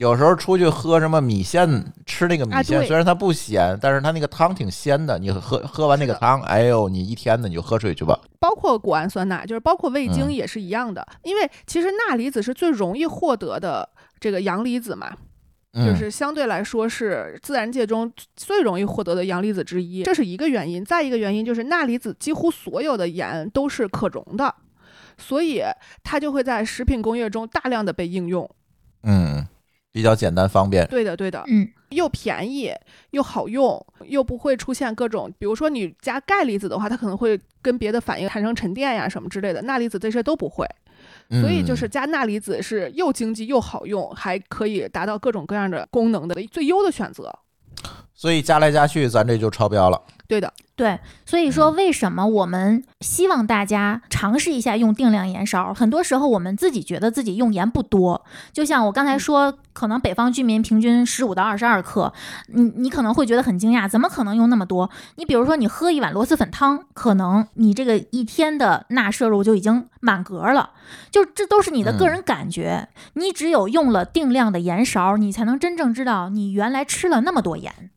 E: 有时候出去喝什么米线，吃那个米
F: 啊
E: 线，
F: 对
E: 虽然它不咸，但是它那个汤挺鲜的。你喝喝完那个
F: 是的
E: 汤，哎呦，你一天的你就喝水去吧。
F: 包括谷氨酸钠，就是包括味精
E: 嗯
F: 也是一样的，因为其实钠离子是最容易获得的这个阳离子嘛。
E: 嗯
F: 就是相对来说是自然界中最容易获得的阳离子之一，这是一个原因。再一个原因就是钠离子几乎所有的盐都是可溶的，所以它就会在食品工业中大量的被应用。
E: 嗯，比较简单方便。
F: 对的，对的，
B: 嗯，
F: 又便宜又好用，又不会出现各种，比如说你加钙离子的话，它可能会跟别的反应产生沉淀呀什么之类的，钠离子这些都不会。所以
E: 嗯
F: 就是加钠离子是又经济又好用，还可以达到各种各样的功能的最优的选择。
E: 嗯，所以加来加去，咱这就超标了。
F: 对的，
B: 对，所以说为什么我们希望大家尝试一下用定量盐勺？很多时候我们自己觉得自己用盐不多，就像我刚才说，可能北方居民平均十五到二十二克，你你可能会觉得很惊讶，怎么可能用那么多？你比如说你喝一碗螺蛳粉汤，可能你这个一天的钠摄入就已经满格了，就这都是你的个人感觉。你只有用了定量的盐勺，你才能真正知道你原来吃了那么多盐。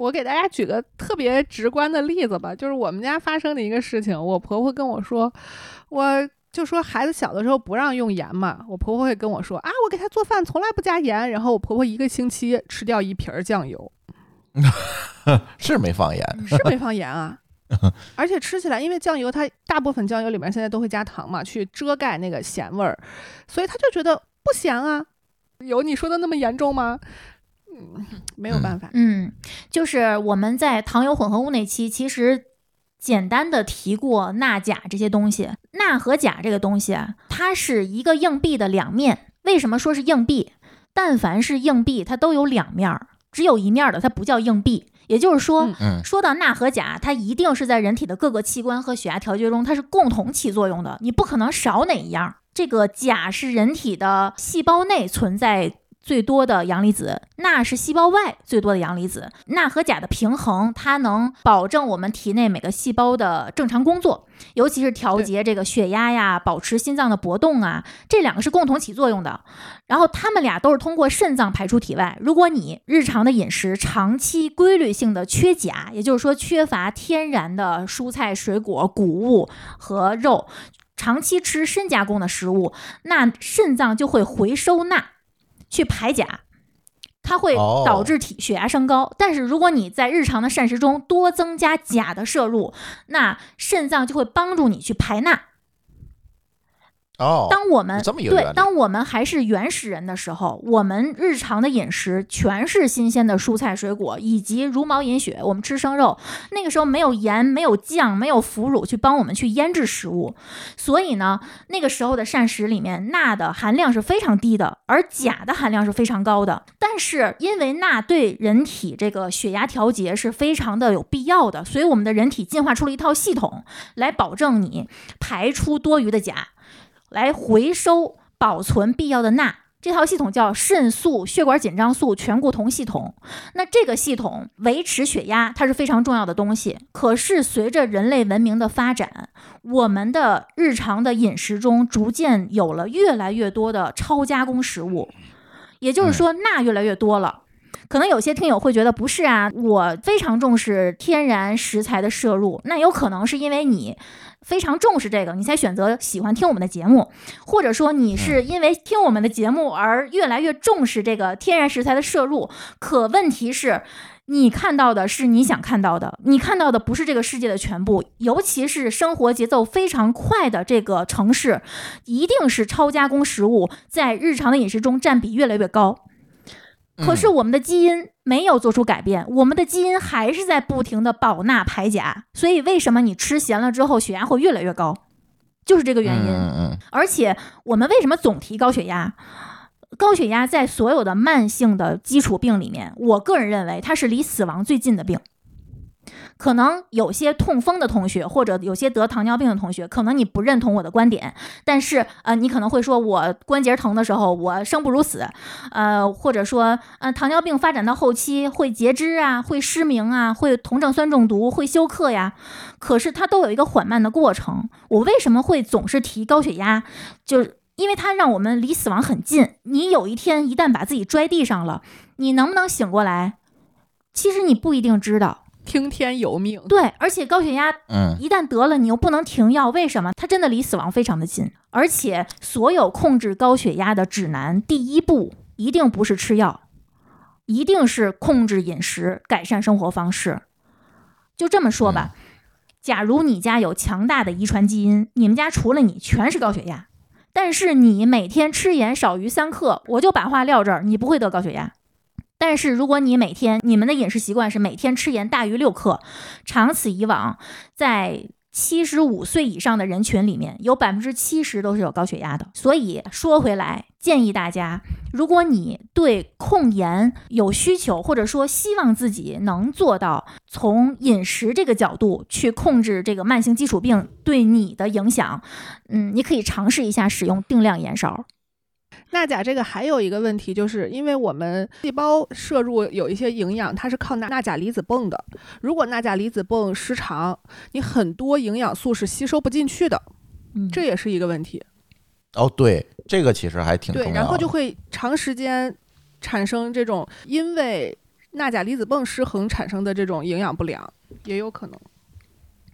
F: 我给大家举个特别直观的例子吧，就是我们家发生的一个事情。我婆婆跟我说，我就说孩子小的时候不让用盐嘛，我婆婆会跟我说啊，我给他做饭从来不加盐，然后我婆婆一个星期吃掉一瓶儿酱油，
E: 是没放盐，
F: 是没放盐啊。而且吃起来，因为酱油它大部分酱油里面现在都会加糖嘛，去遮盖那个咸味儿，所以她就觉得不咸啊。有你说的那么严重吗？嗯，没有办法。
B: (laughs) 嗯，就是我们在糖油混合物那期，其实简单的提过钠钾这些东西。钠和钾这个东西啊，它是一个硬币的两面。为什么说是硬币？但凡是硬币，它都有两面儿，只有一面儿的它不叫硬币。也就是说，
F: 嗯
E: 嗯
B: 说到钠和钾，它一定是在人体的各个器官和血压调节中，它是共同起作用的，你不可能少哪一样。这个钾是人体的细胞内存在最多的阳离子，钠是细胞外最多的阳离子。钠和钾的平衡，它能保证我们体内每个细胞的正常工作，尤其是调节这个血压呀，保持心脏的搏动啊，这两个是共同起作用的。然后它们俩都是通过肾脏排出体外。如果你日常的饮食长期规律性的缺钾，也就是说缺乏天然的蔬菜、水果、谷物和肉，长期吃深加工的食物，那肾脏就会回收钠去排钾。它会
E: 哦
B: 导致体血压升高但是如果你在日常的膳食中多增加钾的摄入，那肾脏就会帮助你去排钠，
E: 哦，
B: 当我们
E: 有这么一个原
B: 对
E: 理
B: 当我们还是原始人的时候，我们日常的饮食全是新鲜的蔬菜水果，以及茹毛饮血，我们吃生肉。那个时候没有盐、没有酱、没有腐乳去帮我们去腌制食物，所以呢，那个时候的膳食里面钠的含量是非常低的，而钾的含量是非常高的。但是因为钠对人体这个血压调节是非常的有必要的，所以我们的人体进化出了一套系统来保证你排出多余的钾。来回收保存必要的钠。这套系统叫肾素血管紧张素醛固酮系统。那这个系统维持血压，它是非常重要的东西。可是随着人类文明的发展，我们的日常的饮食中逐渐有了越来越多的超加工食物，也就是说钠越来越多了。可能有些听友会觉得不是啊，我非常重视天然食材的摄入，那有可能是因为你非常重视这个，你才选择喜欢听我们的节目，或者说你是因为听我们的节目而越来越重视这个天然食材的摄入。可问题是，你看到的是你想看到的，你看到的不是这个世界的全部，尤其是生活节奏非常快的这个城市，一定是超加工食物在日常的饮食中占比越来越高。
E: 嗯
B: 可是我们的基因没有做出改变，我们的基因还是在不停的保钠排钾，所以为什么你吃咸了之后血压会越来越高，就是这个原因。
E: 嗯嗯
B: 而且我们为什么总提高血压？高血压在所有的慢性的基础病里面，我个人认为它是离死亡最近的病。可能有些痛风的同学，或者有些得糖尿病的同学，可能你不认同我的观点，但是呃，你可能会说我关节疼的时候，我生不如死，呃，或者说呃，糖尿病发展到后期会截肢啊，会失明啊，会酮症酸中毒，会休克呀。可是它都有一个缓慢的过程。我为什么会总是提高血压？就是因为它让我们离死亡很近。你有一天一旦把自己拽地上了，你能不能醒过来？其实你不一定知道。
F: 听天由命。
B: 对，而且高血压
E: 嗯嗯，
B: 一旦得了，你又不能停药，为什么？它真的离死亡非常的近，而且所有控制高血压的指南，第一步一定不是吃药，一定是控制饮食、改善生活方式。就这么说吧，假如你家有强大的遗传基因，你们家除了你全是高血压，但是你每天吃盐少于三克，我就把话撂这儿，你不会得高血压。但是如果你每天你们的饮食习惯是每天吃盐大于六克，长此以往，在七十五岁以上的人群里面，有百分之七十都是有高血压的。所以说回来，建议大家，如果你对控盐有需求，或者说希望自己能做到从饮食这个角度去控制这个慢性基础病对你的影响，嗯，你可以尝试一下使用定量盐勺。
F: 钠钾这个还有一个问题，就是因为我们细胞摄入有一些营养，它是靠钠钠钾离子泵的。如果钠钾离子泵失常，你很多营养素是吸收不进去的，
B: 嗯，
F: 这也是一个问题。
E: 哦，对，这个其实还挺重要啊
F: 对，
E: 的。
F: 然后就会长时间产生这种因为钠钾离子泵失衡产生的这种营养不良，也有可能。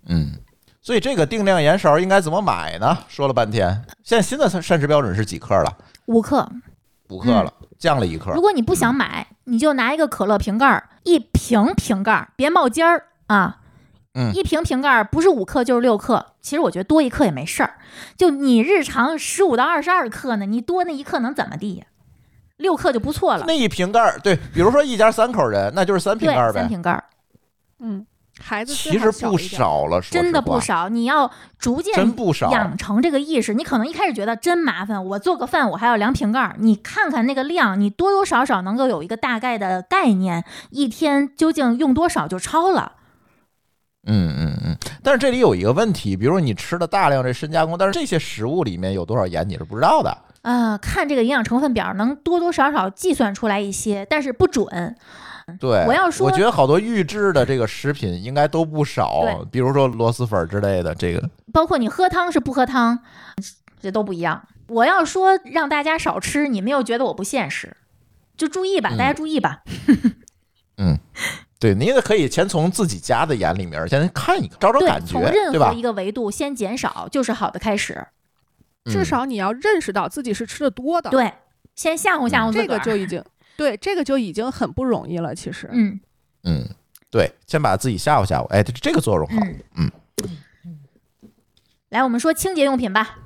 E: 嗯，所以这个定量盐勺应该怎么买呢？说了半天，现在新的膳食标准是几克了？
B: 五克。
E: 五克了，
F: 嗯
E: 降了一克
B: 如。果你不
E: 嗯
B: 想买，你就拿一个可乐瓶盖儿，一瓶瓶盖儿，别冒尖儿啊。
E: 嗯
B: 一瓶瓶盖儿不是五克就是六克，其实我觉得多一克也没事儿。就你日常十五到二十二克呢，你多那一克能怎么地呀？六克就不错了
E: 那。一瓶盖儿，对，比如说一家三口人，那就是三瓶盖
B: 对，
E: 儿
B: 三
E: 呗。
B: 瓶盖儿
F: 嗯，孩子最
E: 其
F: 好
E: 实
F: 小
E: 不
F: 一点，
E: 少了，说
B: 真的
E: 实话
B: 不，少，你要逐
E: 真
B: 渐
E: 不少。
B: 养成这个意识。你可能一开始觉得真麻烦，我做个饭我还要量瓶盖儿，你看看那个量，你多多少少能够有一个大概的概念，一天究竟用多少就超了。
E: 嗯嗯嗯。但是这里有一个问题，比如你吃了大量这深加工，但是这些食物里面有多少盐你是不知道的。
B: 呃，看这个营养成分表，能多多少少计算出来一些，但是不准。
E: 对，
B: 嗯我要说
E: 我觉得好多预制的这个食品应该都不少
B: 对，
E: 比如说螺蛳粉儿之类的，这个
B: 包括你喝汤是不喝汤，这都不一样。我要说让大家少吃，你们又觉得我不现实，就注意吧，
E: 嗯
B: 大家注意吧。
E: 对，你也可以先从自己家的眼里面先看一看，找找
B: 对
E: 感，觉
B: 从，任
E: 对
B: 何
E: 吧
B: 一？个维度先减少就是好的开始。
F: 至
E: 嗯
F: 少你要认识到自己是吃的多的。
B: 对，先吓唬吓
E: 嗯
B: 唬自
F: 这
B: 个
F: 个
B: 儿。
F: 就已经对这个就已经很不容易了。其实，
B: 嗯
E: 嗯，对，先把自己吓唬吓唬，哎，这这个作用好。
B: 嗯来，我们说清洁用品吧。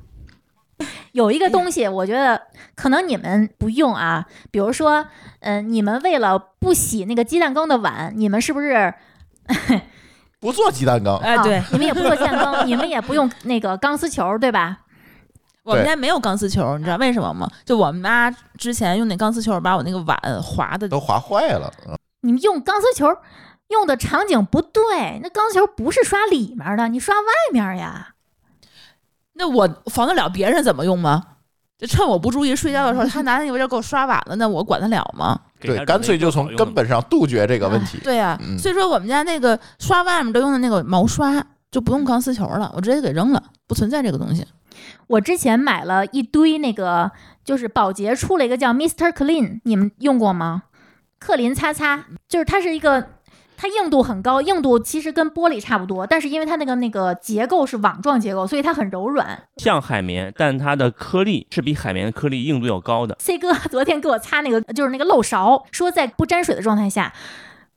B: (laughs) 有一个东西，我觉得可能你们不用啊，比如说，嗯、你们为了不洗那个鸡蛋羹的碗，你们是不是
E: 不做鸡蛋羹，
D: 哎，
B: 啊
D: 对，
B: (laughs) 你们也不做酱羹，你们也不用那个钢丝球，对吧？
D: 我们
E: 对
D: 家没有钢丝球，你知道为什么吗？就我们妈之前用那钢丝球把我那个碗划的，
E: 都划坏了。嗯
B: 你们用钢丝球用的场景不对，那钢丝球不是刷里面的，你刷外面呀。
D: 那我防得了别人怎么用吗？就趁我不注意睡觉
E: 嗯
D: 的时候，他拿那个劲儿给我刷碗了，那我管得了吗？
C: 给他
E: 啊对，干脆就
C: 找
E: 从
C: 一个更好用
E: 根本上杜绝这个问题。
D: 对呀、
E: 嗯
D: 所以说我们家那个刷外面都用的那个毛刷，就不用钢丝球了，我直接给扔了，不存在这个东西。
B: 我之前买了一堆那个，就是保洁出了一个叫 Mr. Clean，你们用过吗？克林擦擦，就是它是一个，它硬度很高，硬度其实跟玻璃差不多，但是因为它那个那个结构是网状结构，所以它很柔软。
C: 像海绵，但它的颗粒是比海绵的颗粒硬度要高的。
B: C 哥昨天给我擦那个，就是那个漏勺，说在不沾水的状态下，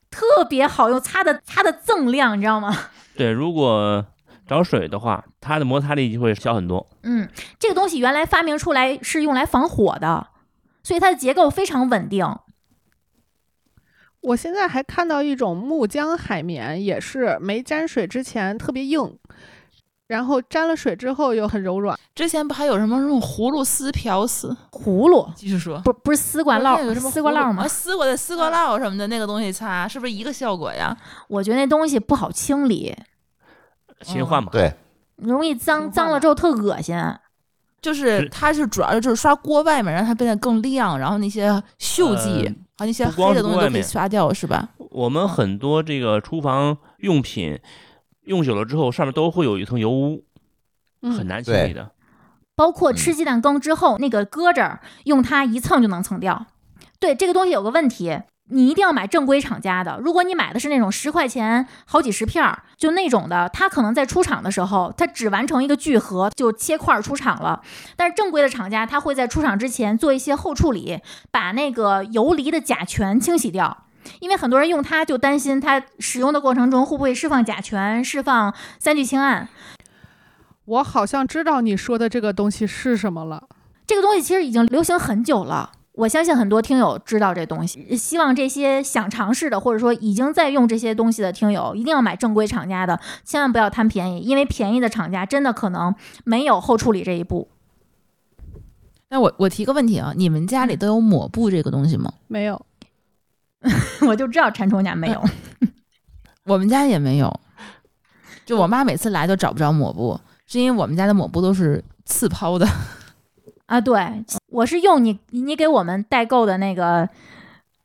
B: 特别好用，擦的擦的锃亮，你知道吗？ (laughs)
C: 对，如果找水的话，它的摩擦力就会小很多。
B: 嗯，这个东西原来发明出来是用来防火的，所以它的结构非常稳定。
F: 我现在还看到一种木浆海绵，也是没沾水之前特别硬，然后沾了水之后又很柔软。
D: 之前不还有什么什么葫芦丝、瓢丝？
B: 葫芦
D: 继续说，
B: 不不是丝瓜
D: 不是有
B: 烙，
D: 什么
B: 丝瓜
D: 葫芦
B: 烙
D: 啊
B: 吗？
D: 丝瓜的丝瓜烙什么的那个东西擦，是不是一个效果呀？
B: 我觉得那东西不好清理，
C: 勤换嘛，
E: 对，
B: 容易
D: 听
B: 脏，
D: 话吧
B: 脏了之后特恶心。
D: 就是
C: 是
D: 它是主要就是刷锅外面，让它变得更亮，然后那些锈迹、
C: 呃
D: 还有那些
C: 不光
D: 黑的
C: 是
D: 东西
C: 锅
D: 都
C: 外
D: 可以
C: 面
D: 刷掉，是吧？
C: 我们很多这个厨房用品用久了之后，上面都会有一层油污，很
F: 嗯，
C: 难清理的。
B: 包括吃鸡蛋羹之后、那个搁着，用它一蹭就能蹭掉。对这个东西有个问题，你一定要买正规厂家的。如果你买的是那种十块钱好几十片儿，就那种的，它可能在出厂的时候，它只完成一个聚合就切块儿出厂了。但是正规的厂家，它会在出厂之前做一些后处理，把那个游离的甲醛清洗掉。因为很多人用它就担心它使用的过程中会不会释放甲醛、释放三聚氰胺。
F: 我好像知道你说的这个东西是什么了。
B: 这个东西其实已经流行很久了。我相信很多听友知道这东西，希望这些想尝试的，或者说已经在用这些东西的听友，一定要买正规厂家的，千万不要贪便宜，因为便宜的厂家真的可能没有后处理这一步。 (laughs)
D: 那我我提个问题啊，你们家里都有抹布这个东西吗？
F: 没有，
B: 我就知道馋虫家没有，
D: 嗯我们家也没有，就我妈每次来都找不着抹布，是因为我们家的抹布都是次抛 (laughs) 的。
B: 啊，对，我是用你你给我们代购的那个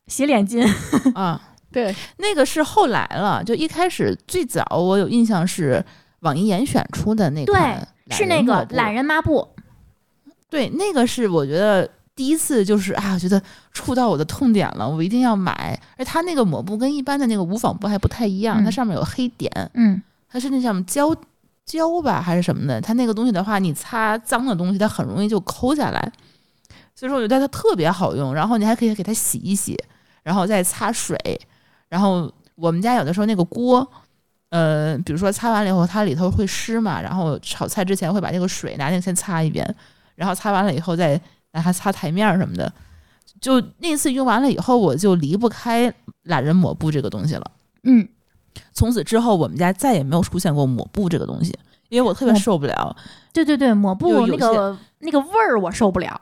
B: 洗脸巾，
D: 啊，
F: 对，
D: 那个是后来了，就一开始最早我有印象是网易严选出的那
B: 对
D: 款，
B: 是那个懒
D: 人抹布，
B: 人抹布，
D: 对，那个是我觉得第一次就是啊，我觉得触到我的痛点了，我一定要买。而它那个抹布跟一般的那个无纺布还不太一样，
B: 嗯
D: 它上面有黑点，
B: 嗯，
D: 它是那什么胶胶吧还是什么的，它那个东西的话，你擦脏的东西，它很容易就抠下来。所以说，我觉得它特别好用，然后你还可以给它洗一洗，然后再擦水。然后我们家有的时候那个锅，呃，比如说擦完了以后，它里头会湿嘛，然后炒菜之前会把那个水拿那个先擦一遍，然后擦完了以后再拿它擦台面儿什么的。就那次用完了以后，我就离不开懒人抹布这个东西了。
B: 嗯，
D: 从此之后，我们家再也没有出现过抹布这个东西，因为我特别
B: 抹
D: 受不了。
B: 对对对，抹
D: 有
B: 布那
D: 有
B: 个那个味儿我受不了，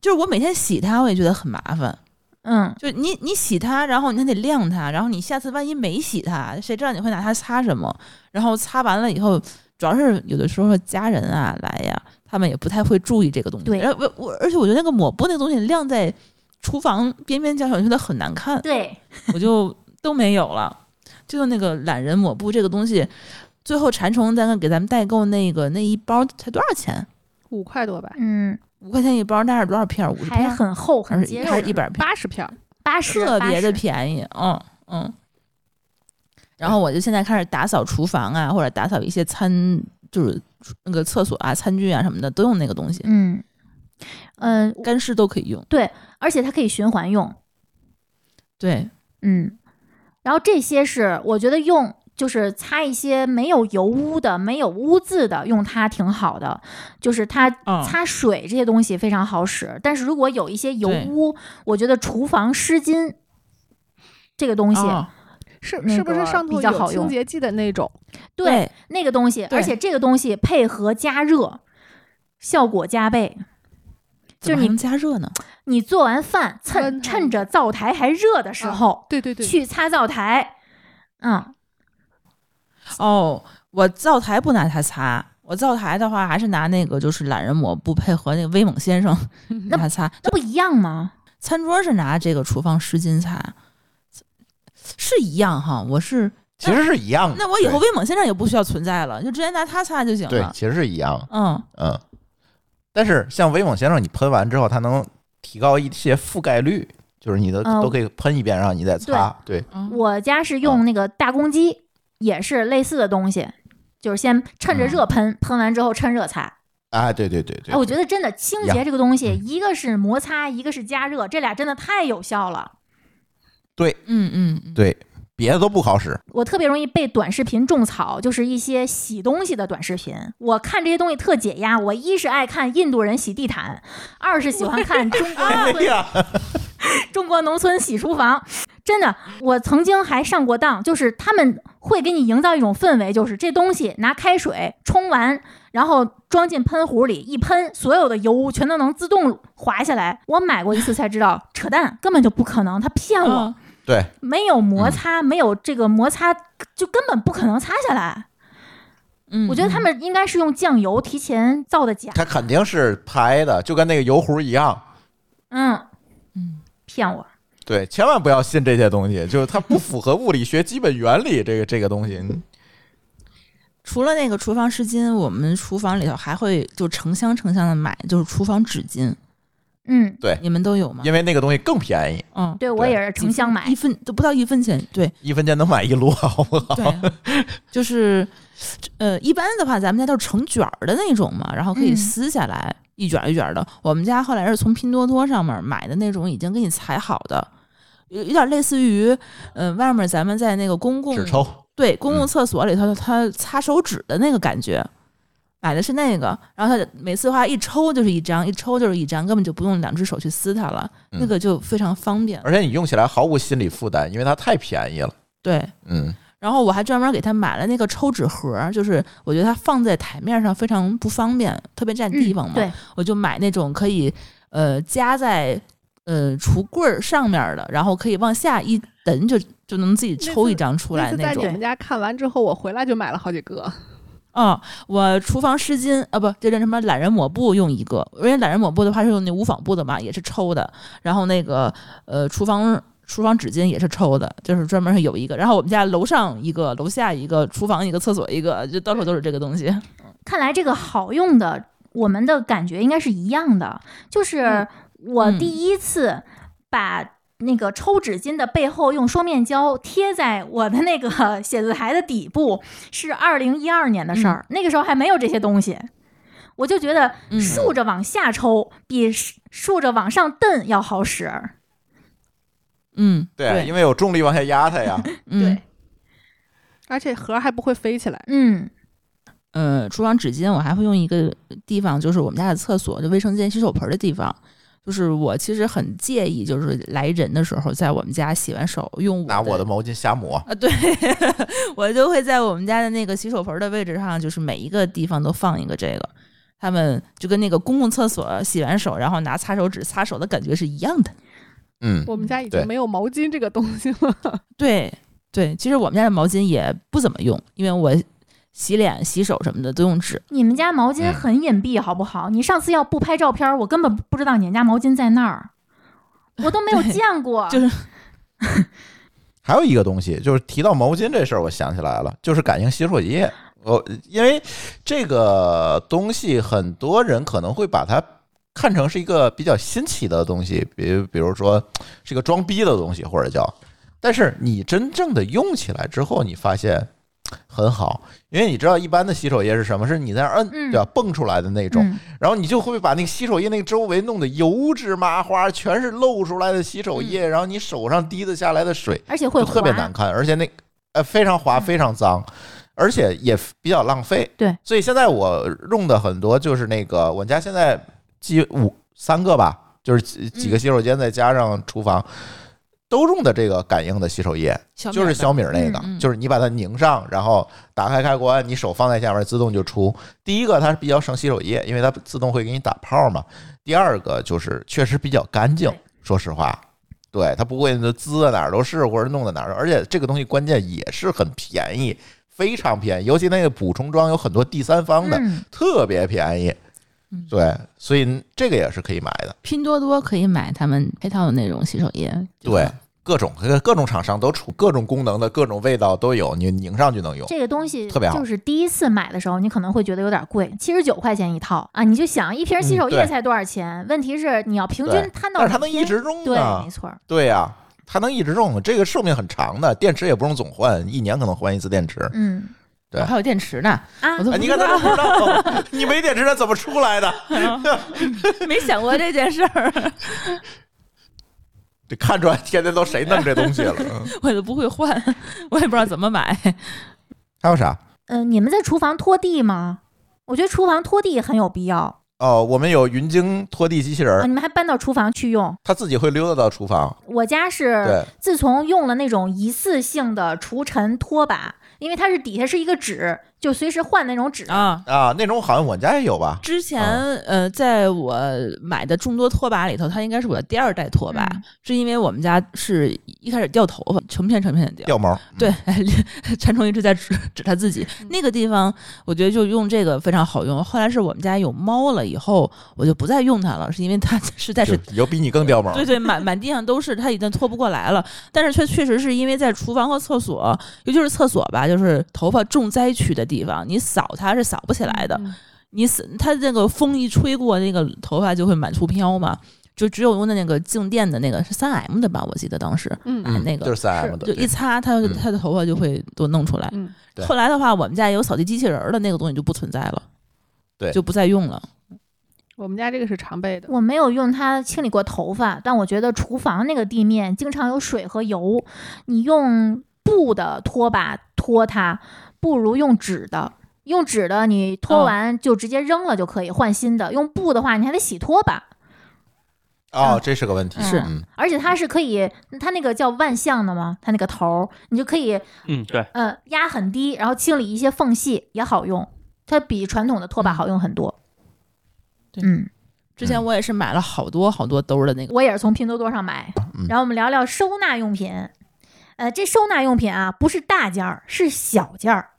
D: 就是我每天洗它，我也觉得很麻烦。
B: 嗯，
D: 就是你你洗它，然后你还得晾它，然后你下次万一没洗它，谁知道你会拿它擦什么？然后擦完了以后，主要是有的时候家人啊来呀，他们也不太会注意这个东西。
B: 对
D: 而我我而且我觉得那个抹布那个东西晾在厨房边边角角，我觉得很难看。
B: 对，
D: 我就都没有了。就那个懒人抹布这个东西，最后馋虫在那给咱们代购那个那一包才多少钱？
F: 五块多吧，
B: 嗯，
D: 五块钱一包，那是多少片儿？五十
B: 还
D: 片儿，
B: 很厚，
D: 还
B: 很
D: 是
B: 结
D: 一还
B: 实
D: 是，一百片儿？
F: 八十片儿。
B: 八十，
D: 特别的
B: 80
D: 便宜，嗯嗯。然后我就现在开始打扫厨房啊，或者打扫一些餐，就是那个厕所啊、餐具啊什么的，都用那个东西，
B: 嗯嗯，
D: 干湿都可以用。
B: 而且它可以循环用，
D: 对，
B: 嗯，然后这些是我觉得用就是擦一些没有油污的、没有污渍的，用它挺好的。就是它
D: 嗯
B: 擦水这些东西非常好使，但是如果有一些油
D: 对
B: 污，我觉得厨房湿巾这个东西，
D: 哦
F: 是
B: 那
F: 是不是
B: 个
F: 上
B: 比
F: 头
B: 较好
F: 有清
B: 用
F: 洁剂的那种？
B: 对那个东西，
D: 对
B: 而且这个东西配合加热，效果加倍。就是
D: 怎么
B: 你
D: 还能加热呢？
B: 你做完饭，趁
F: 温它
B: 趁着灶台还热的时候、
F: 对对对，
B: 去擦灶台，嗯，
D: 哦，我灶台不拿它擦，我灶台的话还是拿那个就是懒人抹布配合那个威猛先生
B: 嗯
D: (laughs) 拿它擦。
B: 那不一样吗？
D: 餐桌是拿这个厨房湿巾擦，是一样哈。我是
E: 其实是一样的。
D: 那我以后
E: 对
D: 威猛先生也不需要存在了，就直接拿它擦就行
E: 对
D: 了。
E: 其实是一样的。
D: 嗯，
E: 嗯，但是像威猛先生，你喷完之后，它能提高一些覆盖率，就是你的
B: 嗯
E: 都可以喷一遍，然后你再擦。对，
D: 嗯
B: 我家是
E: 哦
B: 用那个大公鸡，也是类似的东西，就是先趁着热喷，喷完之后趁热擦。
E: 啊，对对对嗯对嗯
B: 哎，。
D: 哦
B: 我觉得真的清
E: 一
B: 洁
E: 样
B: 这个东西，一个是摩擦，一个是加热，这俩真的太有效了。
D: 嗯嗯嗯，
E: 对，别的都不好使。
B: 我特别容易被短视频种草，就是一些洗东西的短视频。我看这些东西特解压，我一是爱看印度人洗地毯，二是喜欢看中国
E: (laughs)
B: 农村
E: 呀，
B: 中国农村洗厨房，真的，我曾经还上过当，就是他们会给你营造一种氛围，就是这东西拿开水冲完，然后装进喷壶里一喷，所有的油污全都能自动滑下来。我买过一次才知道，扯淡，根本就不可能，他骗我，
D: 嗯
E: 对，
B: 没有摩擦，没有这个摩擦，就根本不可能擦下来。
D: 嗯，
B: 我觉得他们应该是用酱油提前造的假，
E: 它肯定是拍的，就跟那个油壶一样。
B: 嗯，
D: 嗯
B: 骗我。
E: 对，千万不要信这些东西，就是它不符合物理学基本原理。这个这个
D: (laughs)
E: 东西，
D: 除了那个厨房湿巾，我们厨房里头还会就成箱成箱的买，就是厨房纸巾。
B: 嗯，
D: 你们都有吗？
E: 因为那个东西更便宜，
D: 嗯，
B: 对我
E: 对
B: 也是
D: 几
B: 成箱
D: 分
B: 买
D: 一。分都不到一分钱，对
E: 一分钱能买一摞，好不好？
D: (laughs) 对啊，就是呃，一般的话咱们家都是成卷儿的那种嘛，然后可以
B: 嗯
D: 撕下来、一卷儿一卷儿的。我们家后来是从拼多多上面买的那种已经给你裁好的。有有点类似于，呃，外面咱们在那个公共
E: 纸抽，
D: 对公共
E: 嗯
D: 厕所里头，它擦手指的那个感觉，买的是那个。然后它每次的话一抽就是一张，一抽就是一张，根本就不用两只手去撕它了，那
E: 嗯
D: 个就非常方便。
E: 而且你用起来毫无心理负担，因为它太便宜了。
D: 对，
E: 嗯，
D: 然后我还专门给他买了那个抽纸盒儿，就是我觉得它放在台面上非常不方便，特别占地方嘛。
B: 嗯、对，
D: 我就买那种可以呃夹在呃橱柜儿上面儿的，然后可以往下一蹬就就能自己抽一张出
F: 那
D: 来
F: 次在
D: 那
F: 你
D: 种。
F: 们家看完之后，我回来就买了好几个。
D: 啊、我厨房湿巾啊，不，这叫什么懒人抹布用一个，因为懒人抹布的话是用那无纺布的嘛，也是抽的。然后那个呃，厨房厨房纸巾也是抽的，就是专门是有一个。然后我们家楼上一个，楼下一个，厨房一个，厕所一个，就到处都是这个东西。
B: 看来这个好用的，我们的感觉应该是一样的。就是
D: 嗯
B: 我
D: 嗯
B: 第一次把那个抽纸巾的背后用双面胶贴在我的那个写字台的底部， (laughs) 是二零一二年的事儿，那个时候还没有这些东西。我就觉得
D: 嗯
B: 竖着往下抽比竖竖着往上蹬要好使。
D: 嗯，
E: 对，啊因
D: 为
E: 为有重力往下压它 (laughs) 呀。
D: 嗯
B: 对
F: 而且盒儿还不会飞起来，
B: 嗯
D: 呃，厨房纸巾我还会用一个地方，就是我们家的厕所，就卫生间洗手盆的地方。就是我其实很介意，就是来人的时候，在我们家洗完手用
E: 拿
D: 的
E: 我的毛巾瞎抹，
D: 啊，对， (laughs) 我就会在我们家的那个洗手盆儿的位置上，就是每一个地方都放一个这个。他们就跟那个公共厕所洗完手，然后拿擦手纸擦手的感觉是一样的。
E: 嗯，
F: 我们家已
E: 对
F: 经没有毛巾这个东西了。
D: 对对，其实我们家的毛巾也不怎么用，因为我洗脸、洗手什么的都用纸。
B: 你们家毛巾
E: 嗯
B: 很隐蔽，好不好？你上次要不拍照片，我根本不知道你们家毛巾在那儿，我都没有
D: 对
B: 见过。
D: 就是
E: 还有一个东西，就是提到毛巾这事儿，我想起来了，就是感应洗手液。我因为这个东西，很多人可能会把它看成是一个比较新奇的东西，比如比如说是一个装逼的东西，或者叫。但是你真正的用起来之后，你发现很好，因为你知道一般的洗手液是什么？是你在那儿摁
B: 嗯
E: 对吧，蹦出来的那种，
B: 嗯
E: 然后你就会把那个洗手液那个周围弄得油脂麻花，全是露出来的洗手液，然后你手上滴得下来的水。
B: 而且嗯会
E: 就特别
B: 滑
E: 难看，而且那呃非常滑，
B: 嗯
E: 非常脏，而且也比较浪费。
B: 对，
E: 所以现在我用的很多就是那个，我家现在几五三个吧，就是几几
B: 嗯
E: 个洗手间再加上厨房。都用的这个感应的洗手液，就是小米儿那个，
D: 嗯嗯
E: 就是你把它拧上，然后打开开关，你手放在下面自动就出。第一个它是比较省洗手液，因为它自动会给你打泡嘛。第二个就是确实比较干净
B: 对，
E: 说实话，对它不会那滋的哪儿都是，或者弄的哪儿都，而且这个东西关键也是很便宜，非常便宜，尤其那个补充装有很多第三方的，
B: 嗯，
E: 特别便宜
D: 嗯。
E: 对，所以这个也是可以买的。
D: 拼多多可以买他们配套的那种洗手液。就
E: 对
D: 好，
E: 各种各种厂商都出各种功能的各种味道都有，你拧上就能用。
B: 这个东西
E: 特别好
B: 就是第一次买的时候，你可能会觉得有点贵，七十九块钱一套啊，你就想一瓶洗手液
E: 嗯对
B: 才多少钱？问题是你要平均
E: 对
B: 摊到两天，
E: 但是它能一直用
B: 对，
E: 啊
B: 没，错儿，
E: 对呀、它能一直用，这个寿命很长的，电池也不用总换，一年可能换一次电池。
B: 嗯
E: 对
D: 还有电池
E: (laughs)
D: 呢，
B: 啊
D: 我，都
E: 哎，
D: 不
E: 你
D: 知
E: 看他
D: 道
E: 都不知道，你没电池它怎么出来的？
D: 没想过这件事儿， (laughs)
E: 这看出来天天都谁弄这东西了？
D: 我都不会换， (laughs) 我也不知道怎么买。
E: 还有啥？
B: 呃，你们在厨房拖地吗？我觉得厨房拖地很有必要
E: 哦，我们有云鲸拖地机器人
B: 啊，
E: 儿，
B: 你们还搬到厨房去用。
E: 它自己会溜达到厨房。
B: 我家是
E: 对
B: 自从用了那种一次性的除尘拖把，因为它是底下是一个纸，就随时换那种纸。
D: 啊。
E: 啊，那种好像我家也有吧？
D: 之前、呃，在我买的众多拖把里头，它应该是我的第二代拖把，
B: 嗯
D: 是因为我们家是一开始掉头发，成片成片的掉。
E: 掉毛。
D: 对， (laughs) 馋虫一直在指指他自己那个地方，我觉得就用这个非常好用。后来是我们家有猫了以后，我就不再用它了，是因为它实在
E: 但
D: 是
E: 是有比你更掉毛。
D: 对对，满满地上都是，它已经拖不过来了。但是却确实是因为在厨房和厕所，尤其是厕所吧，就是头发重灾区的地方，你扫它是扫不起来的。
F: 嗯
D: 你死它这个风一吹过，那个头发就会满处飘嘛。就只有用的那个静电的那个是三 M 的吧，我记得当时
F: 嗯
D: 买那个
E: 就是三 M 的，
D: 就
E: 对
D: 一擦，它
E: 嗯
D: 它的头发就会都弄出来。
F: 嗯，
E: 对
D: 后来的话，我们家有扫地机器人儿的那个东西就不存在了，
E: 对
D: 就不再用了。
F: 我们家这个是常备的。
B: 我没有用它清理过头发，但我觉得厨房那个地面经常有水和油，你用布的拖把拖它，不如用纸的。用纸的你拖
D: 嗯
B: 完就直接扔了就可以换新的，用布的话你还得洗拖把，
E: 哦，这是个问题，
D: 是
E: 嗯
B: 而且它是可以，它那个叫万向的嘛，它那个头儿你就可以
C: 嗯，对，
B: 呃压很低，然后清理一些缝隙也好用，它比传统的拖把好用很多。
D: 嗯对
B: 嗯，
D: 之前我也是买了好多好多兜儿的那个，
B: 我也是从拼多多上买
E: 嗯。
B: 然后我们聊聊收纳用品。呃，这收纳用品啊，不是大件儿，是小件儿。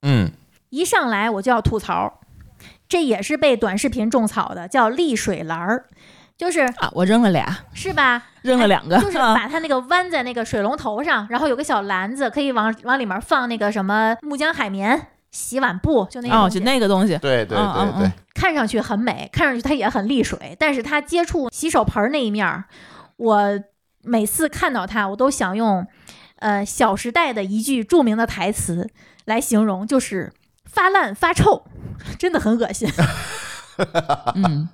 E: 嗯，
B: 一上来我就要吐槽，这也是被短视频种草的，叫沥水篮儿，就是
D: 啊，我扔了俩，
B: 是吧？
D: (laughs) 扔了两个，
B: 哎
D: 啊
B: 就是把它那个弯在那个水龙头上，然后有个小篮子，可以往往里面放那个什么木浆海绵、洗碗布，就那个
D: 哦，
B: 东西
D: 就那个东
E: (laughs)
D: 西，
E: 对对
D: 嗯嗯
E: 对对，
B: 看上去很美，看上去它也很沥水，但是它接触洗手盆儿那一面儿，我每次看到它，我都想用，呃，《小时代》的一句著名的台词来形容，就是发烂发臭， (laughs) 真的很恶心。
E: 哦
D: 嗯，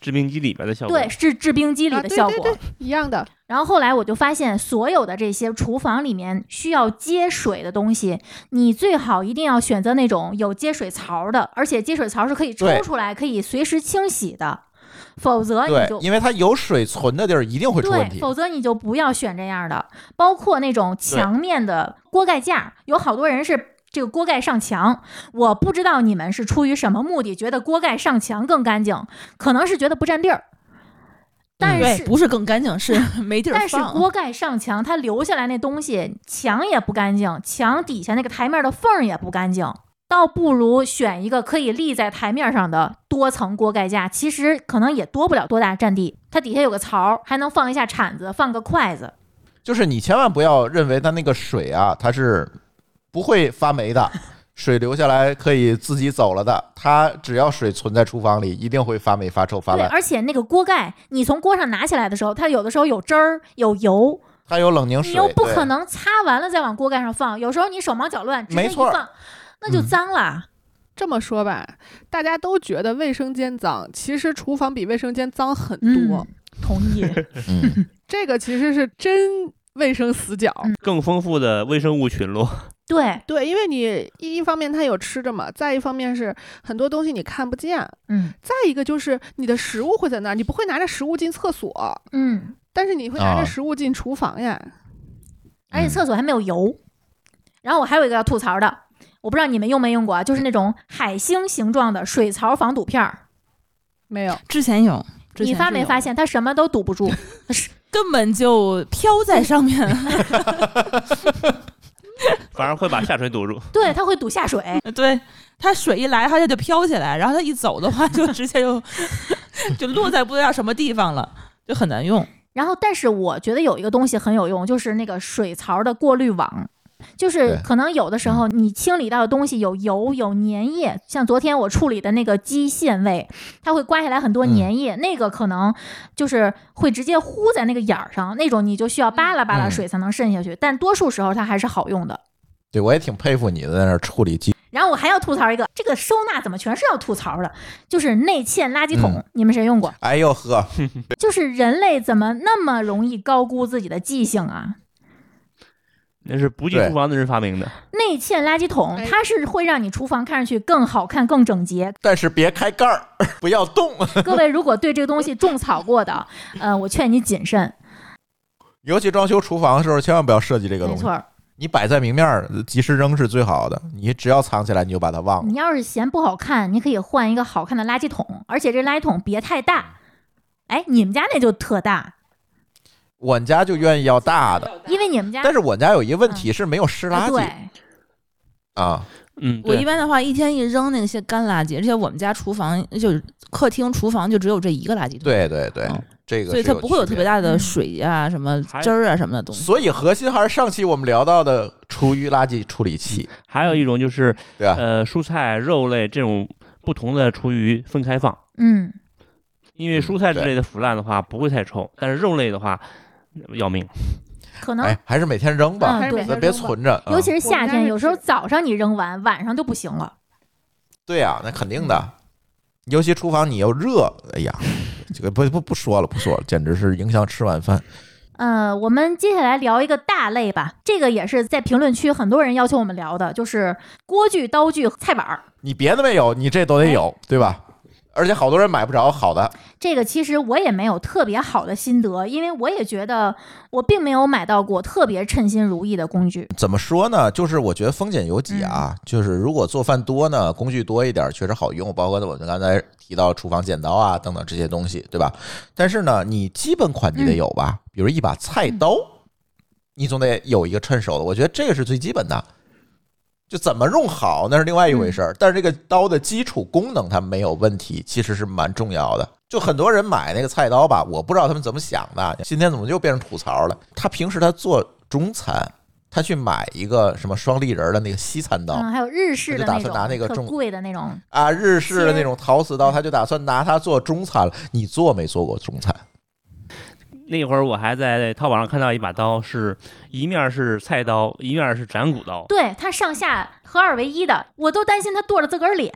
C: 制冰机里边的效果。
B: 对，是制冰机里
F: 啊
B: 的
F: 对
B: 效果。
F: 对对，一样的，
B: 然后后来我就发现，所有的这些厨房里面需要接水的东西，你最好一定要选择那种有接水槽的，而且接水槽是可以抽
E: 对
B: 出来，可以随时清洗的，否则你
E: 对，
B: 就。
E: 因为它有水存的地儿一定会出问
B: 对，
E: 题，
B: 否则你就不要选这样的，包括那种墙面的锅盖架，有好多人是这个锅盖上墙。我不知道你们是出于什么目的，觉得锅盖上墙更干净，可能是觉得不占地儿，但
D: 嗯对
B: 是，
D: 不是更干净，是 (laughs) 没地儿
B: 但是
D: 放。
B: 锅盖上墙，它留下来那东西，墙也不干净，墙底下那个台面的缝儿也不干净，倒不如选一个可以立在台面上的多层锅盖架，其实可能也多不了多大占地。它底下有个槽儿，还能放一下铲子，放个筷子。
E: 就是你千万不要认为它那个水啊，它是不会发霉的，水流下来可以自己走了的。它只要水存在厨房里，一定会发霉、发臭、发
B: 对，
E: 烂。
B: 而且那个锅盖，你从锅上拿起来的时候，它有的时候有汁儿、有油，
E: 它有冷凝
B: 你
E: 水，
B: 又不
E: 对
B: 可能擦完了再往锅盖上放。有时候你手忙脚乱，直接
E: 没
B: 一
E: 错儿
B: 放，那就
E: 嗯
B: 脏了。
F: 这么说吧，大家都觉得卫生间脏，其实厨房比卫生间脏很多。
B: 嗯同意。
E: 嗯，
F: 这个其实是真卫生死角。
B: 嗯
C: 更丰富的微生物群落，
B: (laughs) 对，
F: 对，因为你一一方面它有吃的嘛，再一方面是很多东西你看不见，
B: 嗯
F: 再一个就是你的食物会在那儿，你不会拿着食物进厕所，
B: 嗯，
F: 但是你会拿
E: 啊
F: 着食物进厨房呀。
B: 而
D: 嗯
E: 嗯
B: 且厕所还没有油。然后我还有一个要吐槽的，我不知道你们用没用过啊，就是那种海星形状的水槽防堵片儿，
F: 没有，
D: 之前有，之
B: 你
D: 前
B: 发
D: 是
B: 没
D: 有
B: 发现它什么都堵不
D: (laughs)
B: 住？
D: 根本就飘在上面，
C: 反而会把下水堵住。 (laughs)
B: 对，它会堵下
D: (laughs)
B: 水。
D: 对，它水一来，它就飘起来，然后它一走的话，就直接就就落在不知道什么地方了，就很难用。
B: 然后，但是我觉得有一个东西很有用，就是那个水槽的过滤网。就是
E: 对嗯
B: 可能有的时候你清理到的东西有油有粘液，像昨天我处理的那个鸡腺胃，它会刮下来很多
E: 嗯
B: 粘液，那个可能就是会直接糊在那个眼儿上，那种你就需要扒拉扒拉
E: 嗯
B: 水才能渗下去。但多数时候它还是好用的。
E: 对我也挺佩服你在那儿处理机，
B: 然后我还要吐槽一个，这个收纳怎么全是要吐槽的？就是内嵌垃圾桶，
E: 嗯
B: 你们谁用过？
E: 哎呦呵，
B: 就是人类怎么那么容易高估自己的记性啊？
C: 那是不进
E: 对
C: 厨房的人发明的，
B: 内嵌垃圾桶
F: 哎，
B: 它是会让你厨房看上去更好看、更整洁。
E: 但是别开盖儿， (laughs) 不要动，
B: 各位如果对这个东西种草过的，呃，我劝你谨慎。
E: 尤其装修厨房的时候，千万不要设计这个
B: 没
E: 东西
B: 错。儿，
E: 你摆在明面儿，及时扔是最好的。你只要藏起来，你就把它忘了。
B: 你要是嫌不好看，你可以换一个好看的垃圾桶，而且这垃圾桶别太大。哎，你们家那就特大，
E: 我们家就愿意要大的，
B: 因为你们家
E: 但是我们家有一个问题是没有湿
B: 啊
E: 垃圾
B: 对，
E: 啊，
C: 嗯，
D: 我一
C: 对，
D: 般的话，一天一扔那些干垃圾，而且我们家厨房就是客厅、厨房就只有这一个垃圾桶，
E: 对对对
D: 嗯，
E: 这个
D: 所以它不会有特别
E: 大。
D: 大的
B: 嗯
D: 水呀、什么
C: 还
D: 汁儿啊、什么的东西。
E: 所以核心还是上期我们聊到的厨余垃圾处理器，
D: 嗯
C: 还有一种就是
E: 对吧？
C: 呃，蔬菜、肉类这种不同的厨余分开放，
B: 嗯，
C: 因为蔬菜之类的腐烂的话不会太臭，但是肉类的话要命。
B: 可
D: 嗯
B: 能
E: 哎，还是每天扔吧，
B: 嗯
F: 还是
B: 对
F: 每天
E: 咱别
F: 扔吧
E: 存着。
B: 尤其是
E: 嗯
B: 夏
F: 我们家
B: 天，
F: 是
B: 有时候
F: 吃
B: 早上你扔完，晚上就不行了。
E: 对呀、那肯定的。尤其厨房你又热，哎呀，这个不不不说了，不说了，简直是影响吃晚饭。
B: 呃，我们接下来聊一个大类吧，这个也是在评论区很多人要求我们聊的，就是锅具、刀具、菜板儿。
E: 你别的没有，你这都得有，对吧？而且好多人买不着好的，
B: 这个其实我也没有特别好的心得，因为我也觉得我并没有买到过特别称心如意的工具。
E: 怎么说呢？就是我觉得丰俭由己啊，就是如果做饭多呢，工具多一点确实好用，包括我们刚才提到厨房剪刀啊等等这些东西，对吧？但是呢，你基本款你得有吧，比如一把菜刀，你总得有一个趁手的，我觉得这个是最基本的。就怎么用好那是另外一回事儿，但是这个刀的基础功能它没有问题，其实是蛮重要的。就很多人买那个菜刀吧，我不知道他们怎么想的，今天怎么又变成吐槽了？他平时他做中餐，他去买一个什么双立人儿的那个西餐刀，
B: 嗯，还有日式的
E: 我就打
B: 种
E: 算拿那个
B: 特
E: 重
B: 贵的那种，
E: 啊，日式的那种陶瓷刀，他就打算拿它做中餐了。你做没做过中餐？
C: 那会儿我还在淘宝上看到一把刀，是一面是菜刀，一面是斩骨刀。
B: 对它上下合二为一的，我都担心它剁了自个儿脸。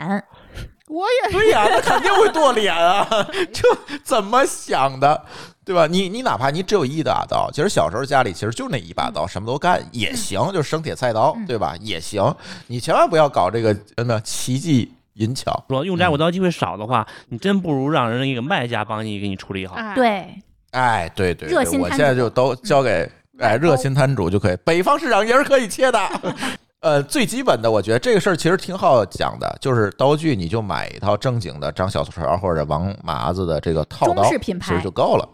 F: 我也
E: 对 (laughs) 呀、那肯定会剁脸 (laughs) 啊！这怎么想的，对吧？你你哪怕你只有一把刀，其实小时候家里其实就那一把刀，什么都干也行，就是生铁菜刀，对吧？也行。你千万不要搞这个呃什么奇技淫巧。
C: 说用斩骨刀机会少的话，你真不如让人一个卖家帮你给你处理好。
F: 哎，
B: 对，
E: 哎，对对
B: 热
E: 对，
B: 心
E: 我
B: 摊
E: 现在就都交给哎热心摊主就可以。北方市场也是可以切的。 (laughs) 呃，最基本的，我觉得这个事儿其实挺好讲的，就是刀具，你就买一套正经的张小勺或者王麻子的这个套刀，
B: 中式品牌
E: 其实就够了。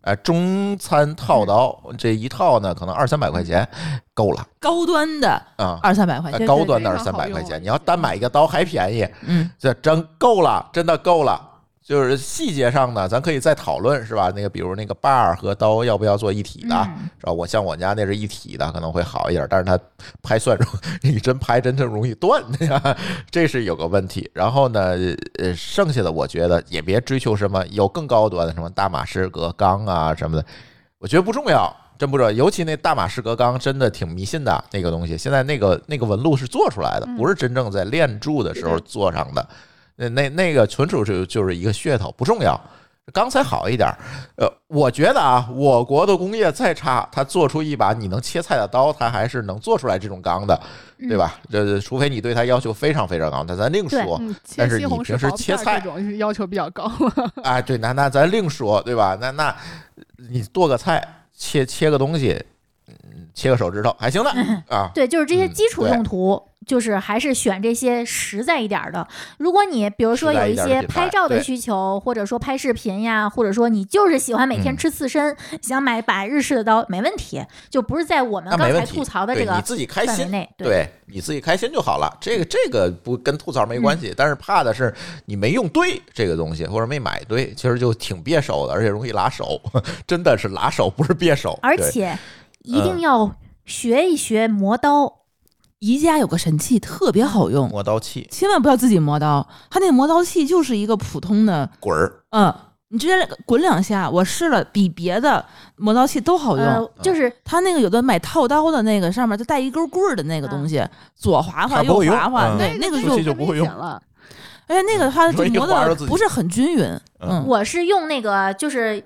E: 哎，中餐套刀这一套呢，可能二三百块钱够了
D: 高端的
E: 啊。
D: 二三百块
E: 哎
D: 钱，
E: 高端的二
F: 非常
E: 三
F: 好
E: 百
F: 用
E: 块
F: 了
E: 钱，
F: 已
E: 你要单买一个刀还便宜，
D: 嗯，
E: 这真够了，真的够了。就是细节上呢，咱可以再讨论，是吧？那个，比如那个把儿和刀要不要做一体的，啊
B: 嗯
E: 是吧？我像我家那是一体的，可能会好一点，但是它拍蒜容， (laughs) 你真拍真正容易断，这是有个问题。然后呢，呃，剩下的我觉得也别追求什么有更高端的，什么大马士革钢啊什么的，我觉得不重要，真不重要。尤其那大马士革钢真的挺迷信的那个东西，现在那个那个纹路是做出来的，
F: 嗯
E: 不是真正在炼铸的时候做上的。那那那个纯属是就是一个噱头，不重要。钢才好一点，呃，我觉得啊，我国的工业再差，它做出一把你能切菜的刀，它还是能做出来这种钢的，
B: 嗯
E: 对？吧？这这除非你对它要求非常非常高，那咱另
B: 对
E: 说。
F: 嗯，
E: 但
F: 切
E: 是
F: 西
E: 你
F: 红柿
E: 平时
F: 薄
E: 切
F: 片儿
E: 菜
F: 这种要求比较 (laughs) 高了。
E: 哎，对，那那咱另说，对吧？那那你剁个菜，切切个东西，嗯，切个手指头还
B: (laughs)
E: 行的啊。
B: 对，就是这些
E: 嗯
B: 基础
E: 对
B: 用途，就是还是选这些实在一点儿的。如果你比如说
E: 实在
B: 有
E: 一
B: 一
E: 点儿的
B: 些
E: 品牌
B: 拍照的
E: 对
B: 需求，或者说拍视频呀，或者说你就是喜欢每天
E: 嗯
B: 吃刺身，想买把日式的刀，没问题，就不是在我们
E: 那
B: 刚
E: 没
B: 才
E: 问题，
B: 吐槽的
E: 对
B: 这个
E: 你自己开
B: 范围
E: 心，
B: 内。，
E: 对你自己开心就好了。这个这个不跟吐槽没关系，但是怕的是你没用对这个东西，或者没买对，其实就挺别手的，而且容易拉手， (laughs) 真的是拉手，不是别手。
B: 而
E: 对嗯
B: 且一定要学一学磨刀。
D: 宜家有个神器特别好用，
E: 磨刀器
D: 千万不要自己磨刀，它那磨刀器就是一个普通的，
E: 滚儿，
D: 嗯，你直接滚两下，我试了，比别的磨刀器都好用。
E: 嗯
B: 呃，就是
D: 它那个有的买套刀的那个上面就带一根棍儿的那个东西，左划划
E: 它不
D: 右
E: 会用
D: 划划，
E: 嗯
D: 对，那个
E: 就
D: 就
E: 这就不会用
F: 太明显了。
D: 而且那个它就
E: 说一
D: 磨
E: 划着
D: 的
E: 自己
D: 不是很均匀，
E: 嗯
D: 嗯，
B: 我是用那个，就是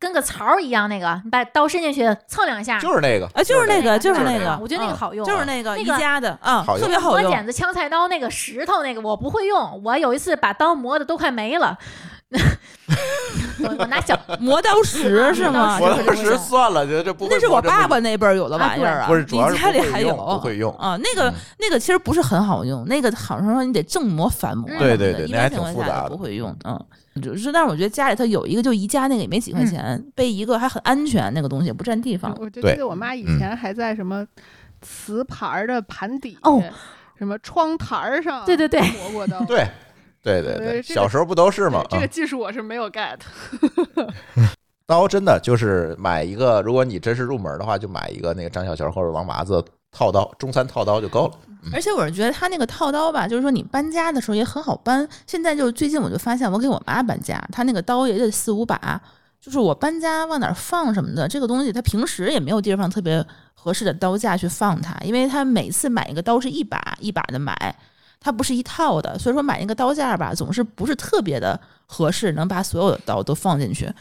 B: 跟个槽儿一样那个，你把刀伸进去蹭两下，
E: 就是那个
D: 啊，就是那个，
B: 就是那
D: 那
B: 个
D: 个，
B: 我觉得那个
D: 嗯
B: 好用
D: 就是那个
B: 啊那
D: 宜
B: 个
D: 家的啊，
E: 好用
D: 特别好
B: 磨
D: 用。
B: 剪子、枪菜刀那个石头那个我不会用，我有一次把刀磨的都快没了， (laughs) 我我拿小
D: 磨刀石啊是吗？
E: 磨
B: 磨
E: 刀
B: 刀
E: 石
B: 石
E: 算了，这这不会
D: 那是
E: 磨
D: 我
E: 这不
D: 爸爸那辈儿有的
B: 啊
D: 玩意儿啊，
E: 不是主要是
D: 你家里
E: 不会
D: 还
E: 用
D: 有
E: 不会用
D: 啊。那个
E: 嗯
D: 那个其实不是很好用，那个好像说你得正磨反磨什么的，
E: 对对对
D: 一
E: 那还
D: 般情况
E: 挺复杂
D: 下
E: 的
D: 都不会用，嗯。就是，但是我觉得家里头有一个，就宜家那个也没几
E: 嗯
D: 块钱，备一个还很安全，那个东西不占地方。
F: 我就
E: 对
F: 记得我妈以
E: 嗯
F: 前还在什么瓷盘儿的盘底
B: 哦，
F: 什么窗台儿上，
B: 对对对
F: 磨过刀。
E: 对对对
F: 呃
E: 对，
F: 这个
E: 小时候不都是
F: 对
E: 吗？
F: 这
E: 啊
F: 个技术我是没有 get。
E: 刀真的就是买一个，如果你真是入门的话，就买一个那个张小乔或者王麻子套刀，中餐套刀就够了。
D: 而且我是觉得它那个套刀吧，就是说你搬家的时候也很好搬。现在就是最近我就发现，我给我妈搬家，她那个刀也得四五把。就是我搬家往哪儿放什么的，这个东西她平时也没有地方特别合适的刀架去放它，因为她每次买一个刀是一把一把的买，它不是一套的，所以说买一个刀架吧，总是不是特别的合适，能把所有的刀都放进去。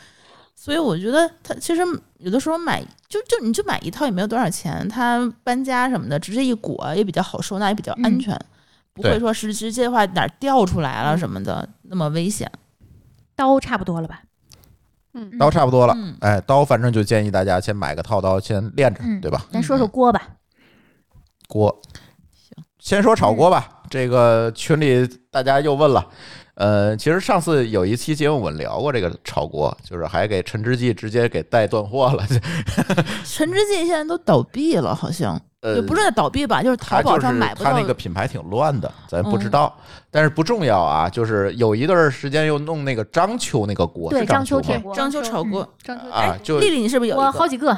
D: 所以我觉得它其实有的时候买就就你就买一套也没有多少钱，它搬家什么的直接一裹也比较好收纳，也比较安全，不
E: 嗯对嗯
D: 会说是直接的话哪儿掉出来了什么的那么危险。
B: 刀差不多了吧？
F: 嗯
B: 嗯
E: 刀差不多了，
D: 嗯
E: 哎，刀反正就建议大家先买个套刀，先练着，
B: 嗯
E: 对吧？
B: 咱说说锅吧。
E: 锅，先说炒锅吧。
D: 嗯
E: 这个群里大家又问了，呃，其实上次有一期节目我们聊过这个炒锅，就是还给陈之记直接给带断货了， (laughs)
D: 陈之记现在都倒闭了，好像、
E: 呃，
D: 也不是倒闭吧，就是淘
E: 他
D: 宝
E: 就
D: 上
E: 是
D: 买不
E: 他
D: 到。
E: 那个品牌挺乱的，咱不知
D: 嗯
E: 道，但是不重要啊。就是有一段时间又弄那个章丘那个锅，
B: 对
E: 是
B: 章丘
E: 丘
B: 铁
E: 吗？
B: 锅，嗯
D: 章丘炒锅，
F: 张秋哎
E: 啊，就
D: 丽丽你是不是有一
B: 我
D: 个？
B: 好几个。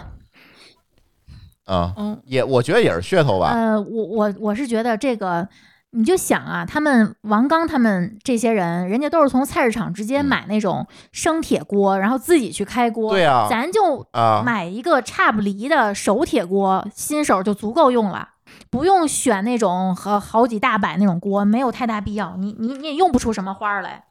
E: 啊，
D: 嗯，
E: 也我觉得也是噱头吧。
B: 呃，我我我是觉得这个。你就想啊，他们王刚他们这些人，人家都是从菜市场直接
E: 嗯
B: 买那种生铁锅，然后自己去开锅。
E: 对啊
B: 咱就
E: 啊，
B: 买一个差不离的手铁锅，新手就足够用了，不用选那种和好几大百那种锅，没有太大必要。你你你也用不出什么花儿来。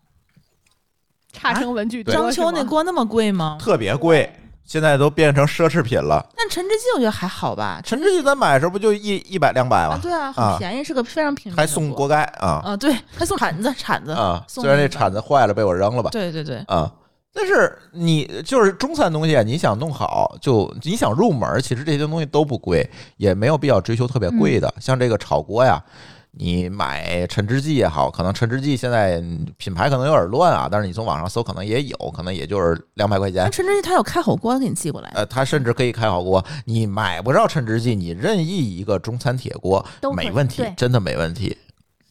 F: 差生文具多
D: 章
F: 是
D: 丘
F: 吗
D: 那锅那么贵吗？
E: 特别贵，现在都变成奢侈品了。
D: 但陈之记我觉得还好吧。
E: 陈之记咱买的时候不就一一百两百
D: 啊，
E: 吗？
D: 对啊，
E: 啊
D: 很便宜，是个非常平民的
E: 还送锅盖啊
D: 啊，对，还送铲子，铲子
E: 啊！
D: 送
E: 虽然这
D: 那个
E: 铲子坏了被我扔了吧
D: 对对嗯对，
E: 啊，但是你就是中餐东西，你想弄好，就你想入门，其实这些东西都不贵，也没有必要追求特别贵
D: 嗯
E: 的。像这个炒锅呀，你买陈之记也好，可能陈之记现在品牌可能有点乱啊，但是你从网上搜可能也有，可能也就是两百块钱
D: 那。陈之记他有开火锅给你寄过来，
E: 呃，它甚至可以开好锅，你买不着陈之记，你任意一个中餐铁锅
B: 都可以
E: 没问题
B: 对，
E: 真的没问题。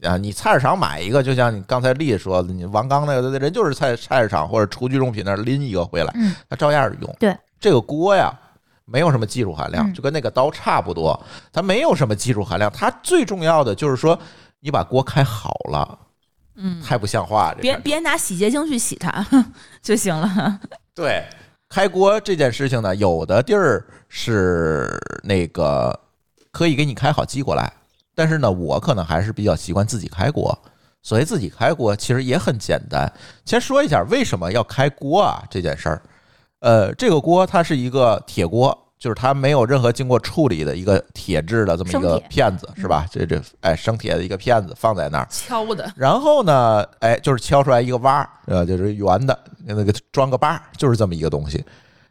E: 啊，你菜市场买一个，就像你刚才丽说的，你王刚那个人就是菜菜市场或者厨具用品那儿拎一个回来，
B: 嗯，
E: 他照样用。
B: 对，
E: 这个锅呀，没有什么技术含量，
B: 嗯
E: 就跟那个刀差不多，它没有什么技术含量，它最重要的就是说你把锅开好了，
D: 嗯，
E: 太不像话。这事
D: 别
E: 儿
D: 别拿洗洁精去洗它 (laughs) 就行了。
E: 对，开锅这件事情呢，有的地儿是那个可以给你开好寄过来，但是呢，我可能还是比较习惯自己开锅，所以自己开锅其实也很简单。先说一下为什么要开锅啊这件事儿。呃，这个锅它是一个铁锅，就是它没有任何经过处理的一个铁质的这么一
B: 生
E: 个
B: 铁
E: 片子，是吧？这这哎生铁的一个片子放在那儿，
D: 敲的，
E: 然后呢，哎，就是敲出来一个挖儿，呃，就是圆的，那个装个把儿，就是这么一个东西。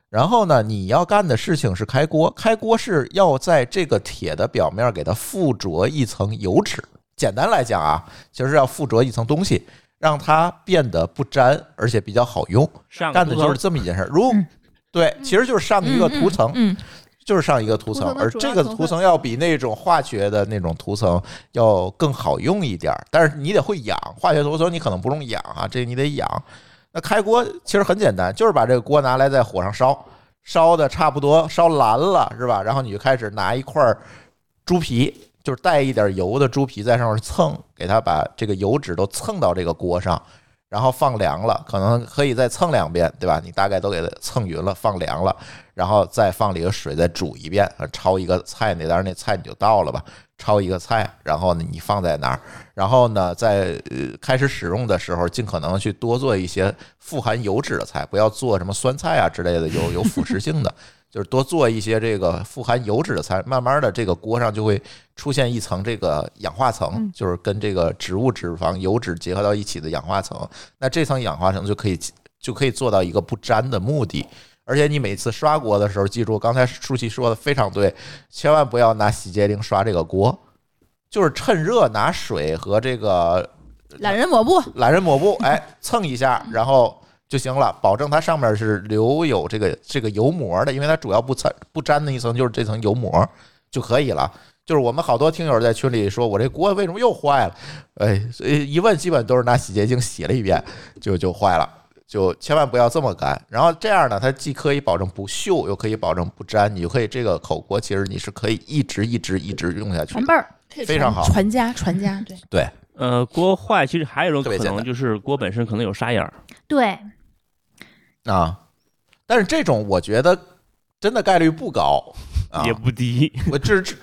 E: 然后呢，你要干的事情是开锅，开锅是要在这个铁的表面给它附着一层油脂。简单来讲啊，就是要附着一层东西，让它变得不粘，而且比较好用。
C: 上个
E: 干的
C: 图腾
E: 就是这么一件事儿。如
B: 嗯
E: 对，其实就是上一个涂层，
D: 嗯，
E: 就是上一个涂层
F: 涂，层的
E: 而
F: 主要
E: 这个
F: 成
E: 涂
F: 分
E: 层要比那种化学的那种涂层要更好用一点儿，但是你得会养，化学涂层你可能不用养啊，这你得养。那开锅其实很简单，就是把这个锅拿来在火上烧，烧的差不多烧蓝了是吧？然后你就开始拿一块儿猪皮，就是带一点油的猪皮在上面蹭，给它把这个油脂都蹭到这个锅上，然后放凉了，可能可以再蹭两遍，对吧？你大概都给它蹭匀了，放凉了，然后再放里个水再煮一遍，呃焯一个菜那当然那菜你就倒了吧，焯一个菜，然后呢你放在那儿，然后呢在呃开始使用的时候，尽可能去多做一些富含油脂的菜，不要做什么酸菜啊之类的，有有腐蚀性的。 (laughs) 就是多做一些这个富含油脂的菜，慢慢的这个锅上就会出现一层这个氧化层
F: 嗯，
E: 就是跟这个植物脂肪、油脂结合到一起的氧化层。那这层氧化层就可以就可以做到一个不粘的目的。而且你每次刷锅的时候，记住刚才舒淇说的非常对，千万不要拿洗洁灵刷这个锅，就是趁热拿水和这个
D: 懒人抹布，
E: 懒人抹布，哎，蹭一下，然后就行了，保证它上面是留有这个这个油膜的，因为它主要不粘不粘的一层就是这层油膜就可以了。就是我们好多听友在群里说，我这锅为什么又坏了？哎，所以一问基本都是拿洗洁精洗了一遍就就坏了。就千万不要这么干。然后这样呢，它既可以保证不锈，又可以保证不粘，你就可以这个口锅其实你是可以一直一直一直用下去的
B: 全。辈儿，
E: 非常好
D: 传家传家，对，
E: 对，
C: 呃，锅坏其实还有一种
E: 特别
C: 可
E: 简单
C: 能就是锅本身可能有沙眼儿，
B: 对，
E: 啊，但是这种我觉得真的概率不高啊，
C: 也不低。
E: 我这这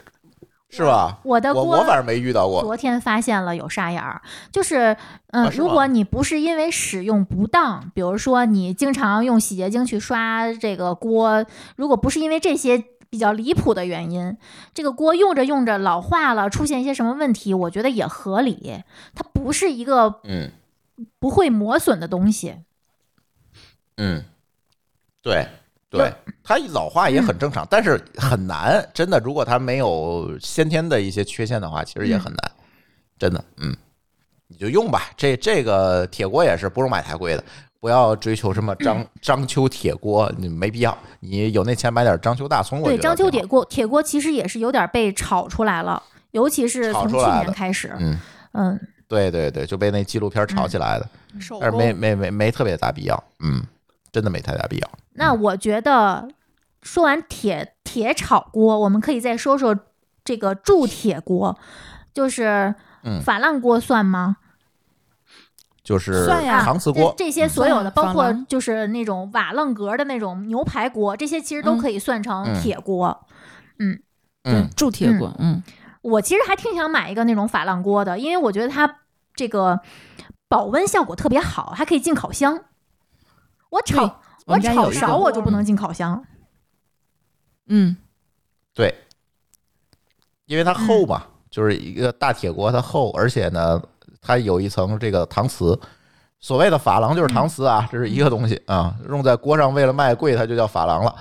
E: 是吧？
B: 我的
E: 我
B: 锅
E: 我反正没遇到过，
B: 昨天发现了有沙眼儿，就是，嗯、
E: 啊是吗
B: 如果你不是因为使用不当，比如说你经常用洗洁精去刷这个锅，如果不是因为这些比较离谱的原因，这个锅用着用着老化了，出现一些什么问题，我觉得也合理。它不是一个
E: 嗯
B: 不会磨损的东西，
E: 嗯，对对，它老化也很正常，但是很难，真的，如果它没有先天的一些缺陷的话，其实也很难，真的，嗯，你就用吧，这这个铁锅也是不用买太贵的。不要追求什么
B: (clears throat)
E: 章章丘铁锅，你没必要。你有那钱买点章丘大葱，我
B: 对，
E: 觉得
B: 章丘铁
E: 挺好，
B: 锅铁锅其实也是有点被炒出来了，尤其是
E: 炒
B: 从
E: 出
B: 去
E: 来
B: 年
E: 了
B: 开始，
E: 嗯，
B: 嗯，
E: 对对对，就被那纪录片炒起来的。
F: 手
E: 但是
F: 工
E: 没没没没特别大必要，嗯，真的没太大必要。
B: 那我觉得说完铁铁炒锅，我们可以再说说这个铸铁锅，就是
E: 嗯
B: 珐琅锅算吗？
E: 就是
D: 算呀
E: 搪瓷
B: 这
E: 锅，
B: 这些所有的，
D: 嗯
B: 包
D: 珐
B: 括
D: 琅
B: 就是那种瓦楞格的那种牛排锅，这些其实都
D: 嗯
B: 可以算成
E: 嗯
B: 铁锅。
E: 嗯，
D: 铸铁锅，嗯，
B: 我其实还挺想买一个那种珐琅锅的，因为我觉得它这个保温效果特别好，还可以进烤箱。我
D: 对
B: 炒
D: 我们家
B: 炒
D: 有一
B: 勺
D: 个，
B: 我就不能进烤箱，
D: 嗯，
E: 对，因为它厚嘛，就是一个大铁锅，它厚，而且呢，它有一层这个搪瓷。所谓的珐琅就是搿瓷啊，这是一个东西啊，用在锅上为了卖贵，它就叫珐琅了。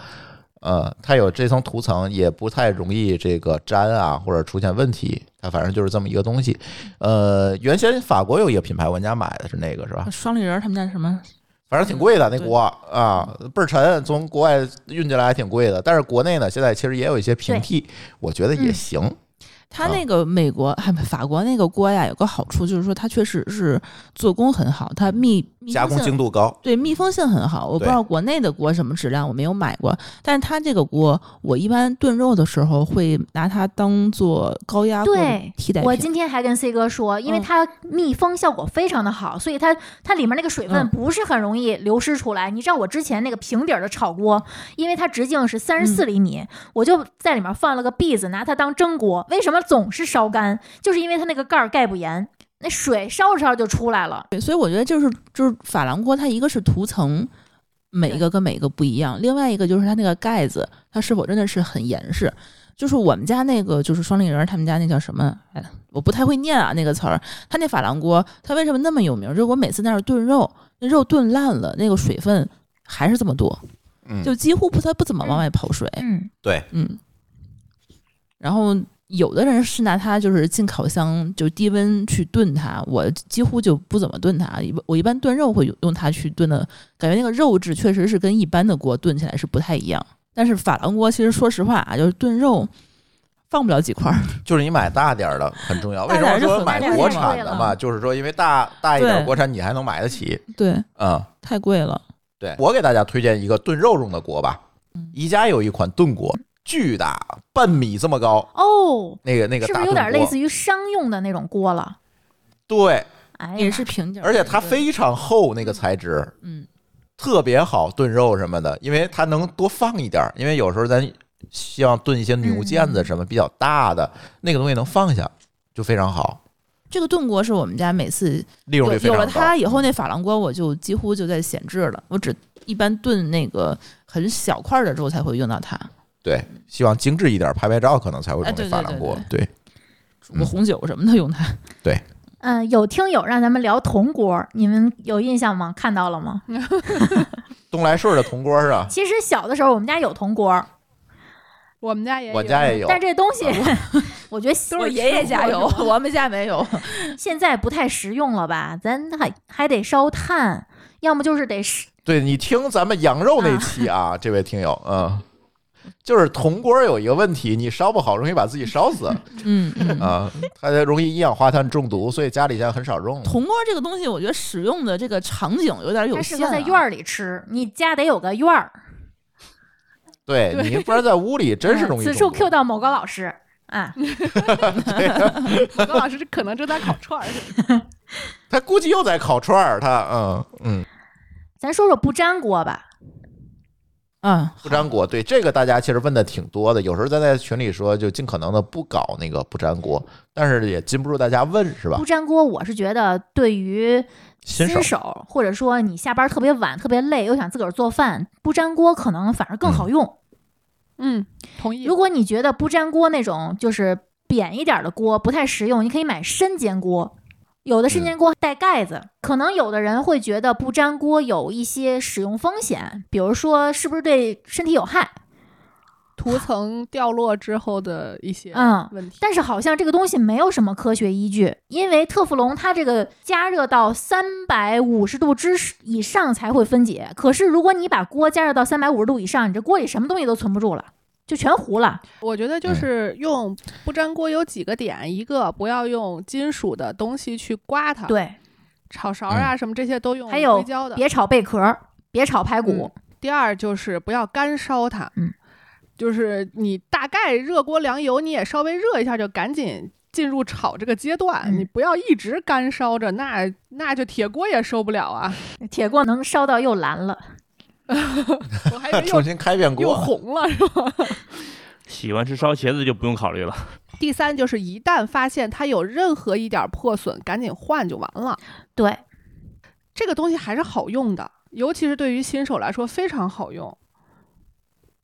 E: 呃，它有这层涂层，也不太容易这个粘啊，或者出现问题。它反正就是这么一个东西。呃，原先法国有一个品牌，我家买的是那个是吧？
D: 双立人儿他们家什么
E: 反正挺贵的那锅啊，倍儿沉，从国外运进来还挺贵的。但是国内呢，现在其实也有一些平替，我觉得
B: 嗯
E: 也行。啊
D: 它那个美国还法国那个锅呀，有个好处就是说它确实是做工很好，它密密
E: 加
D: 封
E: 工
D: 性
E: 精度高，
D: 对密封性很好。我不知
E: 对
D: 道国内的锅什么质量，我没有买过，但是它这个锅，我一般炖肉的时候会拿它当做高压锅
B: 对
D: 替代
B: 我
D: 品。
B: 今天还跟 C 哥说，因为
D: 嗯
B: 它密封效果非常的好，所以它它里面那个水分
D: 嗯
B: 不是很容易流失出来。你知道我之前那个平底儿的炒锅，因为它直径是三十四厘米，我就在里面放了个篦子，拿它当蒸锅。为什么总是烧干？就是因为它那个盖儿盖不严，那水烧着烧着就出来了。
D: 对，所以我觉得就是就是珐琅锅，它一个是涂层，每一个跟每一个不一样，另外一个就是它那个盖子，它是否真的是很严实。就是我们家那个，就是双立人儿他们家那叫什么？哎，我不太会念啊那个词儿。他那珐琅锅，它为什么那么有名儿？就是我每次在那儿炖肉，那肉炖烂了，那个水分还是这么多，
E: 嗯
D: 就几乎不它不怎么往外跑水。
B: 嗯，
E: 对，
D: 嗯，然后有的人是拿它就是进烤箱就低温去炖它，我几乎就不怎么炖它，一般我一般炖肉会用用它去炖的，感觉那个肉质确实是跟一般的锅炖起来是不太一样。但是珐琅锅其实说实话啊，就是炖肉放不了几
B: (laughs)
D: 块儿，
E: 就是你买大点儿的很重要。为
D: 大点
E: 什么
D: 儿就
E: 说
D: 很
E: 买
B: 贵了
E: 国产的嘛？就是说，因为大大一点儿
D: 对
E: 国产你还能买得起。
D: 对，
E: 嗯，
D: 太贵了。
E: 对我给大家推荐一个炖肉用的锅吧，
B: 嗯
E: 宜家有一款炖锅，巨大，半米这么高，
B: 哦，
E: 那个那个
B: 是不
E: 大
B: 是有点
E: 炖
B: 类
E: 锅
B: 似，于商用的那种锅了？
E: 对，
B: 哎呀
D: 也
B: 妈
D: 是平底儿，
E: 而且它非常厚那个材质，
D: 嗯，
E: 特别好炖肉什么的，因为它能多放一点儿。因为有时候咱希望炖一些牛腱子什么比较大的，那个东西能放下就非常好，
D: 这个炖锅是我们家每次
E: 利用率非
D: 有有了
E: 常
D: 它
E: 高。
D: 以后，那珐琅锅我就几乎就在闲置了，我只一般炖那个很小块儿的肉才会用到它。
E: 对，希望精致一点儿，拍拍照可能才会
D: 哎
E: 用
D: 对
E: 那
D: 对
E: 珐琅锅。对，
D: 煮个红酒什么的 (laughs) 用它。
B: 嗯，有听友让咱们聊铜锅，你们有印象吗？看到了吗？
E: 东来顺的铜锅是吧？
B: 其实小的时候我们家有铜锅，
F: 我们家也有，
E: 我家也有，嗯
B: 但这东西 (laughs) 我觉得
D: 我爷爷家有， (laughs) 我们家没有。
B: 现在不太实用了吧？咱还还得烧炭，要么就是得是
E: 对你听咱们羊肉那期啊，这位听友，嗯，就是铜锅有一个问题，你烧不好容易把自己烧死
D: 嗯嗯
E: 啊，它容易一氧化碳中毒，所以家里现在很少
D: (laughs)
E: 用。
D: 铜锅这个东西，我觉得使用的这个场景有点有
B: 它适合
D: 限、啊。
B: 在院儿里吃，你家得有个院儿。
E: 对
F: 对
E: 你不然在屋里真是
B: 嗯
E: 容
B: (laughs)
E: 易
B: 此
E: 中
B: 处
E: 毒。
B: Q 到某个老师啊，
F: 高老师可能正在烤串儿，
B: (laughs)
E: 他估计又在烤串儿，他嗯嗯
B: 咱说说不粘锅吧。
D: 嗯，
E: 不粘锅，对这个大家其实问的挺多的，有时候咱在群里说就尽可能的不搞那个不粘锅，但是也禁不住大家问是吧
B: 不？粘锅，我是觉得对于
C: 新手
B: 手，或者说你下班特别晚、特别累，又想自个儿做饭，不粘锅可能反而更好用。
F: 嗯，同意
B: 如。果你觉得不粘锅那种就是扁一点儿的锅不太实用，你可以买深煎锅。有的深煎锅带盖子，可能有的人会觉得不粘锅有一些使用风险，比如说是不是对身体有害？
F: 涂层掉落之后的一些
B: 嗯
F: 问题，
B: 但是好像这个东西没有什么科学依据，因为特氟龙它这个加热到三百五十度之以上才会分解。可是如果你把锅加热到三百五十度以上，你这锅里什么东西都存不住了，就全糊了。
F: 我觉得
E: 嗯
F: 就是用不粘锅有几个点，一个不要用金属的东西去刮它，，
B: 对，
F: 炒
E: 嗯
F: 勺啊什么这些都用
B: 还有
F: 硅胶的。
B: 别炒贝壳，别炒排骨。
F: 第二就是不要干烧它，
B: 嗯，
F: 就是你大概热锅凉油，你也稍微热一下，就赶紧进入炒这个阶段，
B: 嗯
F: 你不要一直干烧着，那那就铁锅也受不了啊！
B: 铁锅能烧到又蓝了，
F: 我还以为
E: 重
F: 又
E: 新开遍
F: 又
E: 锅，
F: 红了是吧？
C: 喜欢吃烧茄子就不用考虑了。
F: 第三就是一旦发现它有任何一点破损，赶紧换就完了。
B: 对，
F: 这个东西还是好用的，尤其是对于新手来说非常好用。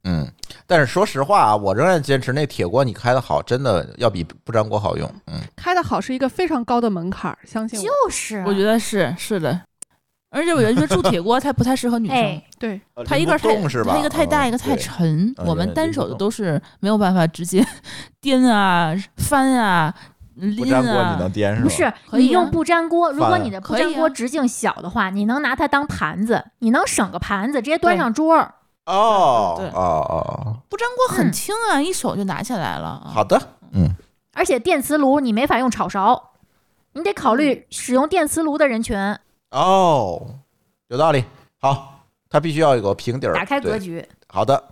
E: 嗯。但是说实话啊，我仍然坚持那铁锅你开的好，真的要比不粘锅好用。嗯，
F: 开的好是一个非常高的门槛儿，相信我。
B: 就是啊
D: 我觉
B: 得
D: 得是是的，而且我觉得这铸铁锅它不太适合女生。
B: 哎，
F: 对，
D: 它一个太
E: 拎不动是吧？
D: 它一个太大，
E: 嗯
D: 一个太
E: 对
D: 沉。
E: 嗯
D: 我
E: 有
D: 们
E: 点
D: 单
E: 拎不
D: 手的
E: 动
D: 都是没有办法直接 (laughs) 颠啊、翻啊、
E: 不
D: 拎
E: 粘锅你
D: 啊
E: 能。颠是吧？
B: 不是
D: 可以啊
B: 你用不粘锅，如果
E: 饭啊
B: 你的不
D: 可以
B: 粘锅
D: 啊
B: 直径小的话，你能拿它当盘子，你能省个盘子直接端
D: 对
B: 上桌儿。
E: 哦
D: 对
E: 哦哦，
D: 不粘锅很
B: 嗯
D: 轻啊，一手就拿起来了
E: 哦
D: 啊。
E: 好的，嗯，
B: 而且电磁炉你没法用炒勺，你得考虑
D: 嗯
B: 使用电磁炉的人群，
E: 哦，有道理。好，它必须要有个平底儿，
B: 打开格
E: 对。
B: 局。
E: 好的，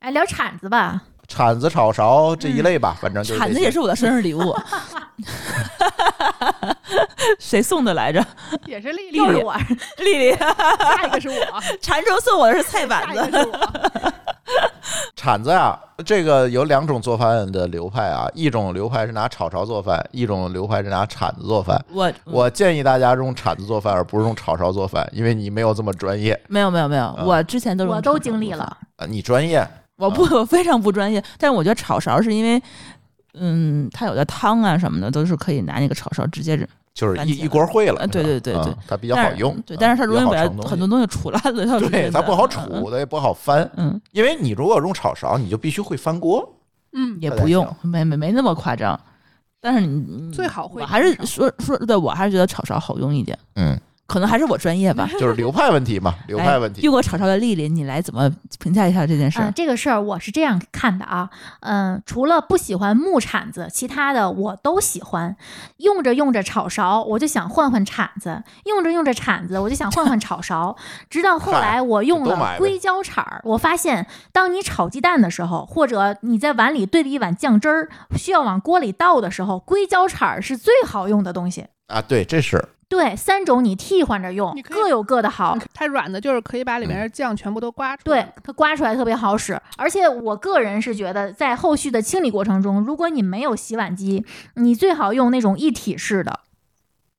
B: 哎，聊铲子吧，
E: 铲子、炒勺这一类吧，反正就是
D: 铲
E: 这
D: 子
E: 些
D: 也是我的生日礼
E: (laughs)
D: 物， (laughs) 谁送的来着？
F: (laughs) 也是丽
B: 又
F: 丽
B: 是，我，
D: 丽丽，
F: 下一个是我，
D: 禅州送我的是菜
F: 下
D: 板
F: 一
E: (laughs)
D: 子。
F: 个是我。 (laughs)
E: 铲子啊，这个有两种做饭的流派啊，一种流派是拿炒勺做饭，一种流派是拿铲子做饭。
D: 我
E: 我建议大家用铲子做饭，而不是用炒勺做饭，因为你没有这么专业
D: 没有没有没有，
E: 嗯
D: 我之前都是
B: 我
D: 用
B: 都
D: 炒勺
B: 经历
D: 做饭
B: 了。
E: 啊。你专业，
D: 我不，我非常不专业，但是我觉得炒勺是因为，嗯，它有的汤啊什么的都是可以拿那个炒勺直接着，
E: 就是
D: 番
E: 一
D: 茄
E: 一锅烩了。
D: 啊对对对对
E: 嗯它比较
D: 但
E: 好
D: 是
E: 用。
D: 对，但是它
E: 嗯
D: 容易
E: 比
D: 把
E: 较好盛东
D: 很
E: 西
D: 多东西杵烂了，它是
E: 对
D: 真
E: 它
D: 的
E: 不好
D: 嗯
E: 杵，它也不好翻，
D: 嗯，
E: 因为你如果用炒勺，你就必须会翻锅。
F: 嗯，
D: 也
E: 不
D: 不
E: 太
D: 用
E: 行，
D: 没没没那么夸张。但是你
B: 嗯
D: 你
F: 最好会
D: 我还是
F: 炒
D: 说说，对我还是觉得炒勺好用一点，
E: 嗯，
D: 可能还是我专业吧。
E: 就是流派问题嘛，流派问
D: 哎
E: 题。
D: 用过炒勺的丽丽，你来怎么评价一下这件事
B: 嗯、
D: 儿？
B: 这个事儿我是这样看的啊，嗯，除了不喜欢木铲子，其他的我都喜欢。用着用着炒勺，我就想换换铲子；用着用着铲子，我就想换换炒
E: (laughs)
B: 勺。直到后来
E: 嗨
B: 我用
E: 都
B: 了
E: 买呗
B: 硅胶铲儿，我发现，当你炒鸡蛋的时候，或者你在碗里兑了一碗酱汁儿，需要往锅里倒的时候，硅胶铲儿是最好用的东西。
E: 啊，对，这是
B: 对，三种你替换着用
F: 你，可以
B: 各有各的好。
F: 太软的，就是可以把里面的酱全部都刮出
B: 嗯
F: 来。
B: 对，它刮出来特别好使，而且我个人是觉得，在后续的清理过程中，如果你没有洗碗机，你最好用那种一体式的，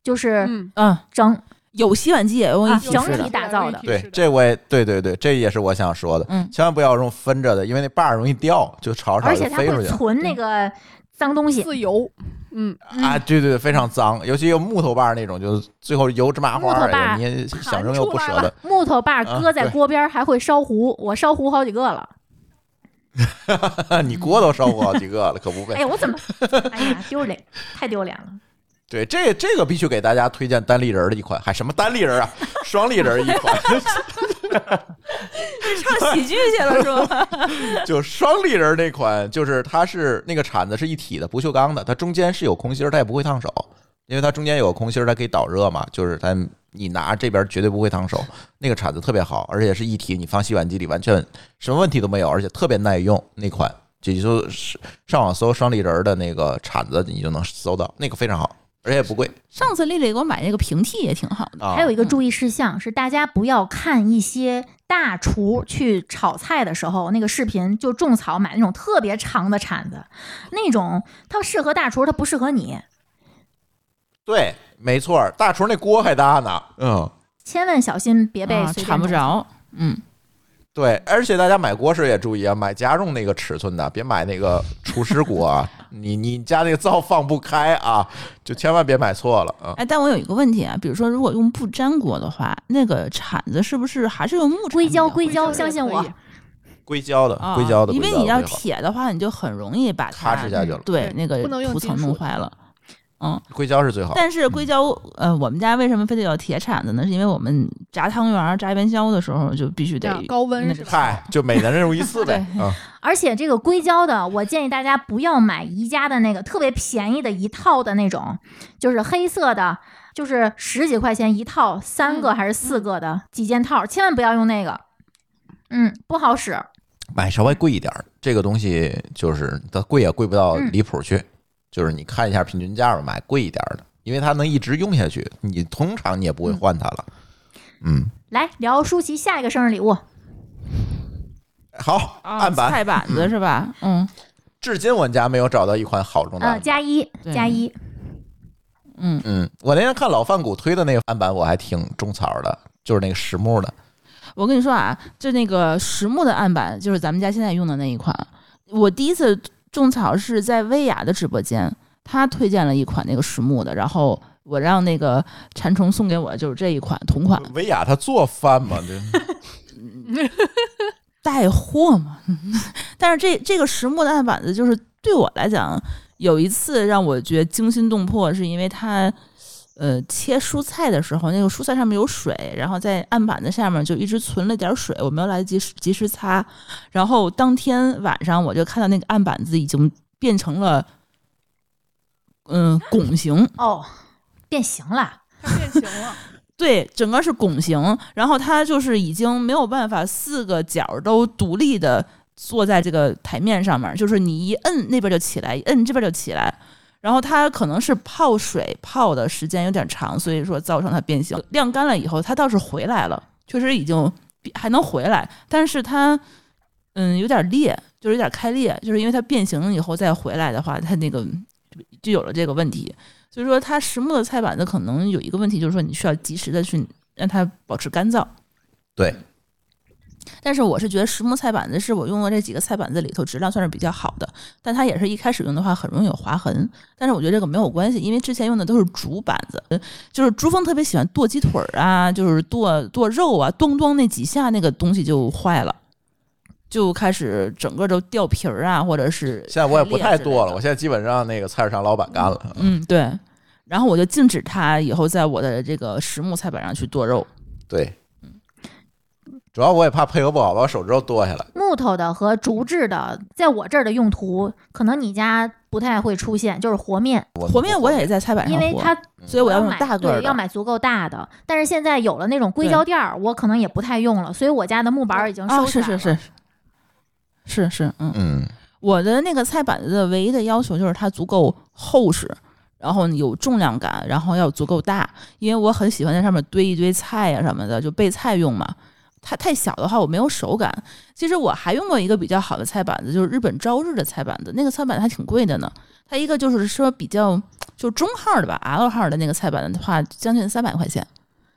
B: 就是
F: 嗯，
D: 嗯，
B: 整
D: 有洗碗机也用一
B: 啊
D: 体
B: 整
D: 式
B: 体
D: 的，
B: 打造的
E: 对，这我也对对对，这也是我想说的。
D: 嗯
E: 千万不要用分着的，因为那把儿容易掉，就炒着炒
B: 而
E: 着
B: 且
E: 就
B: 它
E: 飞出
B: 会
E: 去了嗯
B: 存那个脏东西，
F: 自由，嗯，
E: 啊！对对对，非常脏，尤其有木头把儿那种，就是最后油芝麻花
B: 木头
E: 儿，
B: 把
E: 哎呀
B: 儿
E: 你也想
F: 弹
E: 扔又
F: 出
E: 不
F: 来
E: 舍得。
B: 木头把儿
E: 啊
B: 搁在
E: 对
B: 锅边儿还会烧糊，我烧糊好几个了。
E: (laughs) 你锅都烧不好几个了，可不
B: (laughs) 哎
E: 呗
B: 呀，？我
E: (laughs)
B: 怎么，哎呀，丢脸，太丢脸了。
E: 对，这 (laughs) 这个必须给大家推荐单立人儿的一款，还什么单立人儿啊，双立人儿一款。
D: (laughs) 唱喜剧去了是吧？
E: 就双立人那款，就是它是那个铲子是一体的，不锈钢的，它中间是有空心儿，它也不会烫手，因为它中间有空心儿，它可以导热嘛，就是它你拿这边绝对不会烫手，那个铲子特别好，而且是一体，你放洗碗机里完全什么问题都没有，而且特别耐用那款，也就是上网搜双立人的那个铲子，你就能搜到，那个非常好，而且也不贵
D: (laughs) 上次丽丽给我买那个平替也挺好的，
E: 啊。
B: 还有一个注意事项是，大家不要看一些大厨去炒菜的时候那个视频，就种草买那种特别长的铲子，那种它适合大厨，它不适合你。
E: 对，没错儿，大厨那锅还大呢，嗯。
B: 千万小心，别被
D: 啊
B: 随便
D: 缠不
B: 弄
D: 着。嗯，
E: 对，而且大家买锅时也注意啊，买家用那个尺寸的，别买那个厨师
D: (laughs)
E: 锅啊。你你家那个灶放不开啊，就千万别买错了啊。
D: 哎，但我有一个问题啊，比如说如果用不粘锅的话，那个铲子是不是还是用木铲
B: 硅
D: 比较
B: 胶，硅胶，
D: 好？
F: 这
B: 相
F: 个
B: 信
F: 可
B: 我
F: 以，
E: 硅胶的，
D: 啊
E: 硅胶的，
D: 因为
E: 硅胶的
D: 你要
E: 最好
D: 铁的话，你就很容易把它
E: 咔哧下去了
D: 对
F: 对，
D: 那个
F: 不能用
D: 涂层
F: 金属
D: 弄
F: 的
D: 坏了。
E: 硅胶是最好的。
D: 但是硅胶，呃，我们家为什么非得要铁铲子呢？是因为我们炸汤圆儿、炸元宵的时候就必须得
F: 这样高温
D: 那
F: 是
D: 个
F: 吧
E: 嗨，就每人用一次呗
D: (laughs)
E: 啊。
B: 而且这个硅胶的，我建议大家不要买宜家的那个特别便宜的一套的那种，就是黑色的，就是十几块钱一套，三个
F: 嗯
B: 还是四个的、几件套，千万不要用那个，嗯，不好使。
E: 买稍微贵一点儿，这个东西就是它贵也贵不到
B: 嗯
E: 离谱去，就是你看一下平均价吧，买贵一点儿的，因为它能一直用下去，你通常你也不会换它了。嗯，
B: 来聊舒淇下一个生日礼物，
E: 好，
D: 啊
E: 案板
D: 菜板子是吧？嗯
E: 至今我们家没有找到一款好
D: 啊
E: 用的
B: 呃，
E: 案板。
B: 加一
D: 对
B: 加一，
D: 嗯，
E: 嗯，我那天看老范谷推的那个案板，我还挺种草的，就是那个实木的。
D: 我跟你说啊，就那个实木的案板，就是咱们家现在用的那一款。我第一次种草是在薇娅的直播间，她推荐了一款那个实木的，然后我让那个馋虫送给我就是这一款同款
E: 维亚他做饭嘛，
D: (laughs)
E: 这
D: 带货嘛。 (laughs) 但是这这个实木的案板子，就是对我来讲，有一次让我觉得惊心动魄，是因为它。呃，切蔬菜的时候，那个蔬菜上面有水，然后在案板子下面就一直存了点水，我没有来得及及时擦。然后当天晚上我就看到那个案板子已经变成了，嗯、拱形，
B: 哦，变形了，
F: 它变形了，
D: 对，整个是拱形，然后它就是已经没有办法四个角都独立的坐在这个台面上面，就是你一摁那边就起来，一摁这边就起来。然后它可能是泡水泡的时间有点长，所以说造成它变形。晾干了以后，它倒是回来了，确实已经还能回来，但是它嗯有点裂，就是有点开裂，就是因为它变形了以后再回来的话，它那个就有了这个问题。所以说，它实木的菜板子可能有一个问题，就是说你需要及时的去让它保持干燥。
E: 对。
D: 但是我是觉得实木菜板子是我用过这几个菜板子里头质量算是比较好的，但它也是一开始用的话很容易有划痕。但是我觉得这个没有关系，因为之前用的都是竹板子，呃就是珠峰特别喜欢剁鸡腿儿啊，就是剁剁肉啊，咚咚那几下那个东西就坏了，就开始整个都掉皮儿啊，或者是
E: 现在我也不太
D: 裂之类的
E: 剁了，我现在基本上那个菜市场老板干了。
D: 嗯，对。然后我就禁止他以后在我的这个实木菜板上去剁肉。
E: (laughs) 对，
D: 嗯
E: 主要我也怕配合不好，把我手指头剁下来。
B: 木头的和竹制的，在我这儿的用途，可能你家不太会出现，就是和面，
E: 我
D: 和面我也在菜板上
B: 因
D: 和，
B: 为它
D: 所以我要用
B: 买
D: 大个儿
B: 对，要
D: 的。
B: 买足够大的。但是现在有了那种硅胶垫儿，我可能也不太用了，所以我家的木板儿已经
D: 啊，
B: 收起
D: 是
B: 来了。
D: 是是，是是，嗯，
E: 嗯，
D: 我的那个菜板子的唯一的要求就是它足够厚实，然后有重量感，然后要足够大，因为我很喜欢在上面堆一堆菜呀、什么的，就备菜用嘛。它太小的话，我没有手感。其实我还用过一个比较好的菜板子，就是日本朝日的菜板子，那个菜板子还挺贵的呢。它一个就是说比较就中号的吧，L 号的那个菜板子的话，将近三百块钱。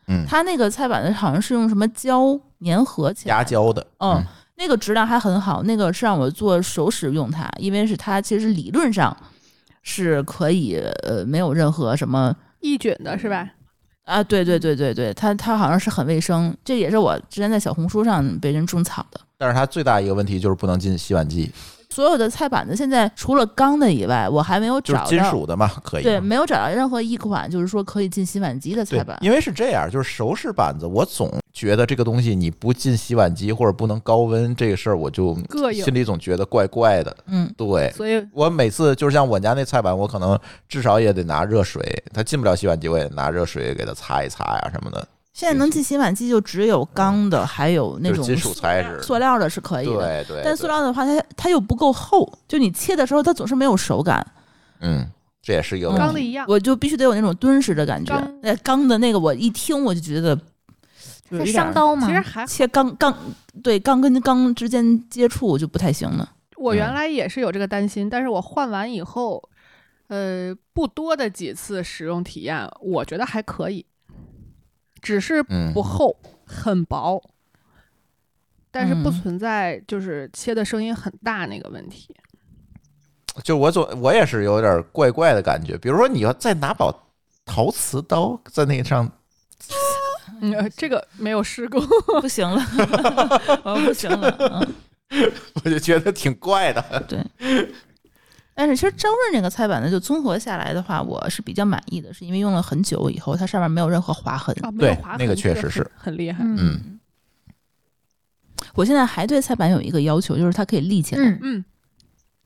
E: 嗯
D: 它那个菜板子好像是用什么胶粘合起来的
E: 牙胶的，
D: 嗯，那个质量还很好，那个是让我做手使用它，因为是它其实理论上是可以呃没有任何什么
F: 一菌的是吧？
D: 啊，对对对对对，它它好像是很卫生，这也是我之前在小红书上被人种草的。
E: 但是它最大一个问题就是不能进洗碗机。
D: 所有的菜板子现在除了钢的以外，我还没有
E: 就
D: 找
E: 是
D: 到
E: 金属的嘛，可以。
D: 对，没有找到任何一款就是说可以进洗碗机的
E: 对
D: 菜板，。
E: 因为是这样，就是熟食板子，我总觉得这个东西你不进洗碗机或者不能高温这个事儿，我就
F: 膈应
E: 心里总觉得怪怪的。
D: 嗯，
E: 对，
F: 所以
E: 我每次就是像我家那菜板，我可能至少也得拿热水，它进不了洗碗机，我也拿热水给它擦一擦呀、什么的，
D: 现在能进洗碗机就只有钢的，还有那
E: 嗯就是
D: 种
E: 金属材质。
D: 塑料的是可以
E: 对
D: 的。
E: 对对，
D: 但塑料的话，它它又不够厚，就你切的时候它总是没有手感，
E: 嗯，这也是一个
F: 钢
E: 问
F: 的
E: 题。
F: 一样，
D: 我就必须得有那种敦实的感觉
F: 钢。
D: 那钢的那个我一听我就觉得就
B: 它
D: 是有点
B: 伤刀吗？
F: 其实还
D: 切钢钢对钢跟钢之间接触就不太行了。
F: 我原
E: 嗯
F: 来也是有这个担心，但是我换完以后，呃，不多的几次使用体验，我觉得还可以，只是
E: 嗯
F: 不厚，很薄，但是不
D: 嗯
F: 存在就是切的声音很大那个问题。
E: 就我总我也是有点怪怪的感觉，比如说你要再拿把陶瓷刀在那上， (laughs)
F: 嗯，啊呃这个没有试过， (laughs)
D: 不行了，我不行了。嗯，
E: 我就觉得挺怪的。
D: 但是其实张润这个菜板呢，就综合下来的话，我是比较满意的，是因为用了很久以后，它上面没有任何划痕。
F: 啊，没有
E: 对
F: 划痕
E: 那个确
F: 这
E: 实是
F: 很很厉害。
B: 嗯
E: 嗯，
D: 我现在还对菜板有一个要求，就是它可以立起来，
B: 嗯
F: 嗯，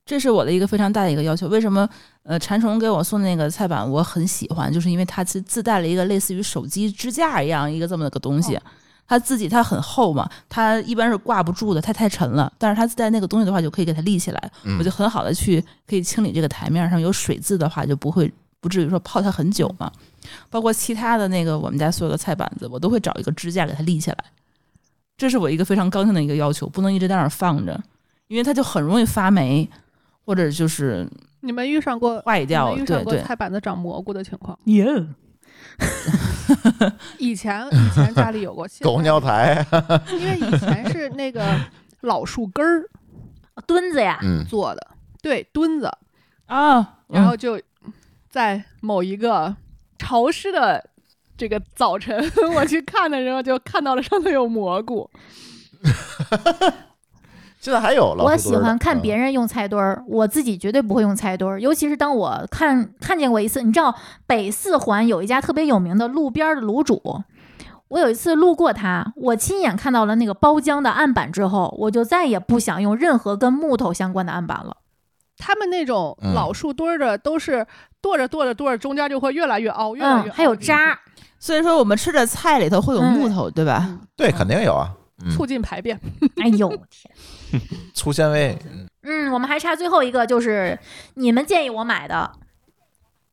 D: 这是我的一个非常大的一个要求。为什么？呃，馋虫给我送的那个菜板我很喜欢，就是因为它其实自带了一个类似于手机支架一样一个这么个东西。
F: 哦
D: 它自己它很厚嘛，它一般是挂不住的，它太沉了。但是它自带那个东西的话，就可以给它立起来，
E: 嗯
D: 我就很好的去可以清理这个台面上有水渍的话，就不会不至于说泡它很久嘛。包括其他的那个我们家所有的菜板子，我都会找一个支架给它立起来。这是我一个非常刚性的一个要求，不能一直在那儿放着，因为它就很容易发霉，或者就是
F: 你们遇上过
D: 坏
F: 你
D: 掉。
F: 们遇
D: 对
F: 上过
D: 对，
F: 菜板子长蘑菇的情况？
C: 耶，
E: (laughs)
F: 以前以前家里有过，
E: (laughs)
F: 现
E: 狗
F: 在
E: 尿苔，
F: 因为以前是
E: (laughs)
F: 那个老树根儿
B: 哦墩子呀，
E: 嗯，
F: 做的，对，墩子，
D: 啊，
F: 然后
D: 嗯
F: 就在某一个潮湿的这个早晨， (laughs) 我去看的时候，就看到了上头有蘑菇。
E: 现在还有了。
B: 我喜欢看
E: 嗯
B: 别人用菜墩儿，我自己绝对不会用菜墩儿。尤其是当我看看见过一次，你知道北四环有一家特别有名的路边儿的卤煮，我有一次路过它，我亲眼看到了那个包浆的案板之后，我就再也不想用任何跟木头相关的案板了。
F: 他们那种
E: 嗯
F: 老树墩儿的都是剁着剁着剁着，中间就会越来越凹，越来
B: 嗯
F: 越，凹
B: 还有渣，
D: 所以说我们吃的菜里头会有
B: 嗯
D: 木头，对吧？
E: 对，肯定有啊，嗯
F: 促进排便。
B: 哎呦天！
E: 粗纤维，
B: 嗯，我们还差最后一个，就是你们建议我买的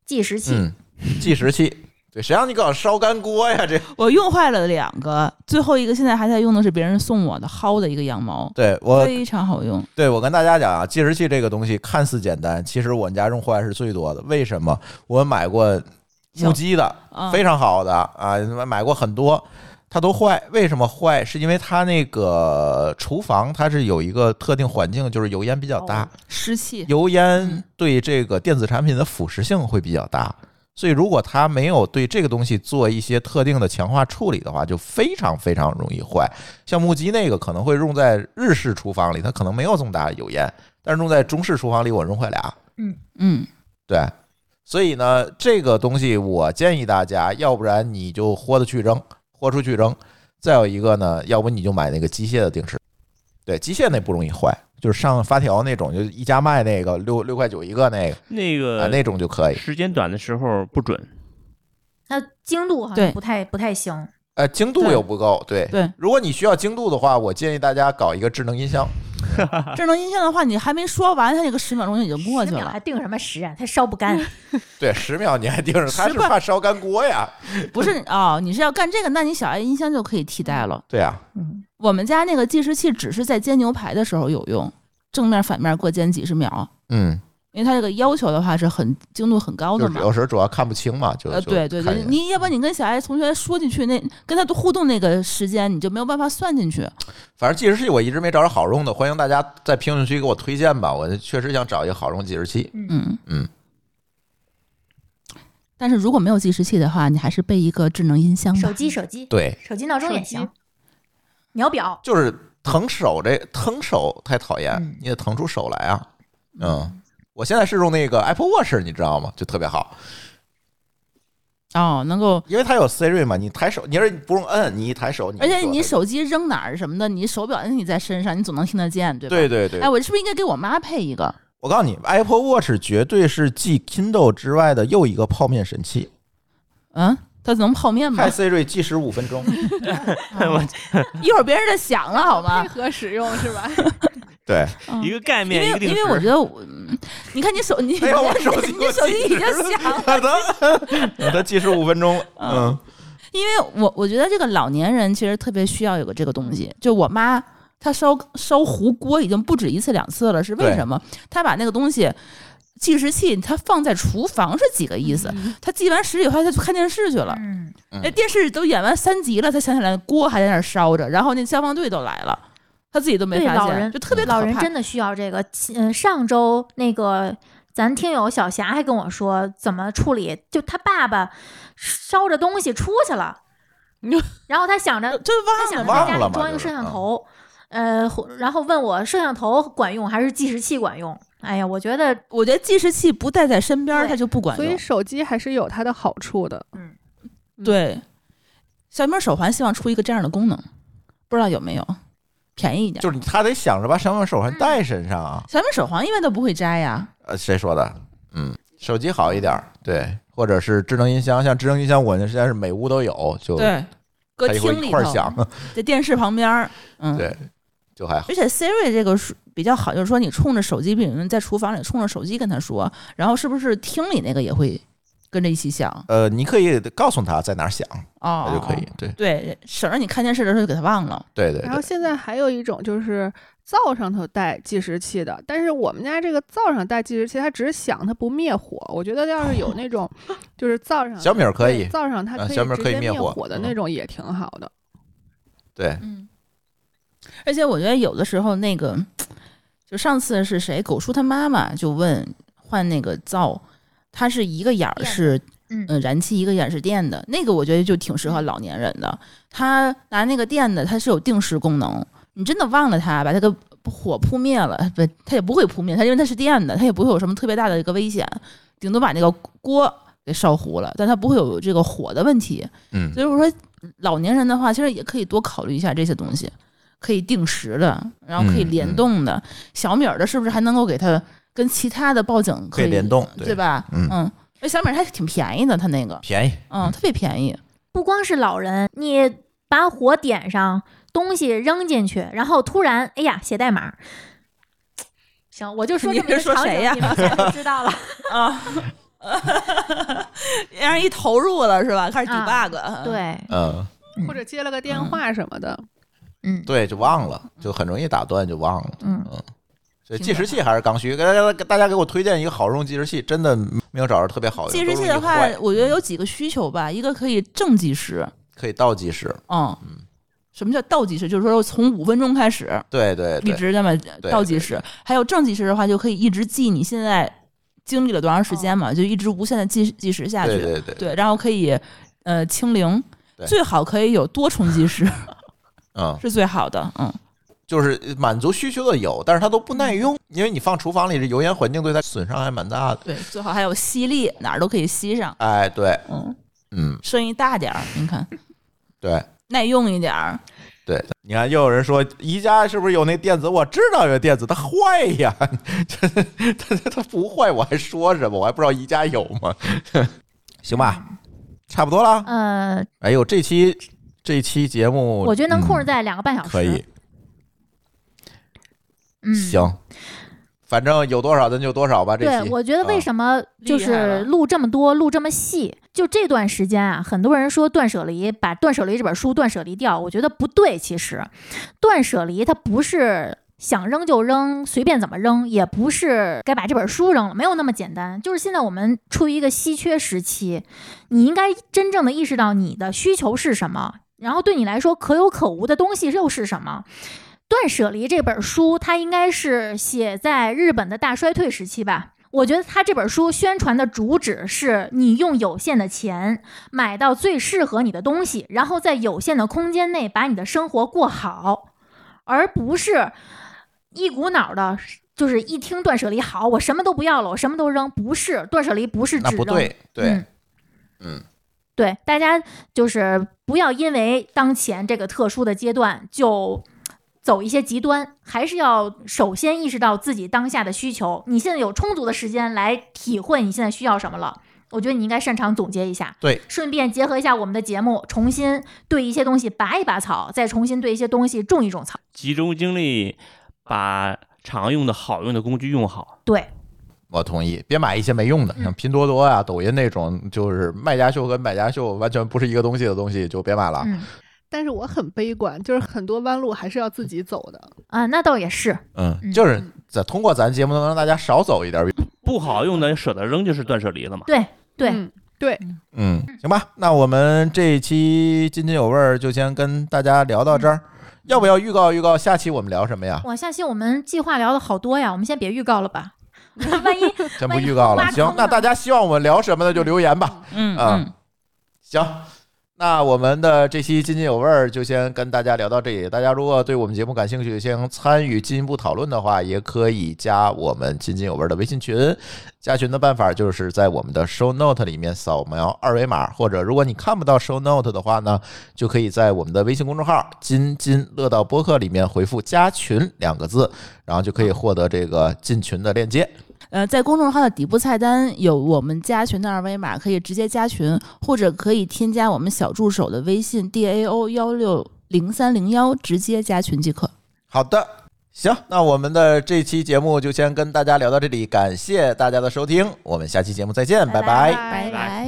B: 计时器。
E: 嗯，计时器，对，谁让你搞烧干锅呀？这
D: 我用坏了两个，最后一个现在还在用的是别人送我的薅的一个羊毛，
E: 对我
D: 非常好用。
E: 对我跟大家讲啊，计时器这个东西看似简单，其实我们家用坏是最多的。为什么？我买过木屐的，
D: 啊
E: 非常好的啊，买过很多，它都坏。为什么坏？是因为它那个厨房它是有一个特定环境，就是油烟比较大，
D: 湿气，
E: 油烟
D: 嗯
E: 对这个电子产品的腐蚀性会比较大。所以，如果它没有对这个东西做一些特定的强化处理的话，就非常非常容易坏。像木屐那个可能会用在日式厨房里，它可能没有这么大的油烟，但是用在中式厨房里，我用坏俩。
D: 嗯，
E: 对，所以呢，这个东西我建议大家，要不然你就豁得去扔，豁出去扔；再有一个呢，要不你就买那个机械的定时。对，机械那不容易坏，就是上发条那种，就一家卖那个六六块九一个那个
C: 那
E: 啊，
C: 个
E: 那种就可以。
C: 时间短的时候不准，
B: 那精度好像
D: 对
B: 不太不太行。
E: 呃，精度
D: 对
E: 又不够，对。
D: 对。
E: 如果你需要精度的话，我建议大家搞一个智能音箱。
D: 智能音箱的话，你还没说完，它那个十秒钟就已经过
B: 十
D: 去
B: 秒
D: 了
B: 还。定什么时啊？它烧不
D: (laughs)
B: 干。
E: 对，十秒你还盯着，他
D: 十
E: 是
D: 块
E: 怕烧干锅呀。
D: 不是哦，你是要干这个，那你小爱音箱就可以替代了。
E: 对呀、
D: 我们家那个计时器只是在煎牛排的时候有用，正面反面各煎几十秒，
E: 嗯，
D: 因为它这个要求的话是很精度很高的
E: 就
D: 嘛
E: 是。有时候主要看不清嘛，就
D: 呃，
E: 就
D: 对对
E: 看
D: 对，
E: 一眼
D: 你要不然你跟小爱同学说进去那跟他互动那个时间，你就没有办法算进去。
E: 反正计时器我一直没找着好用的，欢迎大家在评论区给我推荐吧。我确实想找一个好用计时器。
D: 嗯
E: 嗯。
D: 但是如果没有计时器的话，你还是备一个智能音箱吧。
B: 手机，手机，
E: 对，
B: 手机闹钟也
F: 手
B: 行
F: 机。
B: 秒表，
E: 就是疼手这疼手太讨厌
B: 嗯，
E: 你得疼出手来啊。嗯，我现在是用那个 Apple Watch，你知道吗？就特别好，
D: 哦，能够，
E: 因为它有 Siri 嘛，你抬手，你要是不用摁，你一抬手，你
D: 而且
E: 就
D: 你手机扔哪儿什么的，你手表摁你在身上，你总能听得见，对吧？
E: 对对对
D: 哎，，我是不是应该给我妈配一个？
E: 我告诉你，Apple Watch 绝对是继 Kindle 之外的又一个泡面神器。
D: 嗯，它能泡面吗嗯
E: (laughs) 嗨？Siri 计时五分钟，
D: 一会儿别人的响
F: 哦
D: 了好吗
F: 配？合使用是
E: (laughs)
F: 吧？
E: 对，
D: 嗯
C: 一个概
D: 因
C: 念，
D: 为
C: 一个定
D: 因
C: 时。
D: 为我觉得我，嗯你看你手 (laughs) 你你
E: 哎呀我手机
D: 手机已经响了，
E: 它计时五分钟了。嗯，
D: 因为我我觉得这个老年人其实特别需要有个这个东西，就我妈。她烧烧糊锅已经不止一次两次了，是为
E: 对
D: 什么？她把那个东西计时器，她放在厨房是几个意思？她计完时以后，她去看电视去了。
B: 嗯，
D: 那电视都演完三集了，才想起来锅还在那儿烧着，然后那消防队都来了，她自己都没
B: 对
D: 发
B: 老
D: 现，
B: 人
D: 就特别可
B: 老人
D: 怕
B: 真的需要这个。嗯，上周那个咱听友小霞还跟我说怎么处理，就他爸爸烧着东西出去
D: (laughs)
B: 了，然后他想着
D: 就
B: 他想
D: 忘
B: 着在家
D: 了吧。
E: 忘了
B: 里
E: 嘛
B: 装一个
E: 就是
B: 摄
E: 嗯
D: 嗯
B: 像头，呃，或然后问我摄像头管用还是计时器管用？哎呀，我觉得
D: 我觉得计时器不带在身边儿，
B: 对
D: 它就不管
F: 所以
D: 用。
F: 手机还是有它的好处的。
D: 对，小米手环希望出一个这样的功能，不知道有没有，便宜一点。
E: 就是他得想着把小米手环
B: 嗯
E: 带身上啊。
D: 小米手环一般都不会摘呀，
E: 呃，谁说的？嗯，手机好一点儿，对，或者是智能音箱，像智能音箱，我那现在是每屋都有，就
D: 对，搁
E: 它一会儿
D: 厅
E: 一
D: 里
E: 块儿
D: 头，
E: 响， (laughs)
D: 在电视旁边儿，嗯，
E: 对就还好。
D: 而且 Siri 这个是比较好，就是说你冲着手机，比如在厨房里冲着手机跟他说，然后是不是厅里那个也会跟着一起响？
E: 呃，你可以告诉他在哪儿响，
D: 哦
E: 那，就可以。对，
D: 对，省着你看电视的时候就给他忘了。
E: 对对
F: 然后
E: 对，
F: 现在还有一种就是灶上头带计时器的，但是我们家这个灶上带计时器，它只是响，它不灭火。我觉得要是有那 (laughs) 种就是灶上
E: 小米儿可
F: 对
E: 以，
F: 灶上它
E: 啊
F: 可以
E: 小米儿
F: 直
E: 可以
F: 接
E: 灭
F: 灭
E: 火
F: 的
E: 嗯
F: 那种也挺好的。
E: 对，
D: 嗯，而且我觉得有的时候那个，就上次是谁，狗叔他妈妈就问换那个灶，它是一个眼儿
B: 电的
D: 是
B: 嗯
D: 呃燃气，一个眼儿是电的，那个我觉得就挺适合老年人的。他拿那个电的，它是有定时功能，你真的忘了它，把这个火扑灭了，不，它也不会扑灭，它因为它是电的，它也不会有什么特别大的一个危险，顶多把那个锅给烧糊了，但它不会有这个火的问题。
E: 嗯，
D: 所以我说，老年人的话，其实也可以多考虑一下这些东西，可以定时的，然后可以
E: 嗯
D: 联
E: 嗯
D: 动的。小米儿的是不是还能够给它跟其他的报警
E: 可以联动对
D: 对吧？
E: 嗯
D: 嗯，那小米儿还挺便宜的，它那个，
E: 便宜，
D: 嗯，特别便宜。
B: 不光是老人，你把火点上，东西扔进去，然后突然，哎呀，写代码。行，我就说这么一
D: 你
B: 个
D: 是说
B: 场景，
D: 谁呀
B: 你们现在就知
E: (laughs)
B: 道了。
D: 啊， (laughs) 让人一投入了是吧？开
B: 始 debug，对，
E: 嗯，
F: 或者接了个电话什么的，
B: 嗯
E: 对，就忘了，就很容易打断，就忘了。
B: 嗯，
E: 所以
D: 挺
E: 计时器还是刚需，给大家大家给我推荐一个好用计时器，真的没有找着特别好用
D: 计时器
E: 都
D: 的
E: 容易
D: 话
E: 坏，
D: 我觉得有几个需求吧，一个可以正计时，
E: 可以倒计时，
D: 嗯，什么叫倒计时？就是说从五分钟开始，
E: 对对
D: 一
E: 对，
D: 直那么
E: 对
D: 倒计时，还有正计时的话，就可以一直记你现在经历了多长时间嘛，就一直无限的计计时下去。
E: 哦对对对，
D: 对然后可以呃清零，
E: 对
D: 最好可以有多重计
E: (laughs)
D: 时
E: 嗯，
D: 是最好的。嗯，
E: 就是满足需求的有，但是它都不
B: 嗯
E: 耐用，因为你放厨房里，这油烟环境对它损伤还蛮大的。
D: 对，最好还有吸力，哪儿都可以吸上。
E: 哎，对，
D: 嗯，
E: 嗯，
D: 声音大点儿，你看
E: 对
D: 耐用一点儿。
E: 对，你看又有人说宜家是不是有那电子？我知道有电子，它坏呀， (laughs) 这它它它不坏，我还说什么？我还不知道宜家有吗？ (laughs) 行吧，差不多了。
B: 呃，
E: 哎呦，这期这期节目，
B: 我觉得能控制
E: 在、
B: 在两个半小时。
E: 嗯可以，
B: 嗯，。
E: 行，反正有多少咱就多少吧。这
B: 对，
E: 期啊
B: 我觉得为什么就
D: 厉害了
B: 是录这么多，录这么细，就这段时间啊，很多人说断舍离，把断舍离这本书断舍离掉，我觉得不对。其实，断舍离它不是想扔就扔，随便怎么扔，也不是该把这本书扔了，没有那么简单。就是现在我们处于一个稀缺时期，你应该真正的意识到你的需求是什么，然后对你来说可有可无的东西又是什么。断舍离这本书，它应该是写在日本的大衰退时期吧。我觉得它这本书宣传的主旨是你用有限的钱买到最适合你的东西，然后在有限的空间内把你的生活过好，而不是一股脑的，就是一听断舍离好，我什么都不要了，我什么都扔。不是断舍离，不是
E: 那
B: 只
E: 不
B: 扔，
E: 对，对
B: 嗯，
E: 嗯，
B: 对，大家就是不要因为当前这个特殊的阶段就走一些极端，还是要首先意识到自己当下的需求。你现在有充足的时间来体会你现在需要什么了。我觉得你应该擅长总结一下，
E: 对，
B: 顺便结合一下我们的节目，重新对一些东西拔一拔草，再重新对一些东西种一种草。
C: 集中精力把常用的好用的工具用好。
B: 对，
E: 我同意，别买一些没用的，
B: 嗯
E: 像拼多多啊、抖音那种，就是卖家秀和买家秀完全不是一个东西的东西，就别买了。
B: 嗯
F: 但是我很悲观，就是很多弯路还是要自己走的。
B: 啊，那倒也是，
E: 嗯
B: 嗯
E: 就是咱通过咱节目能让大家少走一点冤
D: 嗯
C: 不好用的舍得扔就是断舍离了嘛。
B: 对对，
F: 嗯对，
E: 嗯，行吧，那我们这一期津津有味儿就先跟大家聊到这儿。要不要预告预告下期我们聊什么呀？
B: 哇，下期嗯我们计划聊的好多呀，我们先别预告了吧，万一
E: 先不预告了，
B: 挖坑
E: 行
B: 呢，
E: 那大家希望我们聊什么的就留言吧。
D: 嗯
E: 啊
D: 嗯，
E: 行，那我们的这期津津有味儿就先跟大家聊到这里。大家如果对我们节目感兴趣，想参与进一步讨论的话，也可以加我们津津有味儿的微信群。加群的办法就是在我们的 show note 里面扫描二维码，或者如果你看不到 show note 的话呢，就可以在我们的微信公众号“津津乐道播客”里面回复“加群”两个字，然后就可以获得这个进群的链接。
D: 呃，在公众号的底部菜单有我们加群的二维码，可以直接加群，或者可以添加我们小助手的微信 d a o 幺六零三零幺，直接加群即可。
E: 好的，行，那我们的这期节目就先跟大家聊到这里，感谢大家的收听，我们下期节目再见，拜拜
B: 拜
D: 拜。